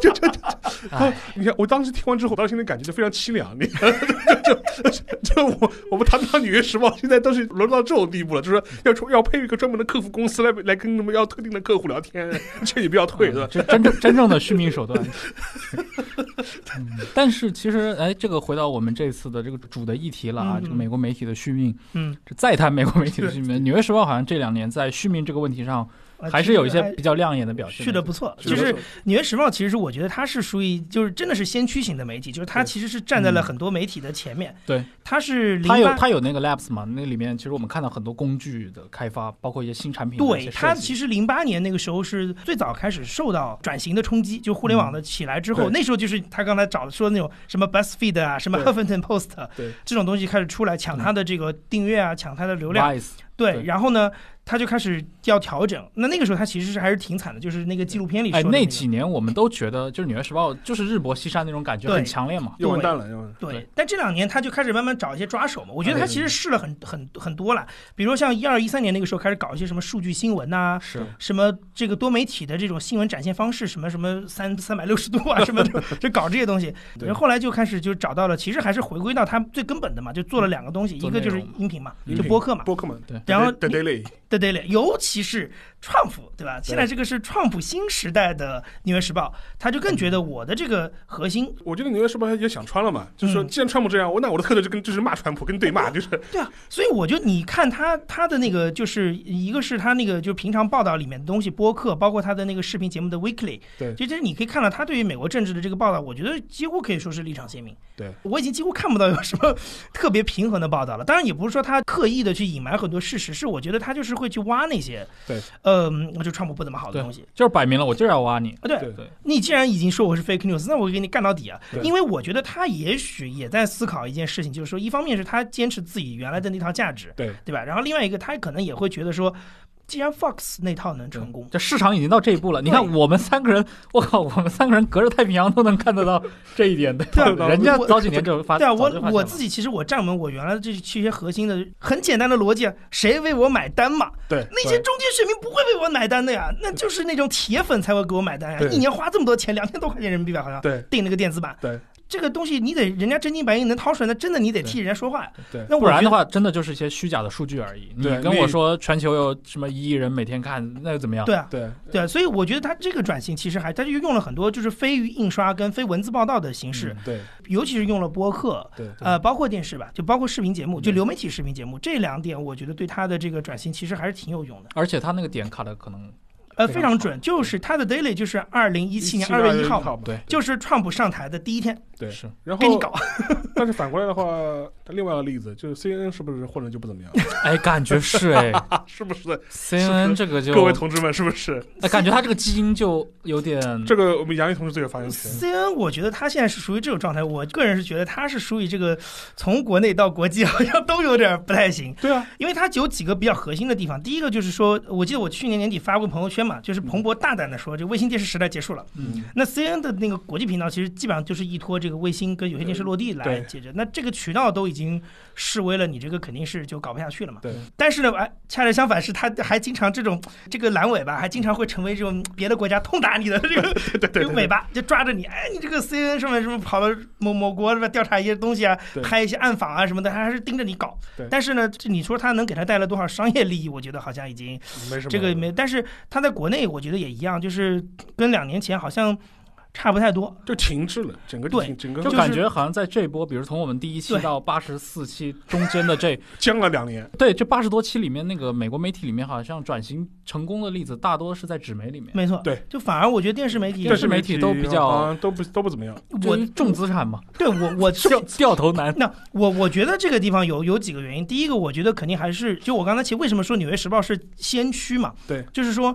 Speaker 2: 就就就，他
Speaker 3: 哎
Speaker 2: 你看我当时听完之后，我当时心里感觉就非常凄凉。 [LAUGHS] 你就就就我我们堂堂《纽约时报》现在都是沦落到这种地步了，就是要出要配一个专门的客服公司来来跟他们要特定的客户聊天， [LAUGHS] 劝你不要退，对吧？
Speaker 3: 嗯这真正真正的续命手段。嗯但是其实，哎，这个回到我们这次的这个主的议题了啊，
Speaker 1: 嗯
Speaker 3: 这个美国媒体的续命，
Speaker 1: 嗯，
Speaker 3: 这再谈美国媒体的续
Speaker 1: [LAUGHS]
Speaker 3: 命，《纽约时报》好像这两年在续命这个问题上
Speaker 1: 啊
Speaker 3: 还是有一些
Speaker 1: 其
Speaker 3: 比较亮眼的表
Speaker 1: 实还
Speaker 3: 现。
Speaker 1: 续的不错，
Speaker 2: 是的
Speaker 1: 就是《纽约时报》，其实我觉得它是属于就是真的是先驱型的媒体，就是它
Speaker 2: 对
Speaker 1: 其实是站在了
Speaker 3: 嗯
Speaker 1: 很多媒体的前面。
Speaker 3: 对，
Speaker 1: 它是零
Speaker 3: 它有
Speaker 1: 八。
Speaker 3: 它有那个 Labs 嘛？那里面其实我们看到很多工具的开发，包括一些新产品的一
Speaker 1: 对
Speaker 3: 些
Speaker 1: 它
Speaker 3: 设计。
Speaker 1: 其实零八年那个时候是最早开始受到转型的冲击，就互联
Speaker 3: 嗯
Speaker 1: 网的起来之后，
Speaker 2: 对
Speaker 1: 那时候就是他刚才找的说的那种什么 BuzzFeed 啊，什么
Speaker 2: 对
Speaker 1: Huffington Post 啊
Speaker 2: 对
Speaker 1: 这种东西开始出来抢它的这个订阅啊，抢它的流量。
Speaker 3: Vice
Speaker 1: 对，
Speaker 3: 嗯对
Speaker 1: 然后呢，他就开始要调整。那那个时候他其实是还是挺惨的，就是那个纪录片里说
Speaker 3: 哎，
Speaker 1: 的、那
Speaker 3: 那
Speaker 1: 个
Speaker 3: 几年我们都觉得就是《纽约时报》就是日薄西山那种感觉
Speaker 1: 对
Speaker 3: 很强烈嘛。
Speaker 2: 又完蛋了，又完蛋了。
Speaker 1: 对
Speaker 3: 对，
Speaker 1: 但这两年他就开始慢慢找一些抓手嘛。我觉得他
Speaker 2: 哎
Speaker 1: 其实试了很很很多了，比如说像一二一三年那个时候开始搞一些什么数据新闻呐、
Speaker 3: 是
Speaker 1: 什么这个多媒体的这种新闻展现方式，什么什么三三百六十度啊，什么的，就搞这些东西。
Speaker 2: 对
Speaker 1: 然后后来就开始就找到了，其实还是回归到他最根本的嘛，就做了两个东西，
Speaker 3: 做
Speaker 1: 一个就是
Speaker 3: 内容嘛
Speaker 1: 音频嘛，
Speaker 2: 音
Speaker 1: 就
Speaker 2: 频
Speaker 1: 播客嘛。
Speaker 2: 播客嘛，
Speaker 1: 然后
Speaker 2: The Daily
Speaker 1: 对对对，尤其是创普，对吧？现在这个是创普新时代的《纽约时报》，他就更觉得我的这个核心，
Speaker 2: 我觉得纽约时报也想穿了嘛，就是说，
Speaker 1: 嗯
Speaker 2: 既然川普这样，我那我的特色就跟就是骂川普，跟对骂，就是
Speaker 1: 对啊，所以我觉得你看他他的那个，就是一个是他那个就是平常报道里面的东西，播客，包括他的那个视频节目的 Weekly，
Speaker 2: 对
Speaker 1: 就就是你可以看到他对于美国政治的这个报道，我觉得几乎可以说是立场鲜明。
Speaker 2: 对，
Speaker 1: 我已经几乎看不到有什么特别平衡的报道了。当然，也不是说他刻意的去隐瞒很多事实，是我觉得他就是会去挖那些，
Speaker 2: 对，
Speaker 1: 嗯、就川普不怎么好的东西。
Speaker 3: 就是摆明了我就要挖你。
Speaker 1: 啊，对，
Speaker 2: 对
Speaker 3: 对，
Speaker 1: 你既然已经说我是 fake news，那我给你干到底啊！
Speaker 2: 对
Speaker 1: 因为我觉得他也许也在思考一件事情，就是说，一方面是他坚持自己原来的那套价值，
Speaker 2: 对
Speaker 1: 对吧？然后另外一个，他可能也会觉得说，既然 Fox 那套能成功，
Speaker 3: 嗯这市场已经到这一步了。你看，
Speaker 1: 对
Speaker 3: 我们三个人，我靠，我们三个人隔着太平洋都能看得到这一点，对
Speaker 1: [LAUGHS] 对啊
Speaker 3: 吧？人家
Speaker 1: 我
Speaker 3: 早几年就发，
Speaker 1: 对啊，
Speaker 3: 早
Speaker 1: 我
Speaker 3: 就发现
Speaker 1: 我
Speaker 3: 了
Speaker 1: 自己其实我站稳我原来的这这些核心的很简单的逻辑，啊谁为我买单嘛？
Speaker 2: 对
Speaker 1: 那些中间选民不会为我买单的呀，那就是那种铁粉才会给我买单呀！
Speaker 2: 对
Speaker 1: 一年花这么多钱，两千多块钱人民币吧，好像
Speaker 2: 对
Speaker 1: 订那个电子版，
Speaker 2: 对
Speaker 1: 这个东西你得人家真金白银能掏出来，那真的你得替人家说话呀。
Speaker 2: 对
Speaker 1: 那我
Speaker 3: 不然
Speaker 1: 觉
Speaker 3: 的
Speaker 1: 得，
Speaker 3: 话，真的就是一些虚假的数据而已。你
Speaker 2: 对
Speaker 3: 跟
Speaker 2: 那
Speaker 3: 我说全球有什么一亿人每天看，那又怎么样？
Speaker 1: 对啊，
Speaker 2: 对
Speaker 1: 对啊，所以我觉得他这个转型其实还，他就用了很多就是非印刷跟非文字报道的形式，
Speaker 2: 对
Speaker 1: 尤其是用了播客。
Speaker 2: 嗯对
Speaker 1: 呃，包括电视吧，就包括视频节目，
Speaker 3: 对
Speaker 1: 就流媒体视频节目这两点，我觉得对他的这个转型其实还是挺有用的，
Speaker 3: 而且他那个点卡的可能
Speaker 1: 呃，
Speaker 3: 非
Speaker 1: 非
Speaker 3: 常
Speaker 1: 常
Speaker 3: 好
Speaker 1: 准。就是他的 daily 就是二零一
Speaker 2: 一
Speaker 1: 七年二月一号嘛，
Speaker 2: 对
Speaker 3: 对
Speaker 1: 就是川普上台的第一天，
Speaker 2: 对
Speaker 3: 是
Speaker 2: 然
Speaker 1: 给你
Speaker 2: 后，
Speaker 1: 搞，
Speaker 2: 但是反过来的话，另外一个例子就是 CNN 是不是混的就不怎么样？
Speaker 3: 哎，感觉
Speaker 1: [LAUGHS]
Speaker 3: 是哎
Speaker 2: 是不是？
Speaker 3: ，CNN 这个就
Speaker 2: 各位同志们，是不是？
Speaker 3: 哎，感觉他这个基因就有点
Speaker 2: 这个我们杨毅同志最有发言权。
Speaker 1: C N，我觉得他现在是属于这种状态。我个人是觉得他是属于这个从国内到国际 [LAUGHS] 好像都有点不太行，
Speaker 2: 对啊，
Speaker 1: 因为他有几个比较核心的地方。第一个就是说，我记得我去年年底发过朋友圈嘛，就是彭博大胆的说，这卫星电视时代结束了。
Speaker 3: 嗯
Speaker 1: 那 C N 的那个国际频道其实基本上就是依托这个卫星跟有线电视落地来
Speaker 2: 对
Speaker 1: 解决。那这个渠道都已经示威了，你这个肯定是就搞不下去了嘛。
Speaker 2: 对。
Speaker 1: 但是呢，哎，恰恰相反是，他还经常这种这个阑尾吧，还经常会成为这种别的国家痛打你的这个
Speaker 2: [LAUGHS] 对对对
Speaker 1: 这个尾
Speaker 2: 对，
Speaker 1: 巴就抓着你，哎，你这个 C N 上面是不是跑到某某国是吧？调查一些东西啊，
Speaker 2: 对
Speaker 1: 拍一些暗访啊什么的，他还是盯着你搞
Speaker 2: 对。
Speaker 1: 但是呢，这你说他能给他带来多少商业利益？我觉得好像已经
Speaker 2: 没什么。
Speaker 1: 这个没，但是他在国内我觉得也一样，就是跟两年前好像差不太多。
Speaker 2: 就停滞了，整个就
Speaker 1: 对
Speaker 2: 停，整个
Speaker 3: 就
Speaker 1: 就是
Speaker 3: 感觉好像在这波，比如从我们第一期
Speaker 1: 对
Speaker 3: 到八十四期中间的这
Speaker 2: 僵了两年。
Speaker 3: 对这八十多期里面，那个美国媒体里面好像转型成功的例子大多是在纸媒里面，
Speaker 1: 没错，
Speaker 2: 对，
Speaker 1: 就反而我觉得电视媒体
Speaker 3: 电视媒体都比较
Speaker 2: 啊都不都不怎么样。
Speaker 1: 我
Speaker 3: 就重资产嘛，
Speaker 1: 对我我
Speaker 3: 掉掉头男，
Speaker 1: [LAUGHS] 那我我觉得这个地方有有几个原因。第一个，我觉得肯定还是就我刚才其实为什么说《纽约时报》是先驱嘛？
Speaker 2: 对，
Speaker 1: 就是说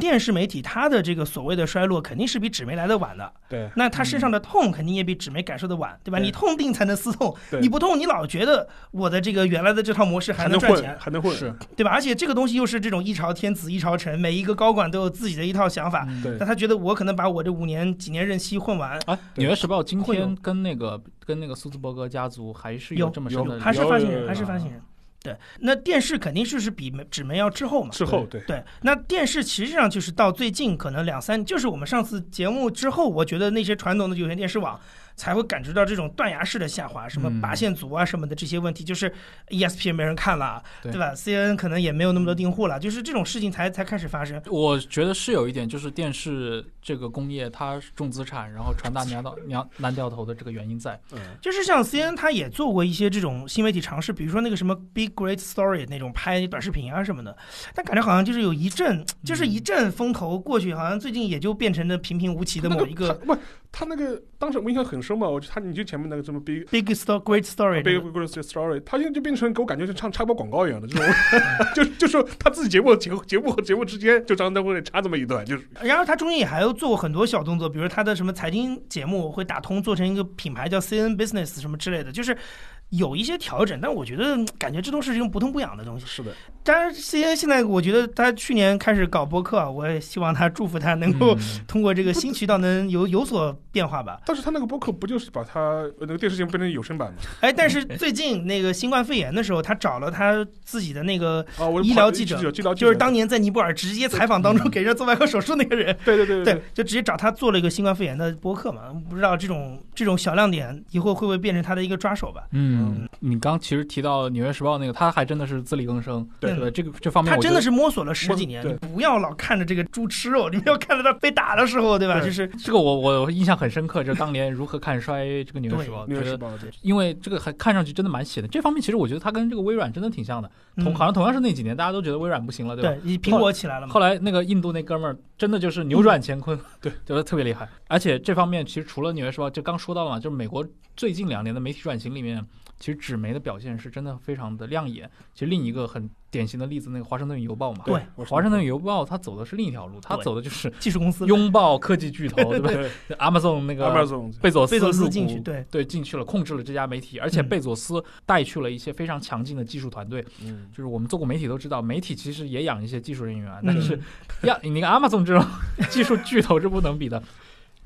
Speaker 1: 电视媒体它的这个所谓的衰落，肯定是比纸媒来的晚的。
Speaker 2: 对
Speaker 1: 那它身上的痛肯定也比纸媒感受的晚，对吧？
Speaker 2: 嗯对
Speaker 1: 你痛定才能思痛，
Speaker 2: 对
Speaker 1: 你不痛，你老觉得我的这个原来的这套模式还
Speaker 2: 还
Speaker 1: 能
Speaker 2: 能
Speaker 1: 赚
Speaker 2: 混，
Speaker 1: 钱，
Speaker 2: 还能混，
Speaker 3: 是
Speaker 1: 对吧？而且这个东西又是这种一朝天子一朝臣，每一个高管都有自己的一套想法。
Speaker 3: 嗯
Speaker 2: 对
Speaker 1: 那他觉得我可能把我这五年几年任期混完，
Speaker 3: 啊，《纽约时报》今
Speaker 1: 会有
Speaker 3: 天跟那个跟那个苏兹伯格家族还是
Speaker 1: 有
Speaker 3: 这么深的
Speaker 2: 有
Speaker 1: 还是发行
Speaker 2: 有有
Speaker 1: 人，还是发行人。对，那电视肯定就是比媒纸媒要滞后嘛。
Speaker 2: 之后对
Speaker 1: 对，那电视实际上就是到最近可能两三，就是我们上次节目之后，我觉得那些传统的有线电视网才会感知到这种断崖式的下滑，什么
Speaker 3: 嗯
Speaker 1: 拔线族啊什么的这些问题，就是 E ESPN 没人看了，
Speaker 3: 对
Speaker 1: 对吧？CNN 可能也没有那么多订户了，就是这种事情才才开始发生。
Speaker 3: 我觉得是有一点，就是电视这个工业它重资产，然后传达娘到娘难掉头的这个原因在。
Speaker 2: 嗯，
Speaker 1: 就是像 CNN，它也做过一些这种新媒体尝试，比如说那个什么 Big Great Story 那种拍短视频啊什么的，但感觉好像就是有一阵，
Speaker 2: 嗯
Speaker 1: 就是一阵风头过去，好像最近也就变成了平平无奇的
Speaker 2: 那
Speaker 1: 某一个
Speaker 2: 他不，他那个当时我印象很深嘛，我就他你就前面那个什么 big
Speaker 1: Big Story Great Story 那
Speaker 2: 啊 big
Speaker 1: 个。
Speaker 2: great story，他现在就变成给我感觉就像插播广告一样的这种， [LAUGHS] 就就是他自己节目节目节目和节目之间就张丹会插这么一段，就是
Speaker 1: 然后他中间也还有做过很多小动作，比如他的什么财经节目会打通，做成一个品牌叫 CNN Business 什么之类的，就是有一些调整。但我觉得嗯感觉这都是这种不痛不痒的东西。
Speaker 2: 是的，
Speaker 1: 当然，CNN 现在我觉得他去年开始搞播客啊，我也希望他祝福他 [LAUGHS] 能够
Speaker 3: 嗯
Speaker 1: 通过这个新渠道能有有所变化吧。
Speaker 2: 但是他那个播客不就是把他呃那个电视节目变成有声版吗？
Speaker 1: 哎，但是最近那个新冠肺炎的时候，他找了他自己的那个，
Speaker 2: 啊，我
Speaker 1: 医疗记者
Speaker 2: 医疗记者
Speaker 1: 就是当年在尼泊尔直接采访
Speaker 3: 嗯
Speaker 1: 当中给人做外科手术那个人，
Speaker 2: 对对对
Speaker 1: 对，就直接找他做了一个新冠肺炎的播客嘛。不知道这种这种小亮点以后会不会变成他的一个抓手吧？
Speaker 3: 嗯，你刚其实提到《纽约时报》那个，他还真的是自力更生，
Speaker 2: 对
Speaker 3: 对吧这个这方面
Speaker 1: 嗯他
Speaker 3: 我觉
Speaker 1: 真
Speaker 3: 得
Speaker 1: 的是摸索了十几年，
Speaker 2: 对
Speaker 1: 你不要老看着这个猪吃肉，你们要看着他被打的时候，对吧？
Speaker 2: 对
Speaker 1: 就是
Speaker 3: 这个我我印象很深刻，就是当年如何看衰这个《纽约时报》，
Speaker 2: 纽
Speaker 3: 觉
Speaker 2: 约时
Speaker 3: 得
Speaker 2: 报对。
Speaker 3: 因为这个还看上去真的蛮写的。这方面其实我觉得它跟这个微软真的挺像的，同
Speaker 1: 嗯
Speaker 3: 好像同样是那几年大家都觉得微软不行了，对吧？
Speaker 1: 对，你苹果起来了嘛
Speaker 3: 后？来那个印度那哥们儿真的就是扭转乾坤，
Speaker 2: 对，
Speaker 3: 就是特别厉害。而且这方面其实除了《纽约时报》，就刚说到了嘛，就是美国最近两年的媒体转型里面，其实纸媒的表现是真的非常的亮眼。其实另一个很典型的例子，那个《华盛顿邮报》嘛，
Speaker 1: 对
Speaker 2: 我是
Speaker 3: 华盛顿邮报》它走的是另一条路，它
Speaker 1: 对
Speaker 3: 走的就是
Speaker 1: 技术公司
Speaker 3: 拥抱科技巨头，对吧
Speaker 2: 对
Speaker 3: ？Amazon 那个
Speaker 2: Amazon
Speaker 3: 贝佐
Speaker 1: 贝佐
Speaker 3: 入
Speaker 1: 斯
Speaker 3: 股
Speaker 1: 进去，对。
Speaker 3: 对，进去了，控制了这家媒体，而且
Speaker 1: 嗯
Speaker 3: 贝佐斯带去了一些非常强劲的技术团队。
Speaker 2: 嗯
Speaker 3: 就是我们做过媒体都知道，媒体其实也养一些技术人员，啊
Speaker 1: 嗯
Speaker 3: 但是 [LAUGHS] 呀，你那个 Amazon 这种技术巨头是不能比的。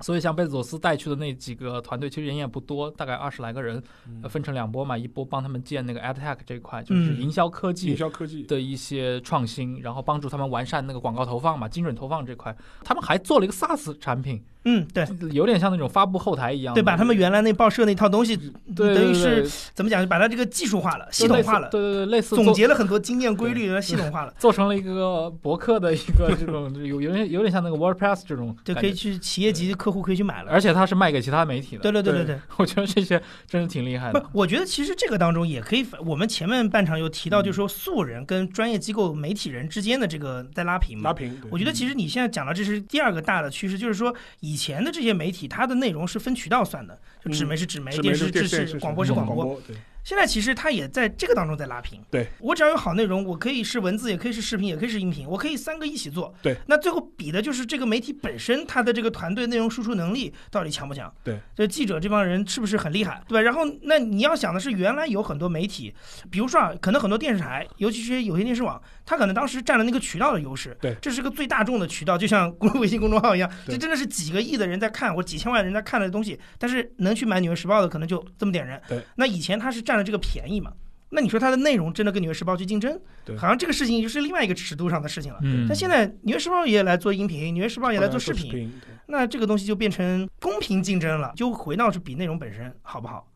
Speaker 3: 所以像贝佐斯带去的那几个团队，其实人也不多，大概二十来个人，呃分成两波嘛，一波帮他们建那个 AdTech 这一块，就是
Speaker 1: 嗯
Speaker 3: 营销科
Speaker 2: 营
Speaker 3: 技
Speaker 2: 销科技，
Speaker 3: 的一些创新，然后帮助他们完善那个广告投放嘛，精准投放这块。他们还做了一个 SaaS 产品，
Speaker 1: 嗯，对
Speaker 3: 有点像那种发布后台一样的，
Speaker 1: 对，把他们原来那报社那套东西，
Speaker 3: 啊对
Speaker 1: 等于
Speaker 3: 对对
Speaker 1: 是怎么讲，把它这个技术化了、系
Speaker 3: 就类
Speaker 1: 统
Speaker 3: 似
Speaker 1: 化了，
Speaker 3: 对对对，类似
Speaker 1: 总
Speaker 3: 做
Speaker 1: 结了很多经验规律，系统化了，
Speaker 3: 做成了一个博客的一个这种有有点有点像那个 WordPress 这种，
Speaker 1: 就可以，去企业级客户可以去买了。
Speaker 3: 而且它是卖给其他媒体
Speaker 1: 对
Speaker 3: 的。
Speaker 1: 对对对
Speaker 2: 对
Speaker 1: 对，
Speaker 3: 我觉得这些真是挺厉害
Speaker 1: 不
Speaker 3: 的，。
Speaker 1: 我觉得其实这个当中也可以反，我们前面半场有提到，就是说素人跟专业机构、媒体人之间的这个在拉平嘛
Speaker 2: 拉。平。对嗯
Speaker 1: 我觉得其实你现在讲到这是第二个大的趋势，就是说以以前的这些媒体，它的内容是分渠道算的，就纸媒是纸媒，
Speaker 2: 是
Speaker 1: 电
Speaker 2: 是
Speaker 1: 视
Speaker 2: 电
Speaker 1: 电
Speaker 2: 视
Speaker 1: 视，广播是
Speaker 2: 广
Speaker 1: 广播。，
Speaker 2: 对，
Speaker 1: 现在其实它也在这个当中在拉平。
Speaker 2: 对，
Speaker 1: 我只要有好内容，我可以是文字，也可以是视频，也可以是音频，我可以三个一起做。
Speaker 2: 对，
Speaker 1: 那最后比的就是这个媒体本身它的这个团队内容输出能力到底强不强？
Speaker 2: 对，
Speaker 1: 这记者这帮人是不是很厉害，对吧？然后那你要想的是，原来有很多媒体，比如说啊，可能很多电视台，尤其是有些电视网，它可能当时占了那个渠道的优势。
Speaker 2: 对
Speaker 1: 这是个最大众的渠道，就像公 [LAUGHS] 微信公众号一样，
Speaker 2: 对
Speaker 1: 这真的是几个亿的人在看，或者几千万人在看的东西，但是能去买《纽约时报》的可能就这么点人。
Speaker 2: 对，
Speaker 1: 那以前它是占了这个便宜嘛。那你说它的内容真的跟《纽约时报》去竞争
Speaker 2: 对，
Speaker 1: 好像这个事情就是另外一个尺度上的事情了。
Speaker 3: 嗯，
Speaker 1: 但现在《纽约时报》也来做音频，《纽约时报》也来做视频，
Speaker 2: 频，
Speaker 1: 那这个东西就变成公平竞争了，就回到是比内容本身好不好？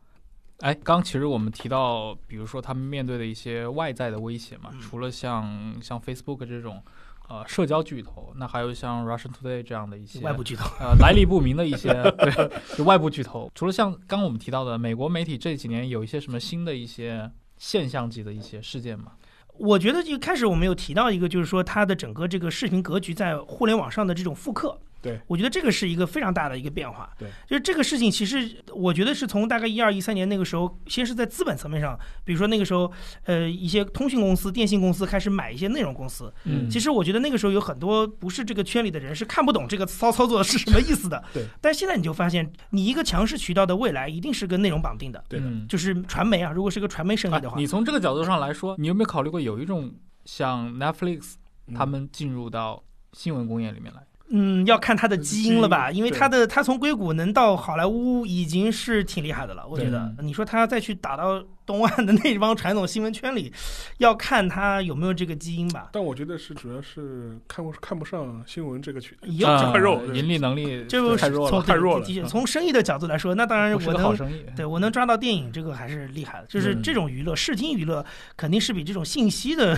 Speaker 3: 哎，刚其实我们提到，比如说他们面对的一些外在的威胁嘛，
Speaker 1: 嗯
Speaker 3: 除了像像 Facebook 这种呃社交巨头，那还有像 Russian Today 这样的一些
Speaker 1: 外部巨头，
Speaker 3: 呃来历不明的一些 [LAUGHS] 对就外部巨头。除了像刚刚我们提到的美国媒体这几年有一些什么新的一些现象级的一些事件嘛？
Speaker 1: 我觉得就开始我们有提到一个，就是说它的整个这个视频格局在互联网上的这种复刻。
Speaker 2: 对，
Speaker 1: 我觉得这个是一个非常大的一个变化。
Speaker 2: 对，
Speaker 1: 就是这个事情，其实我觉得是从大概一二一三年那个时候，先是在资本层面上，比如说那个时候，呃，一些通讯公司、电信公司开始买一些内容公司，
Speaker 3: 嗯
Speaker 1: 其实我觉得那个时候有很多不是这个圈里的人是看不懂这个骚操作是什么意思的。
Speaker 2: 对。
Speaker 1: 但现在你就发现，你一个强势渠道的未来一定是跟内容绑定的，
Speaker 2: 对的
Speaker 3: 嗯
Speaker 1: 就是传媒啊，如果是个传媒生意的
Speaker 3: 哎
Speaker 1: 话，
Speaker 3: 你从这个角度上来说，你有没有考虑过有一种像 Netflix
Speaker 2: 嗯
Speaker 3: 他们进入到新闻工业里面来？
Speaker 1: 嗯，要看它的基因了吧，
Speaker 2: 基
Speaker 1: 因
Speaker 2: 因
Speaker 1: 为它的它从硅谷能到好莱坞已经是挺厉害的了，我觉得。
Speaker 3: 对
Speaker 1: 你说它再去打到东岸的那帮传统新闻圈里，要看它有没有这个基因吧。
Speaker 2: 但我觉得是主要是看不看不上新闻这
Speaker 1: [LAUGHS]
Speaker 2: 个渠道，
Speaker 1: 有
Speaker 3: 啊
Speaker 2: 这块肉对
Speaker 3: 盈利能力
Speaker 1: 就是
Speaker 3: 太弱
Speaker 1: 从
Speaker 3: 了，嗯
Speaker 2: 太弱了
Speaker 1: 的确从生意的角度来说，那当然
Speaker 3: 不是
Speaker 1: 我
Speaker 3: 个
Speaker 1: 能
Speaker 3: 好生意。
Speaker 1: 对我能抓到电影这个还是厉害的，就是
Speaker 3: 嗯
Speaker 1: 这种娱乐，视听娱乐肯定是比这种信息
Speaker 2: [LAUGHS]
Speaker 1: 的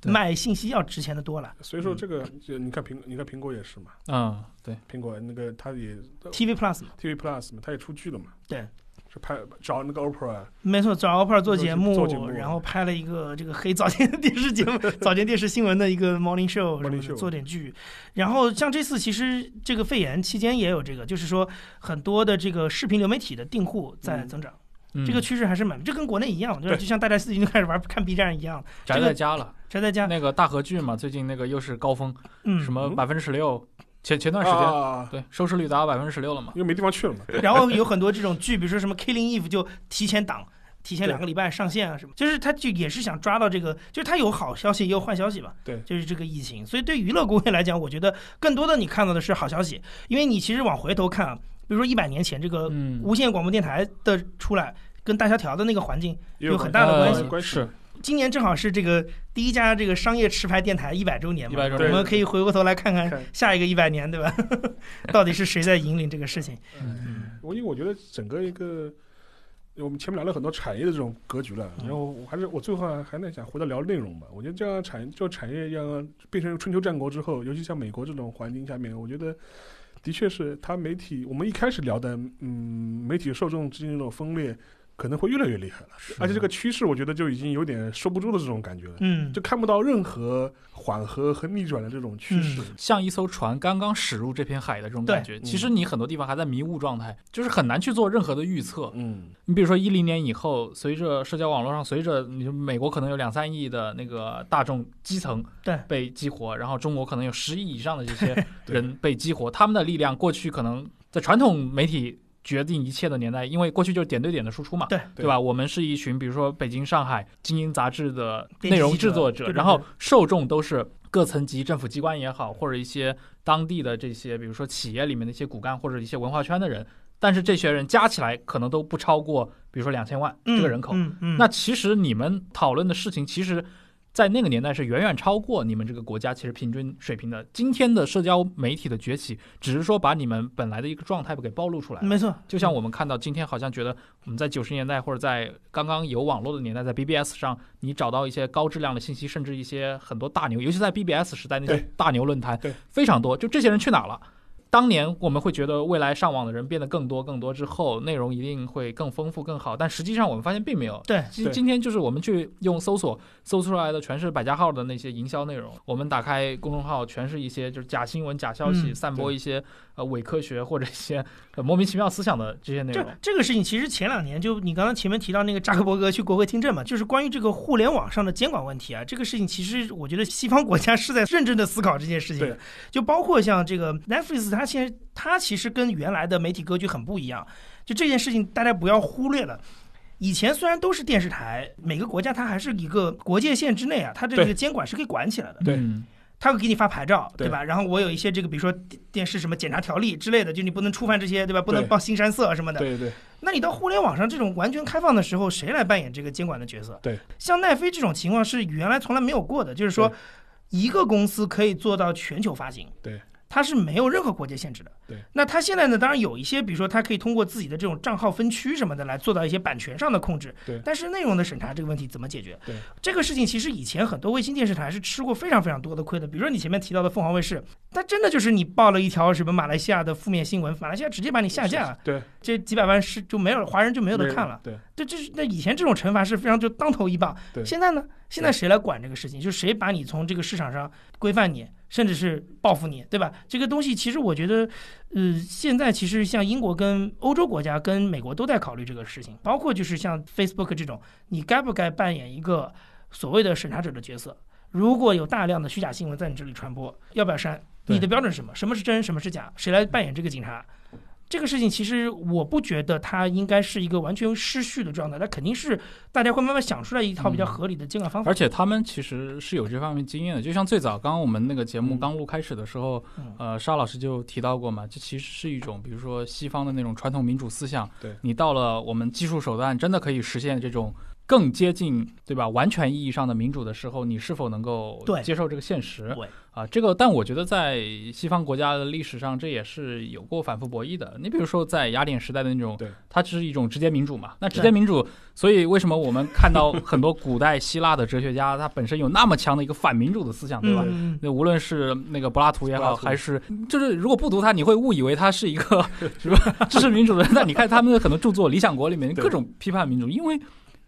Speaker 3: 对
Speaker 1: 卖信息要值钱的多了。
Speaker 2: 所以说这个就你看苹你看苹果也是嘛，
Speaker 3: 嗯，对，
Speaker 2: 苹果那个它也
Speaker 1: TV Plus 嘛，
Speaker 2: TV Plus 嘛，它也出剧了嘛，
Speaker 1: 对，
Speaker 2: 是拍找那个 Oprah 啊
Speaker 1: 没错，找 OPPO 做节目，
Speaker 2: 做节目
Speaker 1: 然后拍了一个这个黑早间电视
Speaker 2: [LAUGHS]
Speaker 1: 节目、早间电视新闻的一个 morning show，什么
Speaker 2: Morning show
Speaker 1: 的做点剧。然后像这次其实这个肺炎期间也有这个，就是说很多的这个视频流媒体的订户在
Speaker 2: 嗯
Speaker 1: 增长，
Speaker 3: 嗯
Speaker 1: 这个趋势还是蛮，这跟国内一样，就是
Speaker 2: 对
Speaker 1: 就像大家最近开始玩看 B 站一样，
Speaker 3: 宅在家了。
Speaker 1: 宅在家，
Speaker 3: 那个大合剧嘛，最近那个又是高峰，
Speaker 1: 嗯
Speaker 3: 什，么
Speaker 2: 嗯
Speaker 3: 百分之十六，前前段时间。
Speaker 2: 啊，
Speaker 3: 对，收视率达到百分之十六了嘛？
Speaker 2: 因为没地方去了嘛，
Speaker 3: [LAUGHS]
Speaker 1: 然后有很多这种剧，比如说什么《Killing Eve》就提前档，提前两个礼拜上线啊什么，就是他就也是想抓到这个，就是他有好消息也有坏消息吧。
Speaker 2: 对
Speaker 1: 就是这个疫情，所以对娱乐工业来讲，我觉得更多的你看到的是好消息，因为你其实往回头看啊，比如说一百年前这个
Speaker 3: 嗯，
Speaker 1: 无线广播电台的出来。跟大萧条的那个环境，
Speaker 2: 也
Speaker 1: 有
Speaker 2: 关
Speaker 1: 很
Speaker 2: 系
Speaker 1: 大的关
Speaker 2: 关
Speaker 1: 系
Speaker 2: 关系
Speaker 3: 呃是
Speaker 1: 今年正好是这个第一家这个商业持牌电台一百周年嘛，
Speaker 3: 100周
Speaker 1: 我
Speaker 3: 年
Speaker 1: 们可以回过头来看看
Speaker 2: 看
Speaker 1: 下一个一百年，对吧？ [LAUGHS] 到底是谁在引领这个事情？
Speaker 3: 嗯
Speaker 2: 我因为我觉得整个一个，我们前面聊了很多产业的这种格局了，
Speaker 1: 嗯
Speaker 2: 然后我还是我最后还还在想回到聊内容吧。我觉得这样产就产业一样变成春秋战国之后，尤其像美国这种环境下面，我觉得的确是它媒体我们一开始聊的，嗯，媒体受众之间这种分裂可能会越来越厉害了，而且这个趋势我觉得就已经有点收不住的这种感觉了，
Speaker 1: 嗯
Speaker 2: 就，看不到任何缓和和逆转的这种趋势。
Speaker 1: 嗯
Speaker 2: 嗯
Speaker 3: 像一艘船刚刚驶入这片海的这种感觉。
Speaker 2: 对
Speaker 3: 其实你很多地方还在迷雾状态，就是很难去做任何的预测。
Speaker 2: 嗯，
Speaker 3: 你比如说一零年以后，随着社交网络上，随着你说美国可能有两三亿的那个大众基层
Speaker 1: 对
Speaker 3: 被激活，然后中国可能有十亿以上的这
Speaker 1: [LAUGHS]
Speaker 3: 些
Speaker 2: 对
Speaker 3: 人被激活，他们的力量过去可能在传统媒体决定一切的年代，因为过去就是点对点的输出嘛，
Speaker 1: 对
Speaker 3: 对吧？我们是一群比如说北京、上海《精英》杂志的
Speaker 1: 编辑
Speaker 3: 内容制作者，
Speaker 1: 记者对对对
Speaker 3: 然后受众都是各层级政府机关也好，或者一些当地的这些，比如说企业里面的一些骨干或者一些文化圈的人。但是这些人加起来可能都不超过，比如说两千万这个人口。
Speaker 1: 嗯嗯，
Speaker 3: 那其实你们讨论的事情，其实，在那个年代是远远超过你们这个国家其实平均水平的。今天的社交媒体的崛起，只是说把你们本来的一个状态给暴露出来了。
Speaker 1: 没错，
Speaker 3: 就像我们看到今天，好像觉得我们在九十年代或者在刚刚有网络的年代，在 BBS 上，你找到一些高质量的信息，甚至一些很多大牛，尤其在 BBS 时代那些
Speaker 2: 对
Speaker 3: 大牛论坛
Speaker 2: 对
Speaker 3: 非常多。就这些人去哪了？当年我们会觉得未来上网的人变得更多更多之后，内容一定会更丰富更好，但实际上我们发现并没有。
Speaker 1: 对
Speaker 3: 今
Speaker 2: 对
Speaker 3: 今天就是我们去用搜索搜出来的全是百家号的那些营销内容，我们打开公众号全是一些就是假新闻、假消息，
Speaker 1: 嗯
Speaker 3: 散播一些呃伪科学或者一些、呃莫名其妙思想的这些内
Speaker 1: 这
Speaker 3: 容。
Speaker 1: 这个事情其实前两年就你刚刚前面提到那个扎克伯格去国会听证嘛，就是关于这个互联网上的监管问题啊，这个事情其实我觉得西方国家是在认真的思考这件事情的
Speaker 2: 对，
Speaker 1: 就包括像这个 Netflix，它现在它其实跟原来的媒体格局很不一样，就这件事情大家不要忽略了。以前虽然都是电视台，每个国家它还是一个国界线之内啊，它的这
Speaker 2: 对
Speaker 1: 个监管是可以管起来的。
Speaker 2: 对
Speaker 3: 嗯
Speaker 1: 他会给你发牌照，
Speaker 2: 对
Speaker 1: 对吧？然后我有一些这个，比如说电电视什么检查条例之类的，就你不能触犯这些，对吧？不能
Speaker 2: 对
Speaker 1: 报新山色什么的。
Speaker 2: 对对
Speaker 1: 那你到互联网上这种完全开放的时候，谁来扮演这个监管的角色？
Speaker 2: 对，
Speaker 1: 像奈飞这种情况是原来从来没有过的，就是说
Speaker 2: 对
Speaker 1: 一个公司可以做到全球发行。
Speaker 2: 对。
Speaker 1: 它是没有任何国界限制的。
Speaker 2: 对，
Speaker 1: 那它现在呢？当然有一些，比如说它可以通过自己的这种账号分区什么的来做到一些版权上的控制。
Speaker 2: 对
Speaker 1: 但是内容的审查这个问题怎么解决？
Speaker 2: 对，
Speaker 1: 这个事情其实以前很多卫星电视台是吃过非常非常多的亏的。比如说你前面提到的凤凰卫视，它真的就是你报了一条什么马来西亚的负面新闻，马来西亚直接把你下架，
Speaker 2: 对，
Speaker 1: 这几百万是就没有了华人就没有得看了。
Speaker 2: 对
Speaker 1: 对，这是那以前这种惩罚是非常就当头一棒。
Speaker 2: 对
Speaker 1: 现在呢？现在谁来管这个事情？就是谁把你从这个市场上规范你，甚至是报复你，对吧？这个东西其实我觉得，呃，现在其实像英国跟欧洲国家跟美国都在考虑这个事情，包括就是像 Facebook 这种，你该不该扮演一个所谓的审查者的角色？如果有大量的虚假新闻在你这里传播，要不要删？
Speaker 2: 对
Speaker 1: 你的标准是什么？什么是真，什么是假？谁来扮演这个警察？这个事情其实我不觉得它应该是一个完全失序的状态，它肯定是大家会慢慢想出来一套比较
Speaker 3: 嗯
Speaker 1: 合理的监管方法。
Speaker 3: 而且他们其实是有这方面经验的，就像最早刚刚我们那个节目刚录开始的时候，
Speaker 1: 嗯
Speaker 3: 呃，沙老师就提到过嘛，这其实是一种比如说西方的那种传统民主思想，
Speaker 2: 对
Speaker 3: 你到了我们技术手段真的可以实现这种更接近对吧完全意义上的民主的时候，你是否能够
Speaker 1: 对
Speaker 3: 接受这个现实？
Speaker 1: 对
Speaker 3: 啊，这个但我觉得在西方国家的历史上，这也是有过反复博弈的。你比如说在雅典时代的那种
Speaker 2: 对，
Speaker 3: 它只是一种直接民主嘛，那直
Speaker 1: 对
Speaker 3: 接民主，所以为什么我们看到很多古代希腊的哲学家，他本身有那么强的一个反民主的思想，对吧？
Speaker 1: 嗯
Speaker 3: 那无论是那个柏拉图也
Speaker 2: 柏
Speaker 3: 好，
Speaker 2: 拉图
Speaker 3: 还是就是如果不读他，你会误以为他是一个 [LAUGHS] 什么
Speaker 1: [LAUGHS]
Speaker 3: 支持民主的人。那你看他们的很多著作《理想国》里面
Speaker 2: 对
Speaker 3: 各种批判民主，因为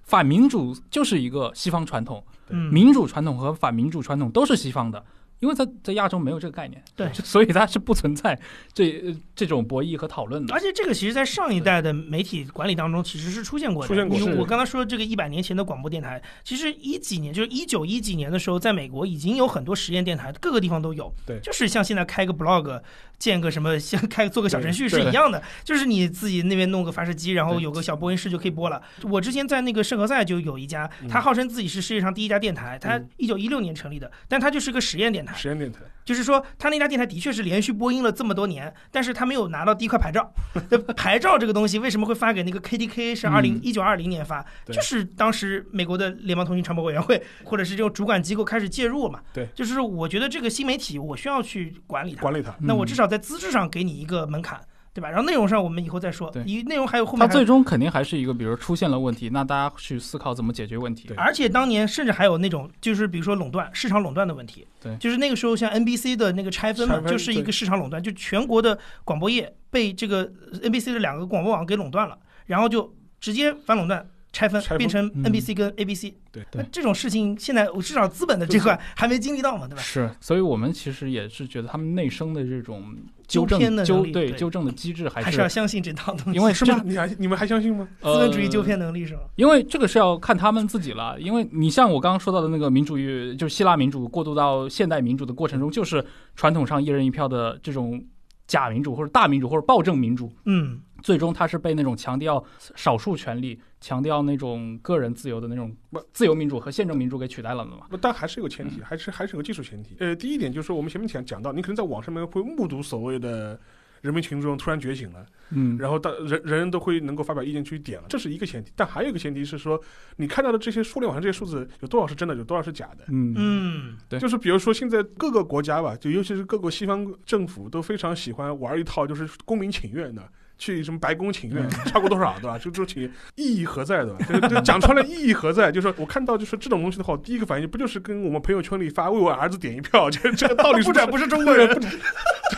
Speaker 3: 反民主就是一个西方传统，
Speaker 1: 嗯，
Speaker 3: 民主传统和反民主传统都是西方的。因为在在亚洲没有这个概念，
Speaker 1: 对
Speaker 3: [LAUGHS] 所以它是不存在这呃这种博弈和讨论的
Speaker 1: 而。且这个其实，在上一代的媒体管理当中，其实是出现过的。
Speaker 2: 出现过
Speaker 1: 你
Speaker 3: 是
Speaker 1: 我刚才说这个一百年前的广播电台，其实一几年，就是一九一几年的时候，在美国已经有很多实验电台，各个地方都有。
Speaker 2: 对
Speaker 1: 就是像现在开个 blog，建个什么， [LAUGHS] 像开做个小程序
Speaker 2: 对
Speaker 1: 是
Speaker 2: 对
Speaker 1: 一样的，就是你自己那边弄个发射机，然后有个小播音室就可以播了。我之前在那个圣何塞就有一家，
Speaker 2: 嗯
Speaker 1: 他号称自己是世界上第一家电台，他
Speaker 2: 嗯
Speaker 1: 一九一六年成立的，但他就是个实验电台。
Speaker 2: 实验电台，
Speaker 1: 就是说，他那家电台的确是连续播音了这么多年，但是他没有拿到第一块牌照。 [LAUGHS] 这牌照这个东西为什么会发给那个 KDK？是
Speaker 3: 嗯
Speaker 1: 二零一九二零年发，
Speaker 2: 对
Speaker 1: 就是当时美国的联邦通信传播委员会或者是这种主管机构开始介入嘛。
Speaker 2: 对，
Speaker 1: 就是我觉得这个新媒体我需要去管理它，
Speaker 2: 管理它，
Speaker 3: 嗯
Speaker 1: 那我至少在资质上给你一个门槛，对吧？然后内容上我们以后再说
Speaker 3: 对，
Speaker 1: 以内容还有后面
Speaker 3: 它
Speaker 1: 还有
Speaker 3: 最终肯定还是一个，比如出现了问题，那大家去思考怎么解决问题
Speaker 2: 对。
Speaker 1: 而且当年甚至还有那种，就是比如说垄断市场垄断的问题，
Speaker 3: 对
Speaker 1: 就是那个时候像 NBC 的那个拆分嘛，
Speaker 2: 拆分
Speaker 1: 就是一个
Speaker 2: 对
Speaker 1: 市场垄断，就全国的广播业被这个 NBC 的两个广播网给垄断了，然后就直接反垄断。拆分
Speaker 2: 拆分
Speaker 1: 变成
Speaker 3: 嗯
Speaker 1: NBC 跟 ABC，、
Speaker 2: 对
Speaker 1: 那这种事情现在我至少资本的这块还没经历到嘛，对吧？
Speaker 3: 是，所以我们其实也是觉得他们内生的这种纠
Speaker 1: 偏
Speaker 3: 正
Speaker 1: 的
Speaker 3: 纠
Speaker 1: 能力
Speaker 3: 对
Speaker 1: 对
Speaker 3: 纠正的机制还
Speaker 1: 还
Speaker 3: 是
Speaker 1: 是要相信这套东西，
Speaker 3: 因为
Speaker 2: 是吗？你还你们还相信吗？
Speaker 3: 这
Speaker 1: [LAUGHS] 资本主义纠。
Speaker 3: 呃
Speaker 1: 偏能力是吧？
Speaker 3: 因为这个是要看他们自己了，因为你像我刚刚说到的那个民主与就是希腊民主过渡到现代民主的过程中，就是传统上一人一票的这种假民主或者大民主或者暴政民主，
Speaker 1: 嗯，
Speaker 3: 最终它是被那种强调少数权利、强调那种个人自由的那种
Speaker 2: 不
Speaker 3: 自由民主和宪政民主给取代了的嘛。
Speaker 2: 不，但还是有个前提，还是还是有个技术前提。呃，第一点就是说我们前面讲讲到，你可能在网上面会目睹所谓的人民群众突然觉醒了，
Speaker 3: 嗯，
Speaker 2: 然后大人人人都会能够发表意见去点了，这是一个前提。但还有一个前提是说，你看到的这些互联网上这些数字有多少是真的，有多少是假的？
Speaker 3: 嗯
Speaker 1: 嗯，
Speaker 3: 对
Speaker 2: 就是比如说现在各个国家吧，就尤其是各个西方政府都非常喜欢玩一套就是公民请愿的。去什么白宫请愿，超过多少，对吧？就这种请愿意义何在，对吧？就就讲穿了意义何在？就是说我看到就是这种东西的话，我第一个 [LAUGHS] 反应不就是跟我们朋友圈里发为我儿子点一票，这这个道理
Speaker 1: 不
Speaker 2: 是不是
Speaker 1: 转不是中国人，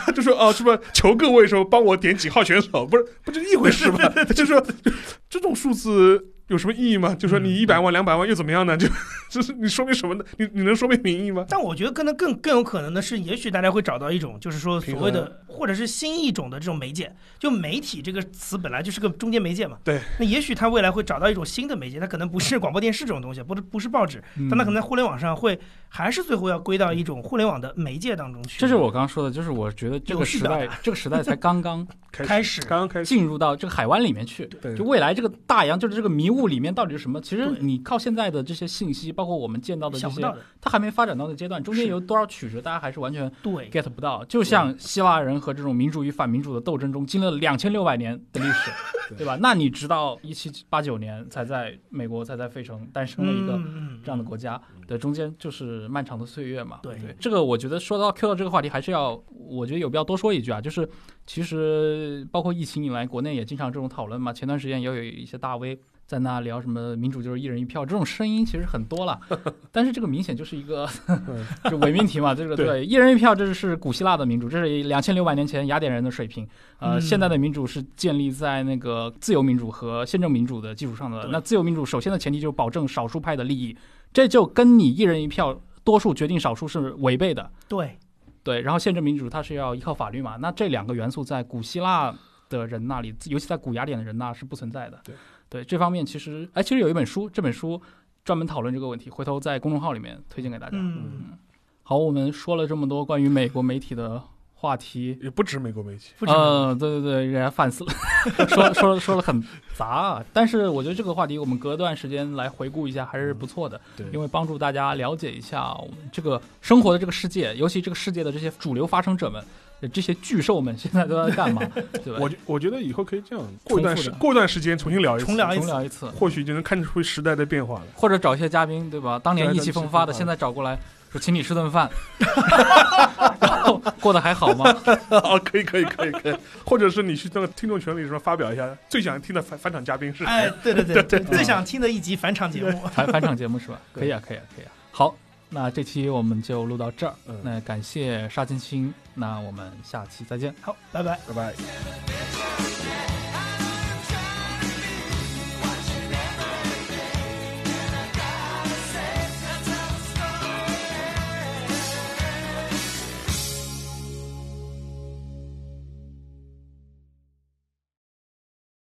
Speaker 2: 不就说哦，什么求各位说帮我点几号选手，不是不是一回事吧？就说这种数字有什么意义吗？就说你一百万、两百万又怎么样呢？就就是你说明什么呢？你你能说明民意吗？
Speaker 1: 但我觉得可能更更有可能的是，也许大家会找到一种，就是说
Speaker 2: 平
Speaker 1: 所谓
Speaker 2: 衡
Speaker 1: 的，或者是新一种的这种媒介。就媒体这个词本来就是个中间媒介嘛。
Speaker 2: 对。
Speaker 1: 那也许他未来会找到一种新的媒介，它可能
Speaker 3: 嗯
Speaker 1: 不是广播电视这种东西，不是不是报纸，但它可能在互联网上会，还是最后要归到一种互联网的媒介当中去。
Speaker 3: 这就是我刚刚说的，就是我觉得这
Speaker 1: 有
Speaker 3: 个
Speaker 1: 序
Speaker 3: 时
Speaker 1: 表 [LAUGHS]
Speaker 3: 代，这个时代才刚刚
Speaker 2: 开
Speaker 1: 开
Speaker 2: 始，
Speaker 1: 始。
Speaker 2: 刚刚开始，
Speaker 3: 进入到这个海湾里面去。
Speaker 2: 对
Speaker 3: 就未来这个大洋，就是这个迷雾里面到底是什么？其实
Speaker 1: 对
Speaker 3: 你靠现在的这些信息，包括我们见到的这
Speaker 1: 想不
Speaker 3: 些
Speaker 1: 到，的，
Speaker 3: 它还没发展到的阶段，中间
Speaker 1: 是
Speaker 3: 有多少曲折，大家还是完全
Speaker 1: 对，
Speaker 3: get 不到。就像希腊人和这种民主与反民主的斗争中，经历了两千六百年的历
Speaker 1: [LAUGHS]
Speaker 3: 史，对吧？那你直到一七八九年才在美国才在费城诞生了一个
Speaker 1: 嗯
Speaker 3: 这样的国家的中间就是漫长的岁月嘛。
Speaker 1: 对
Speaker 3: 这个我觉得说到 Q 到这个话题，还是要我觉得有必要多说一句啊，就是其实包括疫情以来，国内也经常这种讨论嘛。前段时间也有一些大 V 在那聊什么民主就是一人一票这种声音，其实很多了，但是这个明显就是一个 [LAUGHS] 就伪命题嘛，这个
Speaker 2: 对
Speaker 3: 对一人一票，这是古希腊的民主，这是两千六百年前雅典人的水平。呃，
Speaker 1: 嗯
Speaker 3: 现在的民主是建立在那个自由民主和宪政民主的基础上的。
Speaker 1: 对
Speaker 3: 那自由民主首先的前提就是保证少数派的利益，这就跟你一人一票，多数决定少数是违背的。
Speaker 1: 对，
Speaker 3: 对，然后宪政民主它是要依靠法律嘛，那这两个元素在古希腊的人那里，尤其在古雅典的人那是不存在的。
Speaker 2: 对，
Speaker 3: 这方面其实，哎，其实有一本书，这本书专门讨论这个问题，回头在公众号里面推荐给大家。
Speaker 1: 嗯，
Speaker 3: 好，我们说了这么多关于美国媒体的话题，
Speaker 2: 也不止美国媒体，
Speaker 1: 不止
Speaker 3: 呃，对对对，人家反思了， [LAUGHS] 说说了说了很杂啊，但是我觉得这个话题我们隔段时间来回顾一下还是不错的，
Speaker 2: 嗯对
Speaker 3: 因为帮助大家了解一下我们这个生活的这个世界，尤其这个世界的这些主流发声者们，这些巨兽们现在都在干嘛， [LAUGHS] 对吧？
Speaker 2: 我觉我觉得以后可以这样，过一段
Speaker 3: 重复
Speaker 2: 时
Speaker 3: 的
Speaker 2: 过一段时间重新聊一次，
Speaker 1: 重聊一
Speaker 3: 重
Speaker 1: 次
Speaker 3: 聊一次，
Speaker 2: 或许就能看出时代的变化了。
Speaker 3: 或者找一些嘉宾，对吧？当年
Speaker 2: 对
Speaker 3: 意
Speaker 2: 对
Speaker 3: 气
Speaker 2: 意气
Speaker 3: 风
Speaker 2: 风
Speaker 3: 发
Speaker 2: 发
Speaker 3: 的，
Speaker 2: 的
Speaker 3: 现在找过来说请你吃顿饭， [LAUGHS] 然后过得还好吗？
Speaker 2: [LAUGHS] 哦，可以可以可以可以， [LAUGHS] 或者是你去那个听众群里什么发表一下最想听的返返场嘉宾是谁？
Speaker 1: 哎，对
Speaker 3: [LAUGHS]
Speaker 1: 对对对，
Speaker 3: 嗯
Speaker 1: 最想听的一集返场节目，
Speaker 3: 返返场节目是吧？可以啊，可以啊，可以啊。好，那这期我们就录到这儿。
Speaker 2: 嗯
Speaker 3: 那感谢沙青青，那我们下期再见。
Speaker 1: 好，拜拜。
Speaker 2: 拜拜。
Speaker 4: Never been down yet.